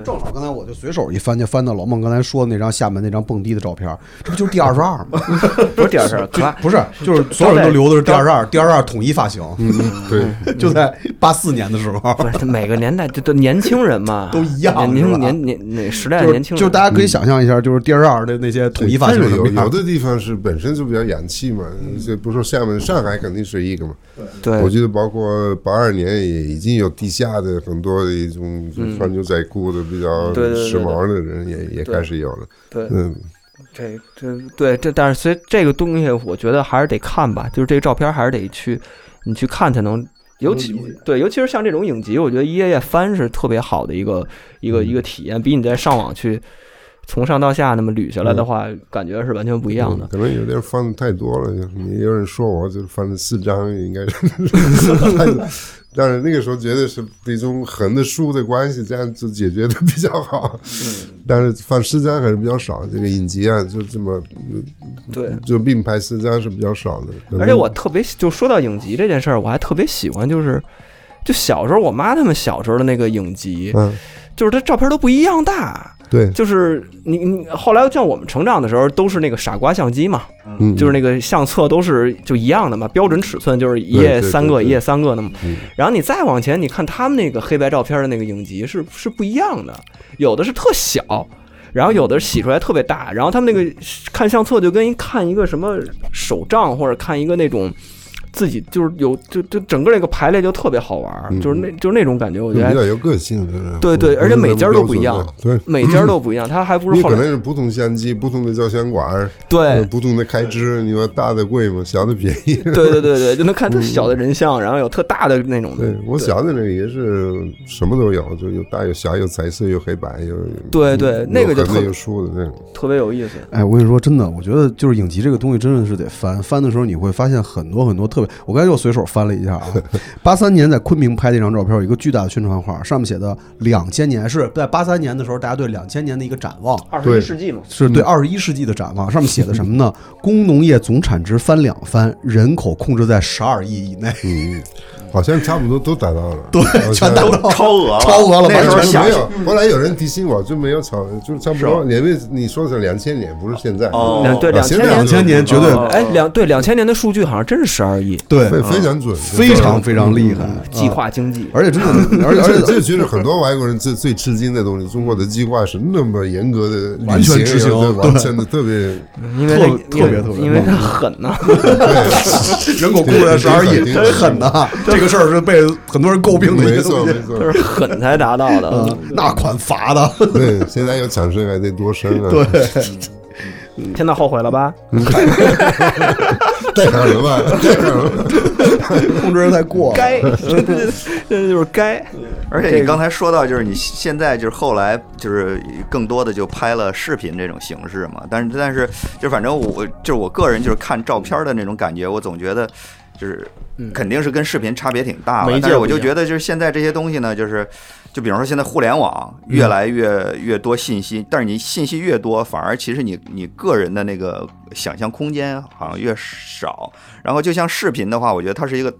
正好刚才我就随手一翻，就翻到老孟刚才说的那张厦门那张蹦迪的照片，这不就是 D 二十二吗？
不是第二事儿，可爱
不是，就是所有人都留的是 D 二十二，D 二十二统一发型，
嗯
对，
就在八四年的时候，
不是每个年代就都年轻人嘛，
都一样
年
是吧
轻年年哪时代的
就
年
是
轻
就
人，
是大家可以想象一下，就是 D 二十二的那些统一发
但
型
是
什
有
么
有
样。
的地方是本身就比较洋气嘛，这不是说厦门、上海肯定是一个嘛。
嗯对
我记得包括八二年也已经有地下的很多的一种就穿牛仔裤的比较
嗯对对对
时髦的人也也开始有了。
对
嗯，
这这对这，但是所以这个东西，我觉得还是得看吧，就是这个照片还是得去你去看才能。尤其对，尤其是像这种影集，我觉得一页页翻是特别好的一个一个一个体验，比你在上网去从上到下那么捋下来的话，感觉是完全不一样的。
嗯可能有点翻的太多了，就是也有人说我就是翻了四张，应该 是。但是那个时候觉得是一种横的竖的关系，这样就解决的比较好。
嗯
但是翻四张还是比较少，这个影集啊就这么
对，
就并排四张是比较少的。
而且我特别喜就说到影集这件事儿，我还特别喜欢，就是就小时候我妈他们小时候的那个影集，
嗯，
就是它照片都不一样大，
对，
就是你你后来像我们成长的时候都是那个傻瓜相机嘛，
嗯，
就是那个相册都是就一样的嘛，标准尺寸就是一
对
页
对对
三个，
对
一页三个的嘛
嗯。
然后你再往前，你看他们那个黑白照片的那个影集是是不一样的，有的是特小。然后有的洗出来特别大，然后他们那个看相册就跟一看一个什么手账或者看一个那种自己就是有就就整个那个排列就特特别好玩儿，
嗯
就是那就是那种感觉，我觉
比较
得
有个性，就是
对对而且每家都不一样
标准的
每 家都不一样，它还不
对，
是
你
后
可能
来
是不同相机、不同的照相馆，呃
对
不同的开支，你说大的贵嘛，小的便宜。
对对对对，就能看特小的人像，然后有特大的那种的
嗯对，我小的那个也是什么都有，就有大有小，有彩色，有黑白，有
对对
有
那个就
横的
特
有竖的那种。
特别有意思。
哎，我跟你说，真的，我觉得就是影集这个东西，真的是得翻。翻的时候，你会发现很多很多特别。我刚才又随手翻了一下 啊，八三年在昆明拍的一张照片，有一个巨大的宣传画，上面写的“两千年”是在八三年的时候，大家对两千年的一个展望。
二
对
纪嘛，
是
嗯
对二十一世纪的展望，上面写的什么呢？ 工农业总产值翻两番，人口控制在十二亿以 内。
嗯，好像差不多都达到了，
对
好像
全达到了
超额了，
超额了
那时
完
候
全
想
没有。后来有人提醒我，就没有炒，就差不
哦
多。因为你说的是两千年，不是现在。
哦
嗯两对
啊
两
现在
千年
两千年绝对
哎两对两千年的数据好像真是十二亿，
对，
啊
嗯
非非常嗯准，
非常非常厉害。
计划经济，
嗯而且真的，而且而
这
且
这就是很多外国人最最吃惊的东西。中国的计划是那么严格的
完全执行哦
对
对
完成的特 别
因为它
特特别特别
因为它狠呐，
人口控制在十二亿，
对
真狠呐！这个事儿是被很多人诟病的一
没
个
错
东西
没。 错
就。是狠才达到的
嗯。，那款罚的，
对，现在有产生还得多生啊，
现在后悔了吧？
太狠了吧，太狠了。
控制人太过了。
该，真的真的 就是该。
而且你刚才说到，就是你现在就是后来就是更多的就拍了视频这种形式嘛，但是但是就反正我就是我个人就是看照片的那种感觉，我总觉得就是肯定是跟视频差别挺大
嗯媒
的
介。
但是我
不一
就
样
觉得，就是现在这些东西呢，就是就比方说现在互联网
嗯
越来越越多信息，但是你信息越多，反而其实你你个人的那个想象空间好像越少。然后就像视频的话，我觉得它是一个。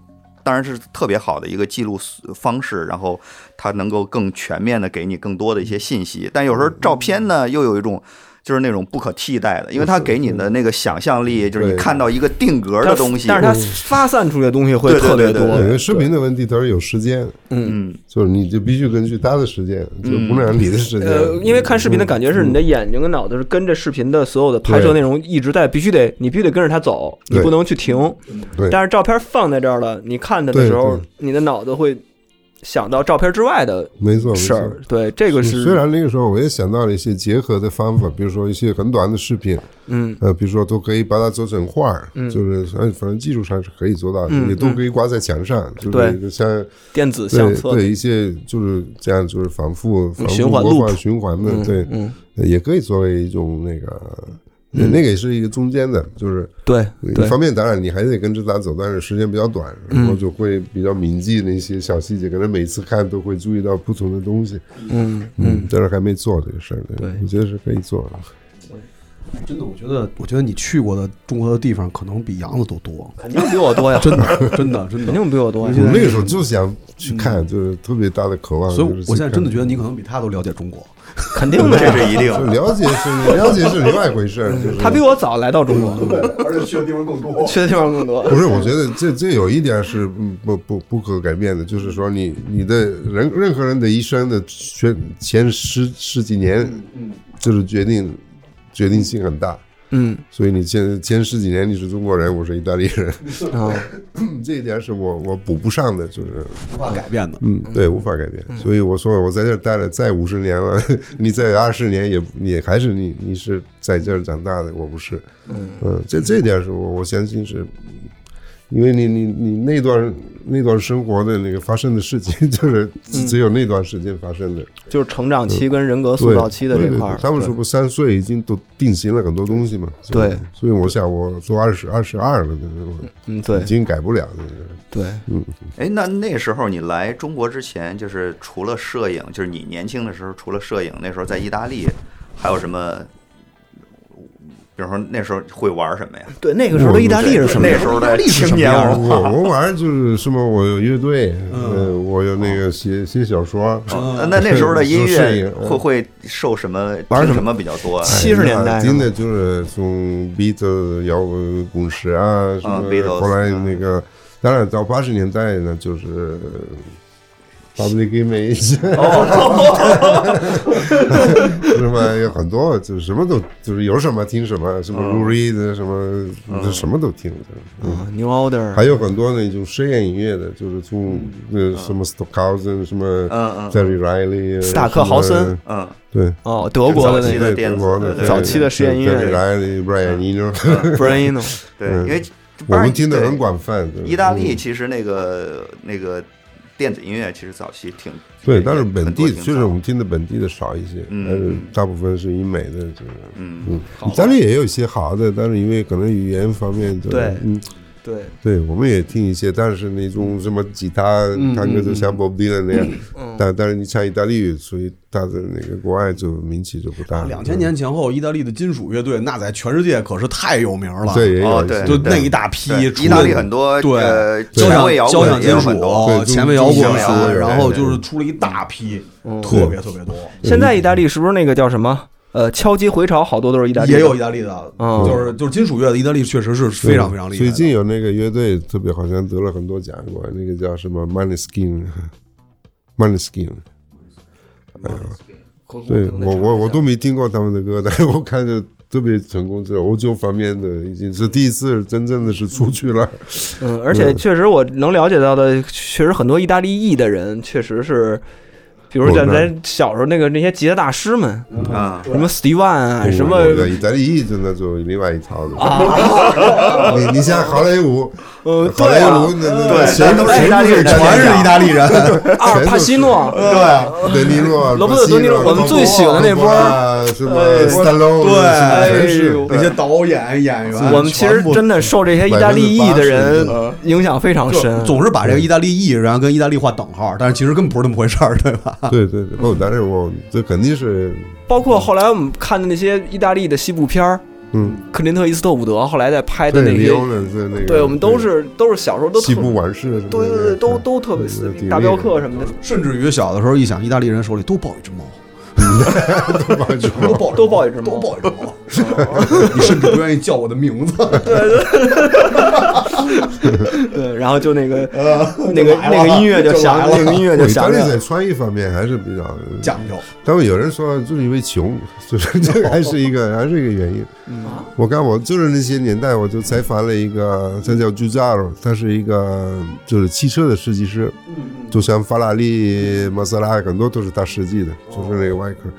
当然是特别好的一个记录方式，然后它能够更全面的给你更多的一些信息。但有时候照片呢，又有一种就是那种不可替代的，因为它给你的那个想象力，就是你
对
看到一个定格
但
的
是
东西，嗯
但 是它发散出来的东西会
对对
特别
对对
多
对。
因为视频的问题，它是有时间，
嗯，
就是你就必须根据他的时间，就不能让你的时间。
嗯
嗯
呃，因为看视频的感觉是你的眼睛跟脑子是跟着视频的所有的拍摄内容一直在，必须得你必须得跟着它走，你
对
不能去停。
对
但是照片放在这儿了，你看它的
对
时候
对，
你的脑子会想到照片之外的
没错没
事
错。
儿。对，这个是
虽然那个时候我也想到了一些结合的方法，比如说一些很短的视频，
嗯
呃，比如说都可以把它做成画儿，就是呃反正技术上是可以做到的，
嗯
也都可以挂在墙上，就是
对
一个像
电子相
对
册
对一些就是这样，就是反复反复
循环
播放
loop
循环的，对，
嗯
呃也可以作为一种那个。呃那个也是一个中间的，就是
对
一
对
方面当然你还得跟着他走，但是时间比较短，然
嗯
后就会比较铭记那些小细节，可能每次看都会注意到不同的东西。
嗯
嗯，但是还没做这个事儿，对
对
我觉得是可以做的。
真的，我觉得，我觉得你去过的中国的地方可能比杨子都多，
肯定比我多呀，
真的，真的， 真
肯
的。
定比我多呀嗯
尤。其
我
在
那个时候就想去看，就是特别大的渴望。
嗯所以
就，是去
我现在真的
看
觉得你可能比他都了解中国。
肯定的
这
呀，
是一定
就了解是了解是另外一回事儿，
嗯
就是
他比我早来到中国，
而且去的地方更多。
去的地方更多。
不是，我觉得这这有一点是嗯不不不可改变的，就是说你你的人任何人的一生的全前十十几年，就是决定决定性很大。
嗯
所以你前前十几年你是中国人，我是意大利人，
啊，
这一点是我我补不上的，就是
无法改变的。
嗯，对，无法改变。所以我说我在这儿待了再五十年了， 你再二十年也也还是你，你是在这儿长大的，我不是。嗯，这这点是我我相信是，因为你你你那段那段生活的那个发生的事情， 就是
嗯
只只有那段时间发生的。
就是成长期跟人格塑
对
造期的
对
这
对
块儿，
对他们说
对
不三岁已经都定型了很多东西嘛。所以
对，
所以我想我都二十二十二了，就是
嗯
我
对
已经改不了了。
对，
嗯
哎，那那时候你来中国之前，就是除了摄影，就是你年轻的时候，除了摄影，那时候在意大利还有什么？比如说那时候会玩什么呀？
对，那个时候的意大利是什么
那
样？
时候的青年
我
啊
玩
我玩儿就是什么，我有乐队，呃，我有那个写写小说，
嗯哦那那时候的音
是摄
乐
影
会会受什么
嗯玩什么哎
听什么比较多啊？
70年代是吗
真的就是从 Beatles 摇滚滚石啊，什么
嗯，Beatles，
后来那个，当然到八十年代呢，就是。Public Image，什么有很多，就是什么都就是有什么听什么，什么
哦
Lou Reed，什么什么都听，就是
啊，New Order，
还有很多那种实验音乐的，就是从呃什么 Stockhausen 什么
嗯嗯
Terry Riley 呃
斯塔克豪森，
嗯，
对
哦，德国的那个
的
对
电
德
子
国的
早期的实验音乐嗯
Terry Riley Brian Eno，
Braino，
嗯
对，因为
我们听的嗯很
广。
广泛。 对
意大利其实那个那个电子音乐其实早期挺
对，但是本地
很多挺
确实
早
我们听的本地的少一些，
嗯
但是大部分是英美的，就是
嗯
意大利也有一些好的，但是因为可能语言方面，就是
对
嗯，
对，
对，我们也听一些，但是那种什么吉他
嗯
弹歌就像 Bob Dylan 那样，但但是你唱意大利语，所以他的那个国外就名气就不大了。
啊两千年前后，意大利的金属乐队那在全世界可是太有名了。
对也有
哦
一
对
些
就
对
那一大批
对，
除
意大利
了
很多呃
对
前
响
卫摇
交响
滚也有
金
很多
对
属、
中
哦前卫摇
中
滚啊
摇滚，
然后
对
就是出了一大批，特别特别多。
现在意大利是不是那个叫什么？呃，敲击回潮好多都是意大利的，
也有意大利的，
嗯
就是就是金属乐的意大利确实是非常非常厉害的。
最近有那个乐队特别好像得了很多奖过，那个叫什么 Maneskin，Maneskin。对我我我都没听过他们的歌，但是我看着特别成功，这欧洲方面的已经是第一次真正的是出去了。
嗯，而且确实我能了解到的，确实很多意大利裔的人确实是比如像
我那
咱小时候那个那些吉他大师们，
啊，
什么 Steve Vai 啊，什么
不对，意大利真的就另外一套了。 你你像好莱坞，
啊 呃，
好
对
莱
啊，
坞那那
对
那谁
都
都
是意
谁
大
都
利人
是
全是意大
利人，
阿尔帕西诺，
对啊，德尼洛、
罗伯特德尼洛
罗
我们最喜欢的那波
啊什么斯坦龙，
对
全
哎
是
呦
那些导演、演员，
我们其实
全部
真的受这些意大利裔的人影响非常深
就。总是把这个意大利裔，然后跟意大利画等号，但是其实根本不是那么回事儿，对吧？
对对对，不，但是我这肯定是，
包括后来我们看的那些意大利的西部片儿，
嗯，
克林特·伊斯特伍德后来在拍的
对，
那
里
些，
欧的这那个，
对我们都是都是小时候都特
西部往事什么的，嗯
对对对，都都特别
对对对
大镖客什么的
甚至于小的时候一想，意大利人手里都抱一只猫，
都往这
都抱
都抱一只猫
都抱一只猫，你甚至不愿意叫我的名字，
对，然后就 那个那个那个音乐就响，
来
那个音乐就
我意大
响
利
起来了
在。穿衣方面还是比较
讲究。
他们有人说，就是因为穷，就是这个还是一个还是一个原因。我刚我就是那些年代，我就采访了一个，他叫 g i u g a r o 他是一个就是汽车的设计师，就像法拉利、玛莎拉，很多都是他设计的，就是那个外壳。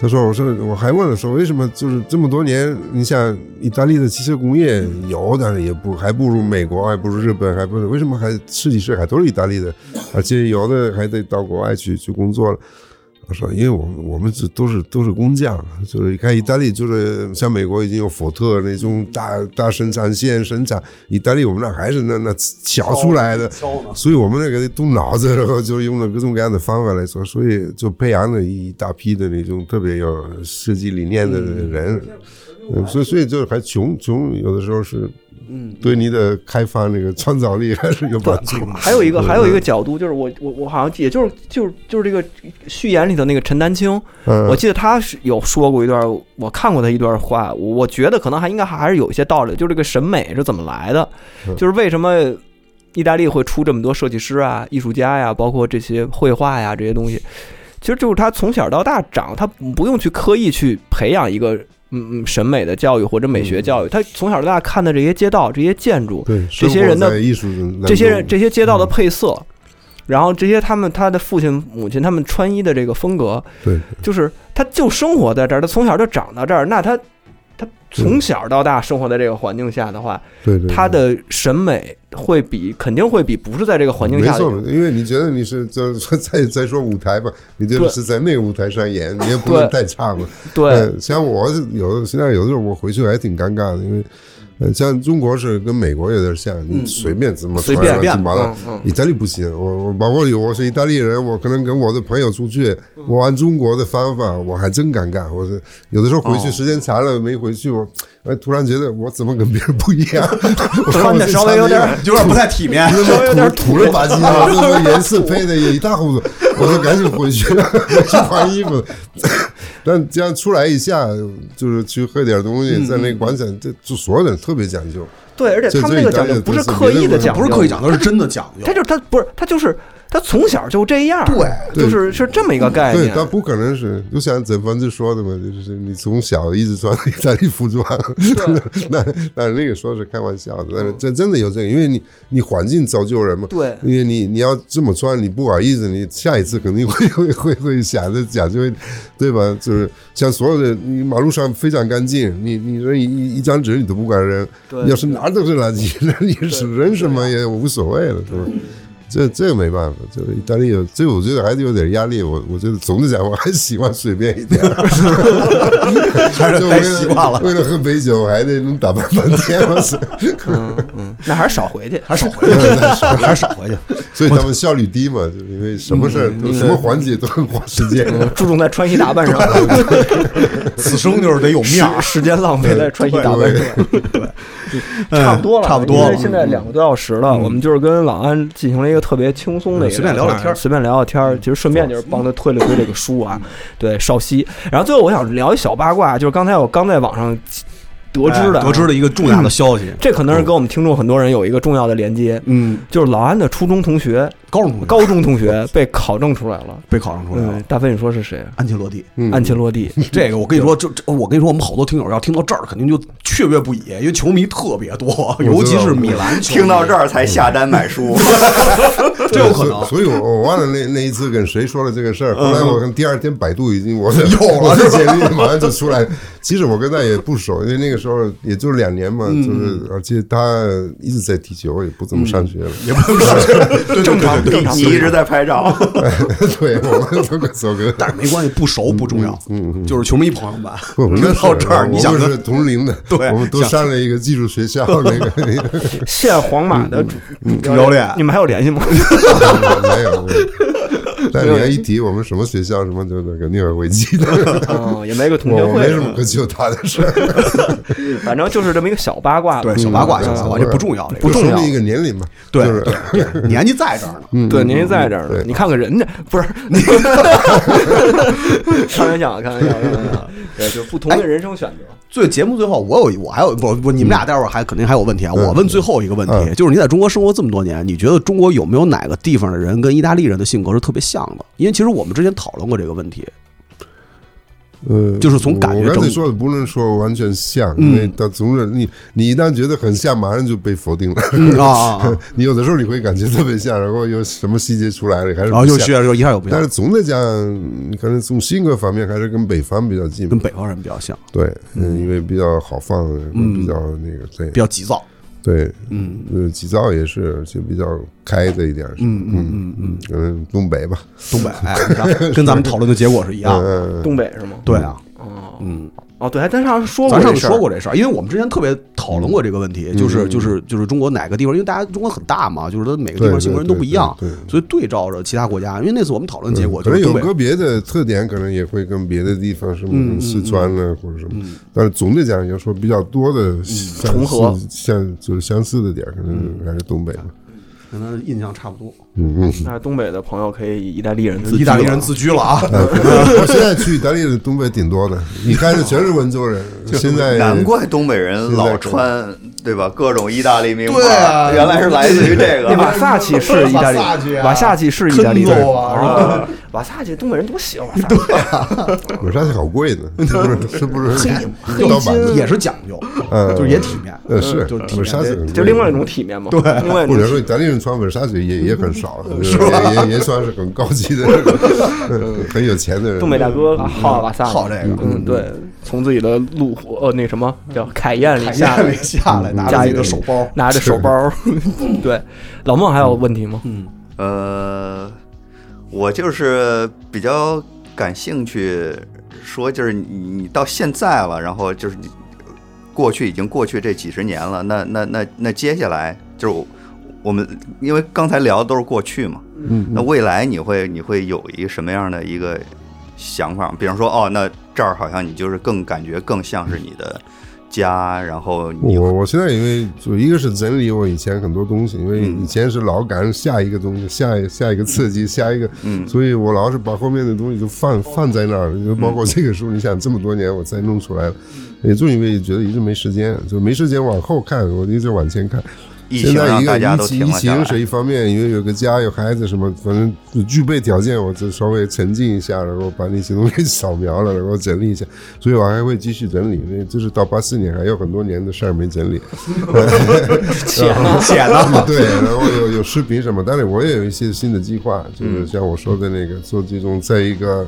他说：“我说我还问了，说为什么就是这么多年，你想意大利的汽车工业有，但是也不还不如美国，还不如日本，还不如为什么还设计师还都是意大利的，而且有的还得到国外去去工作了。”我说，因为我们我们这都是都是工匠，啊就是你看意大利，就是像美国已经有福特那种大大生产线生产，意大利我们那还是那那巧出来的，所以我们那个动脑子，然后就用了各种各样的方法来做，所以就培养了一大批的那种特别有设计理念的人，嗯，所以所以就是还穷穷，有的时候是，嗯，对你的开发那个创造力还是有帮助。
还有一个，
嗯
还有一个角度，就是我我我好像也就是就是就是这个序言里头那个陈丹青，
嗯
我记得他是有说过一段，我看过他一段话，我我觉得可能还应该还还是有一些道理，就是这个审美是怎么来的，就是为什么意大利会出这么多设计师啊、艺术家呀，包括这些绘画呀这些东西，其实就是他从小到大长，他不用去刻意去培养一个嗯嗯审美的教育或者美学教育，他从小到大看的这些街道、这些建筑，
对
这些人的
生活在艺术当中，
这些人这些街道的配色，然后这些他们他的父亲母亲他们穿衣的这个风格，
对
就是他就生活在这儿，他从小就长到这儿，那他他从小到大生活在这个环境下的话，
对对，
他的审美会比肯定会比不是在这个环境
没
下的
错，因为你觉得你是就是说再再说舞台吧，你就
对
是在那个舞台上演，你也不能
对
太差嘛。
对
呃，像我是有的现在有的时候我回去还挺尴尬的，因为呃，像中国是跟美国有点像，你随便怎么
嗯随
穿
便
乱七八糟
嗯嗯。
意大利不行，我我包括有我是意大利人，我可能跟我的朋友出去，我按中国的方法，我还真尴尬。我是有的时候回去时间长了没回去，我哎突然觉得我怎么跟别人不一 样，我
穿得稍微有点儿
有点不太 体面。
那么土土了吧唧的，那么颜色配的也一塌糊涂，我说赶紧回去 去换衣服。 但这样出来一下，就是去喝点东西，在那广场，这就所有人特别讲究。
对，而且他们那个讲究不是刻意的讲究，
不是刻意讲究，是真的讲究
他。就是他不是他就是他从小就这样，
对
就是是这么一个概
对
念，。
但不可能是，就像整房子说的嘛，就是你从小一直穿意大利服装， 那那那个说是开玩笑的，但是真真的有这个，因为你你环境造就人嘛，
对
因为你你要这么穿，你不好意思，你下一次肯定会会会会想着讲究，对吧？就是像所有的，你马路上非常干净，你你扔一一一张纸你都不敢扔，
对
要是哪儿都是垃圾，那你是扔什么也无所谓了，是吧？这这个没办法，就是意大利有，这我觉得还是有点压力。我我觉得总的讲，我还喜欢随便一点，还
是太习惯了
为了喝杯酒，我还得能打扮半天，我操
嗯嗯，那还是少回去。
还是少回去，还是少 回去。
所以他们效率低嘛，就是因为什么事儿、都什么环节都很花时间。
注重在穿衣打扮上，
此生就是得有面儿
时。时间浪费在穿衣打扮上。差
差
不多了，
差不多
因为现
了。
在两个多小时了，我们就是跟老安进行了一个特别轻松的一个
随便聊聊天儿
随便聊聊天儿，其实顺便就是帮他推了推这个书啊，对，少熙。然后最后我想聊一小八卦，就是刚才我刚在网上得知的、
哎得知的。一个嗯重大的消息。
这可能是跟我们听众很多人有一个重要的连接，
嗯，
就是老安的初中同学、
高中同学
高中同学被考证出来了。
被考上出来了
嗯，，大飞，你说是谁？
安切洛蒂。
安切洛蒂。
这个我跟你说，这这我跟你说，我们好多听友要听到这儿，肯定就雀跃不已，因为球迷特别多，尤其是米兰球迷。
听到这儿才下单买书，
嗯
这有可能嗯
所以所以我我忘了那那一次跟谁说了这个事儿。后来我跟第二天百度已经我的
有了
我的简历马上就出来。其实我跟他也不熟，因为那个时候也就两年嘛，
嗯
就是而且他一直在踢球，也不怎么上学了。
也不能说正常正常
你一直在拍照，
对，我们都跟走哥。
但是没关系，不熟不重要，
嗯
就是球迷朋友们
不，我们
听
那
到这儿，你想
我们
的
是同龄的，
对
我们都
想
上了一个技术学 校，那个
现皇马的主
嗯主教练
你们还有联系吗？
没有。没有但你要一提我们什么学校什么的，肯定有危机的。
嗯，也没个同学
我我
会
没什，么可救他的事儿，
反正就是这么一个小八卦吧。
啊对小八卦，
嗯
小八卦这不重要，这个
不重要
说明一个年龄嘛，
对
就是
对 对年纪在这儿呢。
对，
嗯
您在这儿呢，
对
你看看人家，不 是你，开玩笑，开玩笑，开玩笑，对，就是不同
哎
的人生选择。
最节目最后，我有一我还有不不，你们俩待会儿还肯定还有问题啊。我问最后一个问题，
嗯
就是你在中国生活这么多年，你觉得中国有没有哪个地方的人跟意大利人的性格是特别像的？因为其实我们之前讨论过这个问题，
呃，
就是从感觉
我刚才
中嗯
说的，不能说完全像，因为他总是你你一旦觉得很像，马上就被否定了。
嗯啊，啊啊
你有的时候你会感觉特别像，然后有什么细节出来了，你还是
然后又
不像
学又一下又不
但是
像，
总的讲，嗯可能从性格方面还是跟北方比较近
跟。北方人比较像，
对，嗯，因为比较好放，比较那个，对
比较急躁。
对，
嗯
呃，急躁也是，而且比较开的一点儿是，
嗯嗯嗯嗯，
可能东北吧，
东北，哎，你 看跟咱们讨论的结果是一样的。
嗯，
东北是吗？
对啊，
哦
嗯，
哦，对，还咱上次说过
咱
这事
上
儿，
次说过这事儿，因为我们之前特别讨论
嗯
过这个问题，就是就是就是中国哪个地方，因为大家中国很大嘛，就是它每个地方
对
性格人都不一样
对对对，对嗯
所以对照着其他国家，因为那次我们讨论结果
可
就
能
是
有
东北
个别的特点，可能也会跟别的地方什
嗯
么四川呢或者什么，但是总的讲要说比较多的相
嗯重合嗯
似像就是相似的点儿，可能还是东北吧，
跟他印象差不多。
嗯嗯。
那哎东北的朋友可以以意大利人自居了，
意大利人自居了啊，
我现在去意大利的东北挺多的，你看这全是温州 人，现在
难怪东北人老穿对吧？各种意大利名
啊
牌，原来是来自于这
那瓦
个。
萨奇是意大利
瓦萨奇，啊
瓦萨奇是意大利
坑
人
肉啊是吧，啊
瓦萨奇东北人多喜欢瓦萨 奇，
我啥好贵 呢，是 不是？
就
老板
也是讲究，
嗯
就是也体面，嗯
呃是，
就是体
我啥
面。
嗯就另外一种体面嘛，对，另外一
或者
种
说咱这种穿本纱水也也很 少，是吧？也也算是很高级的，嗯 很有钱的人。
东北大哥啊好瓦萨奇，
好这个
嗯，对，从自己的路虎呃那什么叫凯宴里下
下来下来，拿着
加
自
一
己
个
的手包，
拿着手包，对，老孟还有问题吗？
呃，我就是比较感兴趣，说就是你你到现在了，然后就是你过去已经过去这几十年了，那那那那接下来就是我我们因为刚才聊的都是过去嘛，
嗯
那未来你会你会有一个什么样的一个想法？比方说，哦，那这儿好像你就是更感觉更像是你的家，然后你
我我现在因为就一个是整理我以前很多东西，因为
嗯
以前是老赶下一个东西，下一下一个刺激，下一个，
嗯
所以我老是把后面的东西都放放在那儿，就包括这个书，你想这么多年我才弄出来了，
嗯
也就因为觉得一直没时间，就没时间往后看，我一直往前看。
疫
现
情
在
让
一个
大家
疫
都
情
停
疫
了下
情是
来。
一方面，因为有个家有孩子什么，反正具备条件，我就稍微沉浸一下，然后把那些东西扫描了，然后整理一下，所以我还会继续整理，因为就是到八四年还有很多年的事儿没整理。
浅呢，
显 得
对，然后有有视频什么，但是我也有一些新的计划，就是像我说的那个，做这种在一个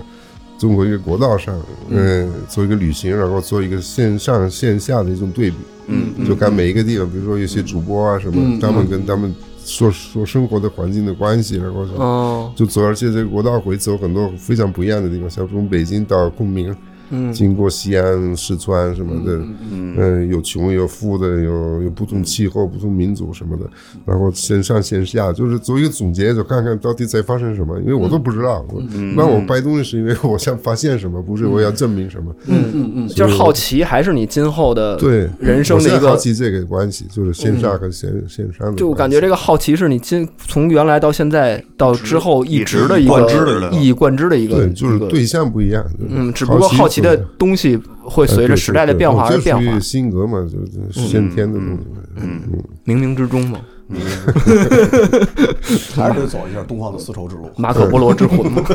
中国一个国道上，嗯，做一个旅行，然后做一个线上线下的一种对比，嗯，就看每一个地方，比如说有些主播啊什么，他们跟他们所所生活的环境的关系，然后什么
哦，
就走，而且这个国道会走很多非常不一样的地方，像从北京到昆明，
嗯
经过西安、四川什么的，嗯，有穷有富的，有有不同气候、不同民族什么的，然后线上线下就是做一个总结，就看看到底在发生什么，因为我都不知道，我
嗯
那我拍东西是因为我想发现什么，不是我要证明什么，嗯嗯嗯，
就是好奇，还是你今后的
对
人生
我
的
现在
一个嗯
好奇这个关系，就是线下和线线上的，
就我感觉这
个。
个好奇是你今从原来到现在到之后一直的一
一直贯
个
之的
一以贯之的一个
对，就是
一个
对象不一样。
嗯，只不过
好呃
奇习的东西会随着时代的变化而变
这属
化
于，性格嘛，就是先天的东西嘛。嗯，
冥冥之中嘛，
还是得走一下东方的丝绸之路。
马可波罗之魂嘛。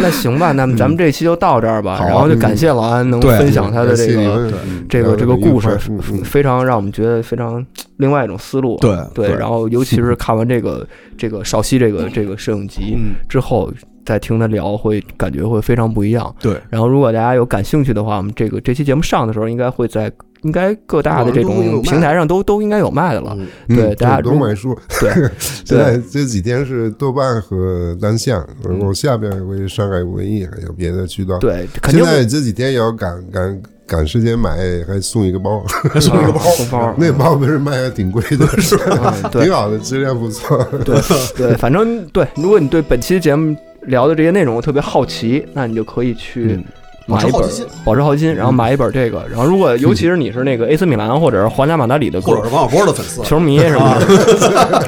那行吧，那么咱们这期就到这儿吧，
好
然后就感谢老安能
嗯对
分享他的这个这个这个故事
嗯，嗯
非常让我们觉得非常另外一种思路。啊
对
对，
对
然后尤其是看完这 个这个少熙这个这个摄影集
嗯，
之后，再听他聊，会感觉会非常不一样。
对，
然后，如果大家有感兴趣的话，我们这个这期节目上的时候，应该会在应该各大的这
网上都会有
种
卖
平台上都都应该有卖的了。
嗯
对，
嗯
大家
多
如
多买书。
对
现在这几天是豆瓣和单向，然后下边会上海文艺，还有别的渠道。，
嗯对，肯
现
定
在这几天也要赶赶赶时间买，还送一个包。
送
嗯
一个包，送啊包
那包不是卖的挺贵的，是吧？
嗯 对
挺好的，质量不错。
对，反正对，如果你对本期节目聊的这些内容特别好奇，那你就可以去
嗯
买一
保持好
本
奇心，
保持好奇心，然后买一本这个。然后，如果
嗯
尤其是你是那个 AC 米兰或者是皇家马德里的
或者是王小波的粉丝，
球迷什 么的，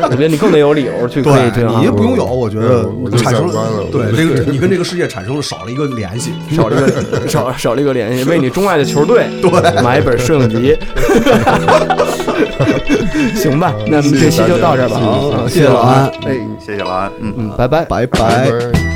我觉得你更得有理由去啊可以这
对，
样
你也不用有，我觉得
我就
产生
想关了我
对
就
这个你跟这个世界产生了少了一个联系，
少这个少少这个联系，为你钟爱的球队买一本摄影 集， 行吧？那么这期就到这儿吧，
好
啊
嗯谢谢老安，
哎，
谢谢老安，嗯。
嗯，拜拜。
拜拜
拜拜